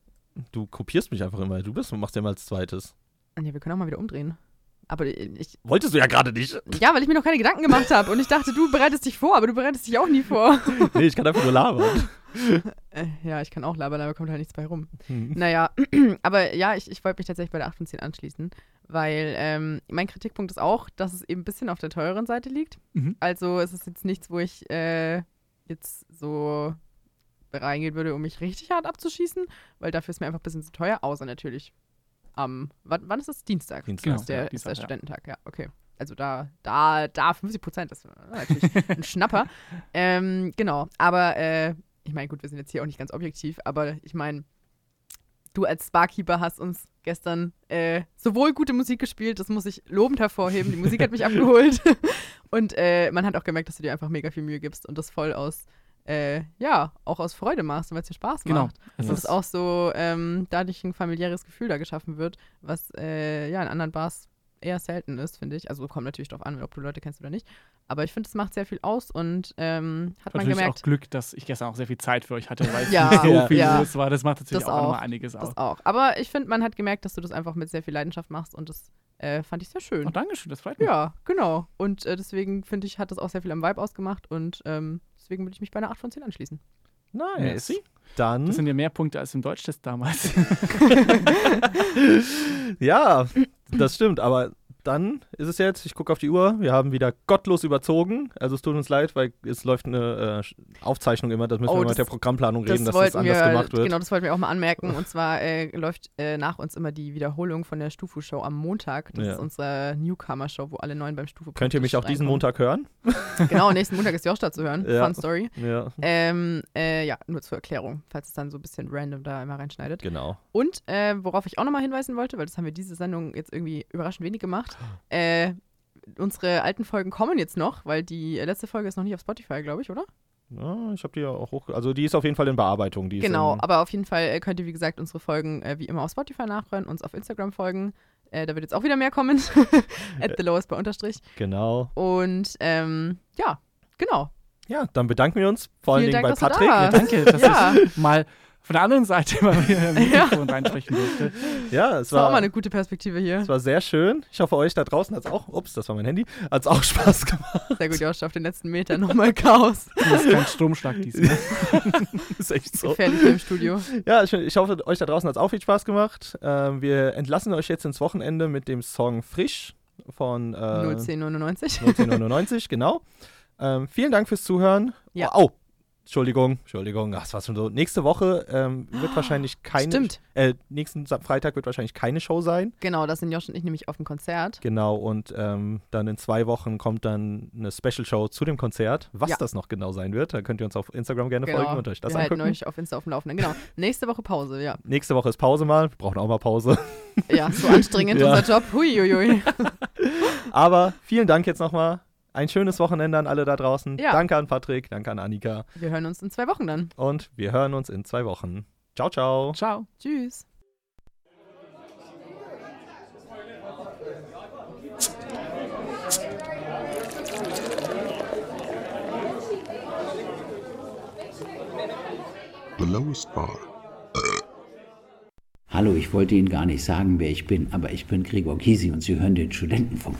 [SPEAKER 4] Du kopierst mich einfach immer. Du bist, machst ja mal als zweites.
[SPEAKER 1] Ja, wir können auch mal wieder umdrehen. Aber ich.
[SPEAKER 4] Wolltest du ja gerade nicht.
[SPEAKER 1] Ja, weil ich mir noch keine Gedanken gemacht habe und ich dachte, du bereitest dich vor, aber du bereitest dich auch nie
[SPEAKER 4] [laughs]
[SPEAKER 1] vor.
[SPEAKER 4] [laughs] Nee, ich kann einfach nur labern.
[SPEAKER 1] Äh, ja, ich kann auch labern, aber kommt halt nichts bei rum.
[SPEAKER 5] Hm.
[SPEAKER 1] Naja, [clears throat] aber ja, ich, ich wollte mich tatsächlich bei der 8 von 10 anschließen, weil ähm, mein Kritikpunkt ist auch, dass es eben ein bisschen auf der teuren Seite liegt.
[SPEAKER 5] Mhm.
[SPEAKER 1] Also es ist jetzt nichts, wo ich äh, jetzt so reingehen würde, um mich richtig hart abzuschießen, weil dafür ist mir einfach ein bisschen zu teuer, außer natürlich am, wann, wann ist das? Dienstag.
[SPEAKER 4] Dienstag,
[SPEAKER 5] Genau.
[SPEAKER 1] Ist der,
[SPEAKER 5] Ja,
[SPEAKER 1] ist der
[SPEAKER 5] Dienstag, ja.
[SPEAKER 1] Studententag, ja, okay. Also da, da, da 50 Prozent ist natürlich
[SPEAKER 5] [laughs]
[SPEAKER 1] ein Schnapper. Ähm, genau, aber äh, ich meine, gut, wir sind jetzt hier auch nicht ganz objektiv, aber ich meine, du als Barkeeper hast uns gestern äh, sowohl gute Musik gespielt, das muss ich lobend hervorheben, die Musik hat
[SPEAKER 5] [laughs]
[SPEAKER 1] mich abgeholt [laughs] und äh, man hat auch gemerkt, dass du dir einfach mega viel Mühe gibst und das voll aus, äh, ja, auch aus Freude machst und weil es dir Spaß
[SPEAKER 5] Genau.
[SPEAKER 1] macht. Und dass auch so ähm, dadurch ein familiäres Gefühl da geschaffen wird, was äh, ja in anderen Bars eher selten ist, finde ich. Also kommt natürlich drauf an, ob du Leute kennst oder nicht. Aber ich finde, es macht sehr viel aus und ähm, hat man
[SPEAKER 5] natürlich
[SPEAKER 1] gemerkt,
[SPEAKER 5] auch Glück, dass ich gestern auch sehr viel Zeit für euch hatte,
[SPEAKER 1] [laughs]
[SPEAKER 5] weil es
[SPEAKER 1] Ja,
[SPEAKER 4] [laughs]
[SPEAKER 5] nicht Ah, so
[SPEAKER 4] ja,
[SPEAKER 5] viel
[SPEAKER 1] ja.
[SPEAKER 5] los war. Das macht natürlich
[SPEAKER 1] Das
[SPEAKER 5] auch,
[SPEAKER 1] auch,
[SPEAKER 5] nochmal einiges aus.
[SPEAKER 1] das auch. Aber ich finde, man hat gemerkt, dass du das einfach mit sehr viel Leidenschaft machst und das äh, fand ich sehr schön.
[SPEAKER 5] Oh, Dankeschön, das freut mich.
[SPEAKER 1] Ja, genau. Und äh, deswegen finde ich, hat das auch sehr viel am Vibe ausgemacht und ähm, deswegen würde ich mich bei einer 8 von 10 anschließen.
[SPEAKER 4] Nice.
[SPEAKER 5] Merci.
[SPEAKER 4] Dann,
[SPEAKER 5] Das sind ja mehr Punkte als im Deutschtest damals.
[SPEAKER 1] [laughs]
[SPEAKER 4] [laughs] ja, das stimmt. Aber dann ist es jetzt, ich gucke auf die Uhr, wir haben wieder gottlos überzogen. Also es tut uns leid, weil es läuft eine äh, Aufzeichnung immer. Das müssen
[SPEAKER 1] Oh,
[SPEAKER 4] wir mal
[SPEAKER 1] das-
[SPEAKER 4] mit der Programmplanung reden, dass das
[SPEAKER 1] wollten
[SPEAKER 4] anders
[SPEAKER 1] wir,
[SPEAKER 4] gemacht wird.
[SPEAKER 1] Genau, das wollten wir auch mal anmerken. Und zwar äh, läuft äh, nach uns immer die Wiederholung von der Stufu-Show am Montag. Das
[SPEAKER 4] Ja.
[SPEAKER 1] ist unsere Newcomer-Show, wo alle neuen beim Stufu
[SPEAKER 4] Könnt ihr mich auch diesen Montag hören?
[SPEAKER 1] Genau, nächsten Montag ist Joshua zu hören.
[SPEAKER 4] Ja.
[SPEAKER 1] Fun Story.
[SPEAKER 4] Ja,
[SPEAKER 1] Ähm, äh, ja, nur zur Erklärung, falls es dann so ein bisschen random da immer reinschneidet.
[SPEAKER 4] genau.
[SPEAKER 1] Und äh, worauf ich auch nochmal hinweisen wollte, weil das haben wir diese Sendung jetzt irgendwie überraschend wenig gemacht. Äh, unsere alten Folgen kommen jetzt noch, weil die letzte Folge ist noch nicht auf Spotify, glaube ich, oder?
[SPEAKER 4] Ja, ich habe die ja auch hoch. Also die ist auf jeden Fall in Bearbeitung. Die
[SPEAKER 1] Genau,
[SPEAKER 4] Ist in,
[SPEAKER 1] aber auf jeden Fall äh, könnt ihr, wie gesagt, unsere Folgen äh, wie immer auf Spotify nachhören, uns auf Instagram folgen. Äh, da wird jetzt auch wieder mehr kommen. [laughs] At the lowest bei Unterstrich.
[SPEAKER 4] genau.
[SPEAKER 1] Und ähm, ja, genau.
[SPEAKER 4] Ja, dann bedanken wir uns vor allen
[SPEAKER 1] Vielen
[SPEAKER 4] Dingen
[SPEAKER 1] Dank, dass du
[SPEAKER 4] bei Patrick.
[SPEAKER 1] da warst.
[SPEAKER 5] Danke, dass
[SPEAKER 1] Ja.
[SPEAKER 5] ich mal von der anderen Seite [laughs] mal wieder im Mikrofon reinsprechen durfte.
[SPEAKER 4] Ja, es
[SPEAKER 1] Das war auch
[SPEAKER 4] war,
[SPEAKER 1] mal eine gute Perspektive hier.
[SPEAKER 4] es war sehr schön. Ich hoffe, euch da draußen hat es auch, ups, das war mein Handy, hat es auch [laughs] Spaß gemacht.
[SPEAKER 1] Sehr gut, Josh, auf den letzten Meter nochmal Chaos.
[SPEAKER 5] Das ist kein Stromschlag diesmal.
[SPEAKER 4] ist echt [laughs] so.
[SPEAKER 1] Gefährlich hier im Studio.
[SPEAKER 4] Ja, ich, ich hoffe, euch da draußen hat es auch viel Spaß gemacht. Ähm, wir entlassen euch jetzt ins Wochenende mit dem Song Frisch von [laughs] äh,
[SPEAKER 1] 01099.
[SPEAKER 4] 1999, genau. Ähm, vielen Dank fürs Zuhören.
[SPEAKER 1] Ja.
[SPEAKER 4] Oh, au. Entschuldigung, Entschuldigung, ach, das war schon so. Nächste Woche ähm, wird wahrscheinlich keine.
[SPEAKER 1] Ah, Stimmt.
[SPEAKER 4] Äh, nächsten Sa- Freitag wird wahrscheinlich keine Show sein.
[SPEAKER 1] Genau, das sind Josh und ich nämlich auf dem Konzert.
[SPEAKER 4] Genau, und ähm, dann in zwei Wochen kommt dann eine Special-Show zu dem Konzert. Was
[SPEAKER 1] Ja.
[SPEAKER 4] das noch genau sein wird, da könnt ihr uns auf Instagram gerne
[SPEAKER 1] Genau.
[SPEAKER 4] folgen und euch das
[SPEAKER 1] Wir halten
[SPEAKER 4] angucken.
[SPEAKER 1] euch auf Insta auf dem Laufenden.
[SPEAKER 4] [laughs]
[SPEAKER 1] Genau. Nächste Woche Pause, ja.
[SPEAKER 4] Nächste Woche ist Pause mal. Wir brauchen auch mal Pause. [laughs]
[SPEAKER 1] Ja, so anstrengend
[SPEAKER 4] Ja.
[SPEAKER 1] unser Job. Huiuiui.
[SPEAKER 4] Aber vielen Dank jetzt nochmal. Ein schönes Wochenende an alle da draußen.
[SPEAKER 1] Ja.
[SPEAKER 4] Danke an Patrick, danke an Annika.
[SPEAKER 1] Wir hören uns in zwei Wochen dann.
[SPEAKER 4] Und wir hören uns in zwei Wochen. Ciao, ciao.
[SPEAKER 5] Ciao.
[SPEAKER 1] Tschüss.
[SPEAKER 3] The lowest bar.
[SPEAKER 11] Hallo, ich wollte Ihnen gar nicht sagen, wer ich bin, aber ich bin Gregor Gysi und Sie hören den Studentenfunk.